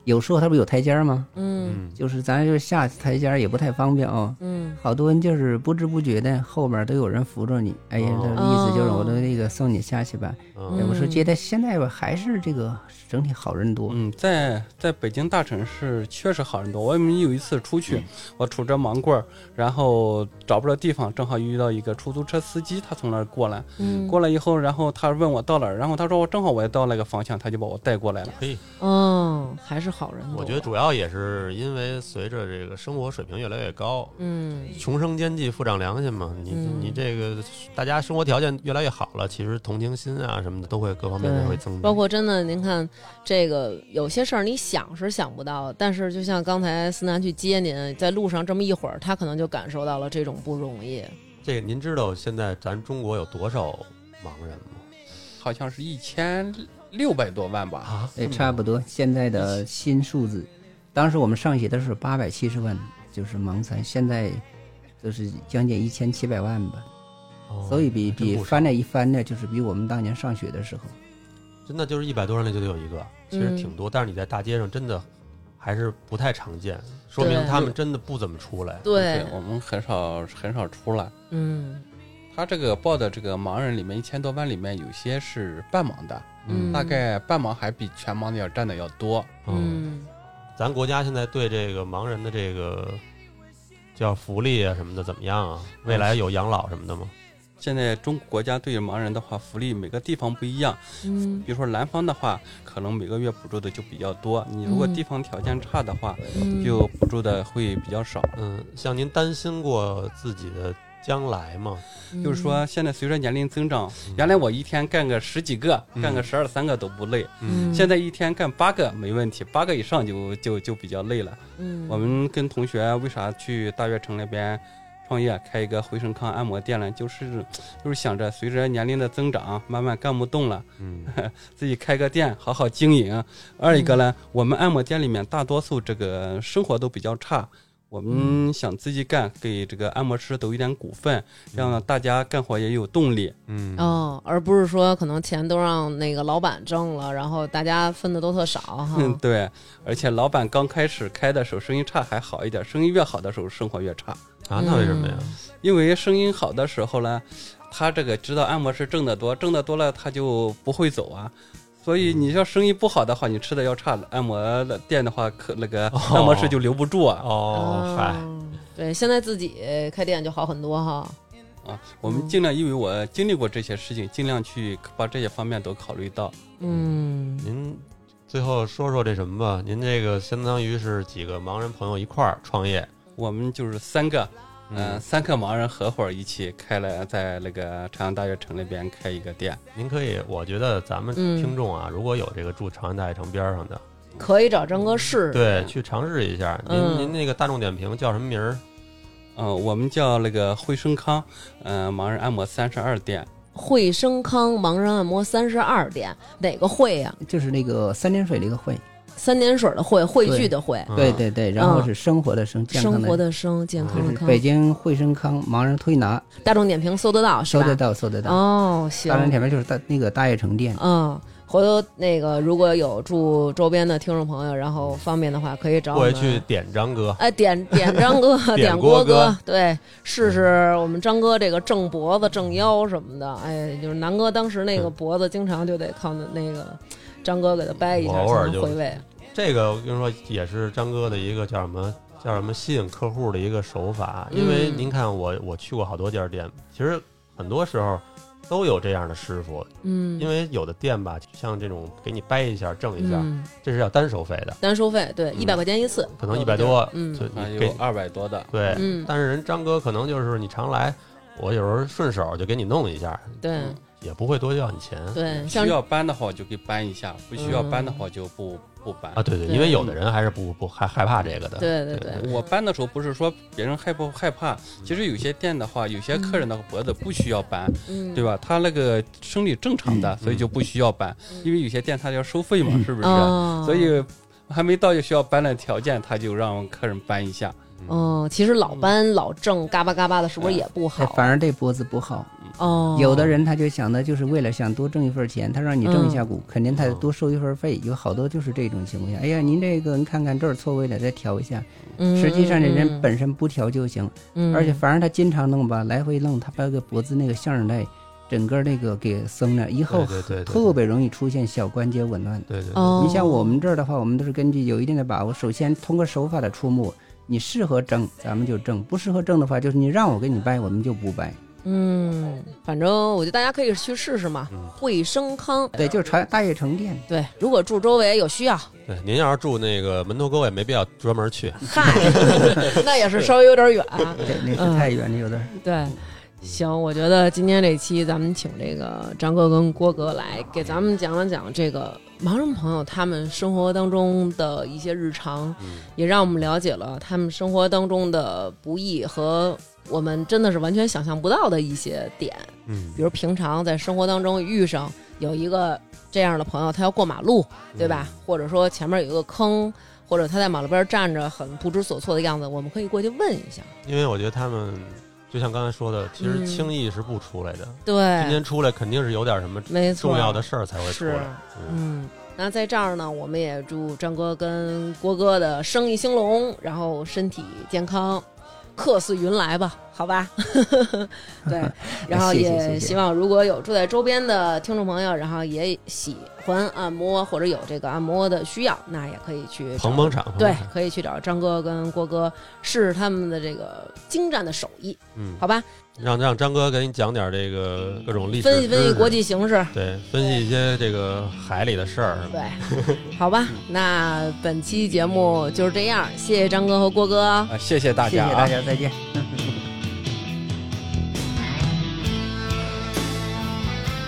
[SPEAKER 3] 有时候它不是有台阶儿吗？
[SPEAKER 2] 嗯
[SPEAKER 4] 嗯，
[SPEAKER 3] 就是咱就是下台阶儿也不太方便哦。
[SPEAKER 2] 嗯
[SPEAKER 3] 好多人就是不知不觉的，后面都有人扶着你。哎呀，
[SPEAKER 4] 哦
[SPEAKER 3] 这意思就是我的那个送你下去吧。哎
[SPEAKER 4] 嗯
[SPEAKER 3] 我说
[SPEAKER 2] 嗯
[SPEAKER 3] 觉得现在吧，还是这个整体好人多。
[SPEAKER 1] 嗯，在在北京大城市确实好很多。我们有一次出去，我杵着盲棍儿，然后找不着地方，正好遇到一个出租车司机，他从那儿过来，
[SPEAKER 2] 嗯，
[SPEAKER 1] 过来以后，然后他问我到哪儿，然后他说我正好我也到那个方向，他就把我带过来了。
[SPEAKER 4] 嘿，
[SPEAKER 2] 嗯，还是好人多。
[SPEAKER 4] 我觉得主要也是因为随着这个生活水平越来越高，
[SPEAKER 2] 嗯
[SPEAKER 4] 穷生奸计，富长良心嘛。你
[SPEAKER 2] 嗯
[SPEAKER 4] 你这个大家生活条件越来越好了，其实同情心啊什么的都会各方面都会增加。
[SPEAKER 2] 包括真的，您看这个有些事儿你想是想不到，但是就像刚才思南去接您，在路上这么一会儿，他可能就感受到了这种不容易。
[SPEAKER 4] 这个，您知道现在咱中国有多少盲人吗？
[SPEAKER 1] 好像是一千六百多万吧。
[SPEAKER 4] 啊，
[SPEAKER 3] 对，哎差不多现在的新数字。当时我们上学的时候，八百七十万就是盲猜，现在就是将近一千七百万吧。
[SPEAKER 4] 哦
[SPEAKER 3] 所以比
[SPEAKER 4] 还真
[SPEAKER 3] 比
[SPEAKER 4] 不少
[SPEAKER 3] 翻了一翻呢，就是比我们当年上学的时候。
[SPEAKER 4] 真的就是一百多人里就得有一个，其实
[SPEAKER 2] 嗯
[SPEAKER 4] 挺多。但是你在大街上真的还是不太常见，说明
[SPEAKER 2] 对
[SPEAKER 4] 他们真的不怎么出来。
[SPEAKER 2] 对，
[SPEAKER 1] 我们很少很少出来。
[SPEAKER 2] 嗯
[SPEAKER 1] 他这个报的这个盲人里面，一千多万里面有些是半盲的，
[SPEAKER 2] 嗯，
[SPEAKER 1] 大概半盲还比全盲的要占的要多。
[SPEAKER 2] 嗯
[SPEAKER 4] 咱国家现在对这个盲人的这个叫福利啊什么的怎么样啊？未来有养老什么的吗？
[SPEAKER 1] 现在中国国家对盲人的话，福利每个地方不一样。
[SPEAKER 2] 嗯
[SPEAKER 1] 比如说南方的话，可能每个月补助的就比较多；你如果地方条件差的话，
[SPEAKER 2] 嗯，
[SPEAKER 1] 就补助的会比较少。
[SPEAKER 4] 嗯，像您担心过自己的将来吗？
[SPEAKER 2] 嗯
[SPEAKER 1] 就是说，现在随着年龄增长，原来我一天干个十几个，
[SPEAKER 4] 嗯
[SPEAKER 1] 干个十二三个都不累，
[SPEAKER 2] 嗯，
[SPEAKER 1] 现在一天干八个没问题，八个以上就就就比较累了。
[SPEAKER 2] 嗯
[SPEAKER 1] 我们跟同学为啥去大悦城那边创业，开一个回声康按摩店呢？就是就是想着随着年龄的增长，慢慢干不动了，
[SPEAKER 4] 嗯，
[SPEAKER 1] *laughs* 自己开个店，好好经营。二一个呢，我们按摩店里面大多数这个生活都比较差。我们想自己干，给这个按摩师都一点股份，让大家干活也有动力。
[SPEAKER 4] 嗯，
[SPEAKER 2] 哦，而不是说可能钱都让那个老板挣了，然后大家分的都特少哈。
[SPEAKER 1] 嗯， *laughs* 对。而且老板刚开始开的时候，生意差还好一点，生意越好的时候，生活越差。
[SPEAKER 4] 啊，那为什么呀？
[SPEAKER 2] 嗯
[SPEAKER 1] 因为声音好的时候呢，他这个知道按摩师挣得多，挣得多了他就不会走啊。所以你要生意不好的话，你吃的要差，按摩的店的话，可那个
[SPEAKER 4] 哦
[SPEAKER 1] 按摩师就留不住啊。
[SPEAKER 4] 哦，嗨、
[SPEAKER 2] 对，现在自己开店就好很多哈。
[SPEAKER 4] 哦
[SPEAKER 1] 啊，我们尽量，因为我经历过这些事情，尽量去把这些方面都考虑到。
[SPEAKER 2] 嗯
[SPEAKER 4] 您最后说说这什么吧？您这个相当于是几个盲人朋友一块儿创业，
[SPEAKER 1] 我们就是三个，嗯、三个盲人合伙一起开了，在那个朝阳大悦城那边开一个店。
[SPEAKER 4] 您可以，我觉得咱们
[SPEAKER 2] 嗯
[SPEAKER 4] 听众啊，如果有这个住长安大悦城边儿上的，，
[SPEAKER 2] 可以找张哥试试。
[SPEAKER 4] 对，去尝试一下。您、
[SPEAKER 2] 嗯
[SPEAKER 4] 您那个大众点评叫什么名儿？
[SPEAKER 1] 嗯、我们叫那个惠生康，嗯、盲人按摩三十二店。
[SPEAKER 2] 惠生康盲人按摩三十二店，哪个惠呀、
[SPEAKER 3] 就是那个三点水的一个会，
[SPEAKER 2] 三点水的惠，汇聚的惠，
[SPEAKER 4] 嗯
[SPEAKER 3] 对，对对，然后是生活的生，健康
[SPEAKER 2] 生活
[SPEAKER 3] 的，
[SPEAKER 2] 的生，健康
[SPEAKER 3] 就
[SPEAKER 2] 的
[SPEAKER 3] 是
[SPEAKER 2] 康。
[SPEAKER 3] 北京惠生康盲人推拿，
[SPEAKER 2] 大众点评搜得到是
[SPEAKER 3] 搜
[SPEAKER 2] 吧？
[SPEAKER 3] 得到，搜得到。
[SPEAKER 2] 哦，行
[SPEAKER 3] 当。然前面就是大那个大悦城店，
[SPEAKER 2] 嗯，回头那个如果有住周边的听众朋友，然后方便的话，可以找我
[SPEAKER 4] 过
[SPEAKER 2] 们。
[SPEAKER 4] 去去点张哥。
[SPEAKER 2] 哎，
[SPEAKER 4] *laughs*
[SPEAKER 2] 点点张哥，点
[SPEAKER 4] 郭
[SPEAKER 2] 哥
[SPEAKER 4] 哥，
[SPEAKER 2] 对，试试我们张哥这个正脖子、正腰什么的。哎，就是南哥当时那
[SPEAKER 4] 嗯
[SPEAKER 2] 个脖子，经常就得靠那那个张哥给他掰一下，
[SPEAKER 4] 我偶尔
[SPEAKER 2] 才能
[SPEAKER 4] 就
[SPEAKER 2] 回位。
[SPEAKER 4] 这个我跟你说，也是张哥的一个叫什么叫什么吸引客户的一个手法。因为
[SPEAKER 2] 嗯
[SPEAKER 4] 您看我，我去过好多家店，其实很多时候都有这样的师傅，
[SPEAKER 2] 嗯，
[SPEAKER 4] 因为有的店吧，像这种给你掰一下、挣一下，
[SPEAKER 2] 嗯
[SPEAKER 4] 这是要单收费的，
[SPEAKER 2] 单收费，对，
[SPEAKER 1] 嗯
[SPEAKER 2] 一百块钱一次，
[SPEAKER 4] 可能一百多，
[SPEAKER 2] 嗯
[SPEAKER 4] 就
[SPEAKER 1] 啊，
[SPEAKER 4] 你给
[SPEAKER 1] 有二百多的，
[SPEAKER 4] 对，
[SPEAKER 2] 嗯，
[SPEAKER 4] 但是人张哥可能就是你常来，我有时候顺手就给你弄一下，
[SPEAKER 2] 对
[SPEAKER 4] 也不会多要你钱
[SPEAKER 2] 对，
[SPEAKER 1] 嗯
[SPEAKER 2] 像
[SPEAKER 1] 需要搬的话就给搬一下，不需要搬的话就不不搬
[SPEAKER 4] 啊。。对对，
[SPEAKER 2] 对
[SPEAKER 4] 因为有的人还是不不害害怕这个的。
[SPEAKER 2] 对对
[SPEAKER 4] 对
[SPEAKER 2] 对，
[SPEAKER 1] 我搬的时候不是说别人害不害怕，其实有些店的话，有些客人的脖子不需要搬，
[SPEAKER 2] 嗯
[SPEAKER 1] 对吧？他那个生理正常的，所以就不需要搬，因为有些店他要收费嘛，是不是？
[SPEAKER 2] 哦，
[SPEAKER 1] 所以还没到需要搬的条件，他就让客人搬一下。
[SPEAKER 2] 哦，其实老搬老挣，嘎巴嘎巴的，是不是也不
[SPEAKER 3] 哎
[SPEAKER 2] 好？
[SPEAKER 3] 反而这脖子不好。
[SPEAKER 2] 哦，
[SPEAKER 3] 有的人他就想的就是为了想多挣一份钱，他让你挣一下
[SPEAKER 2] 嗯
[SPEAKER 3] 股，肯定他多收一份费。有好多就是这种情况下，哎呀，您这个你看看这儿错位了，再调一下。
[SPEAKER 2] 嗯
[SPEAKER 3] 实际上这人，本身不调就行，
[SPEAKER 2] 嗯
[SPEAKER 3] 而且反而他经常弄吧，来回弄，他把个脖子那个向日带，整个那个给松了，以后
[SPEAKER 4] 对对对对
[SPEAKER 3] 特别容易出现小关节紊乱。
[SPEAKER 4] 对对对，
[SPEAKER 2] 哦，
[SPEAKER 3] 你像我们这儿的话，我们都是根据有一定的把握，首先通过手法的出没，你适合挣咱们就挣，不适合挣的话，就是你让我给你掰，我们就不掰。
[SPEAKER 2] 嗯，反正我觉得大家可以去试试嘛，
[SPEAKER 1] 嗯
[SPEAKER 2] 惠生康，
[SPEAKER 3] 对，就是传大悦城店。
[SPEAKER 2] 对，如果住周围有需要，
[SPEAKER 4] 对，您要是住那个门头沟，也没必要专门去。
[SPEAKER 1] *laughs*
[SPEAKER 2] 嗨，那也是稍微有点远，
[SPEAKER 3] 对，
[SPEAKER 2] 嗯
[SPEAKER 3] 那是太远了，有点儿。
[SPEAKER 2] 对。行，我觉得今天这期咱们请这个张哥跟郭哥来给咱们讲了讲这个盲人朋友他们生活当中的一些日常，
[SPEAKER 4] 嗯
[SPEAKER 2] 也让我们了解了他们生活当中的不易和我们真的是完全想象不到的一些点。
[SPEAKER 4] 嗯
[SPEAKER 2] 比如平常在生活当中遇上有一个这样的朋友，他要过马路，
[SPEAKER 4] 嗯
[SPEAKER 2] 对吧？或者说前面有一个坑，或者他在马路边站着很不知所措的样子，我们可以过去问一下。
[SPEAKER 4] 因为我觉得他们就像刚才说的，其
[SPEAKER 2] 嗯
[SPEAKER 4] 实轻易是不出来的。今
[SPEAKER 2] 对，
[SPEAKER 4] 天出来肯定是有点什么
[SPEAKER 2] 没错，
[SPEAKER 4] 重要的事儿才会出
[SPEAKER 2] 是
[SPEAKER 4] 来。，嗯
[SPEAKER 2] 嗯。那在这儿呢，我们也祝张哥跟郭哥的生意兴隆，然后身体健康，客似云来吧，好吧？ *laughs* 对，
[SPEAKER 3] *laughs*
[SPEAKER 2] 然后
[SPEAKER 3] 谢谢
[SPEAKER 2] 也
[SPEAKER 3] 谢谢
[SPEAKER 2] 希望如果有住在周边的听众朋友，然后也喜欢按摩或者有这个按摩的需要，那也可以去找
[SPEAKER 4] 捧捧场，捧捧
[SPEAKER 2] 对
[SPEAKER 4] 场，
[SPEAKER 2] 可以去找张哥跟郭哥试试他们的这个精湛的手艺，
[SPEAKER 4] 嗯，
[SPEAKER 2] 好吧？
[SPEAKER 4] 让让张哥给你讲点这个各种历史
[SPEAKER 2] 分析分
[SPEAKER 4] 知
[SPEAKER 3] 嗯
[SPEAKER 2] 析
[SPEAKER 4] 识
[SPEAKER 2] 国际形势，
[SPEAKER 4] 对，分析一些这个海里的事儿。
[SPEAKER 2] 对，好吧，那本期节目就是这样，谢谢张哥和郭哥，
[SPEAKER 1] 啊，谢谢大
[SPEAKER 3] 谢谢
[SPEAKER 1] 家啊
[SPEAKER 3] 大！家，再见。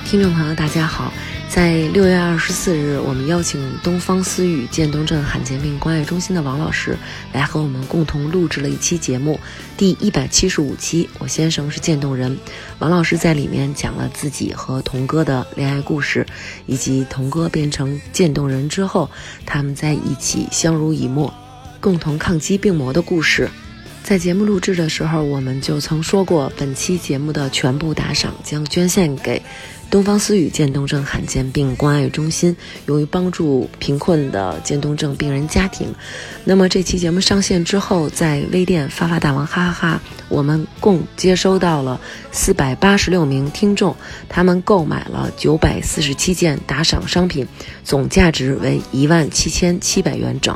[SPEAKER 8] 听众朋友，大家好！在六月二十四日，我们邀请东方思雨渐冻症罕见病关爱中心的王老师来和我们共同录制了一期节目，第一百七十五期。我先生是渐冻人，王老师在里面讲了自己和童哥的恋爱故事，以及童哥变成渐冻人之后，他们在一起相濡以沫，共同抗击病魔的故事。在节目录制的时候，我们就曾说过，本期节目的全部打赏将捐献给东方思雨渐冻症罕见病关爱中心，用于帮助贫困的渐冻症病人家庭。那么这期节目上线之后，在微店发发大王哈哈哈，我们共接收到了四百八十六名听众，他们购买了九百四十七件打赏商品，总价值为一万七千七百元整。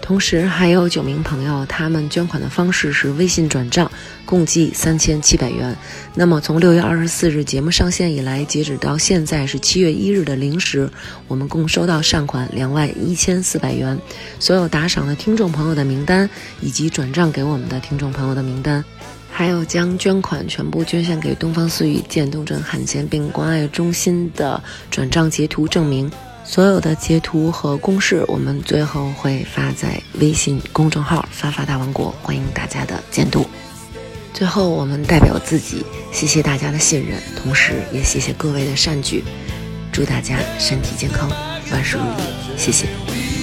[SPEAKER 8] 同时还有九名朋友，他们捐款的方式是微信转账，共计三千七百元。那么从六月二十四日节目上线以来，截止到现在是七月一日的零时，我们共收到善款两万一千四百元。所有打赏的听众朋友的名单，以及转账给我们的听众朋友的名单。还有将捐款全部捐献给东方思雨渐冻症罕见病关爱中心的转账截图证明，所有的截图和公示，我们最后会发在微信公众号“发发大王国”，欢迎大家的监督。最后，我们代表自己，谢谢大家的信任，同时也谢谢各位的善举，祝大家身体健康，万事如意，谢谢。
[SPEAKER 5] We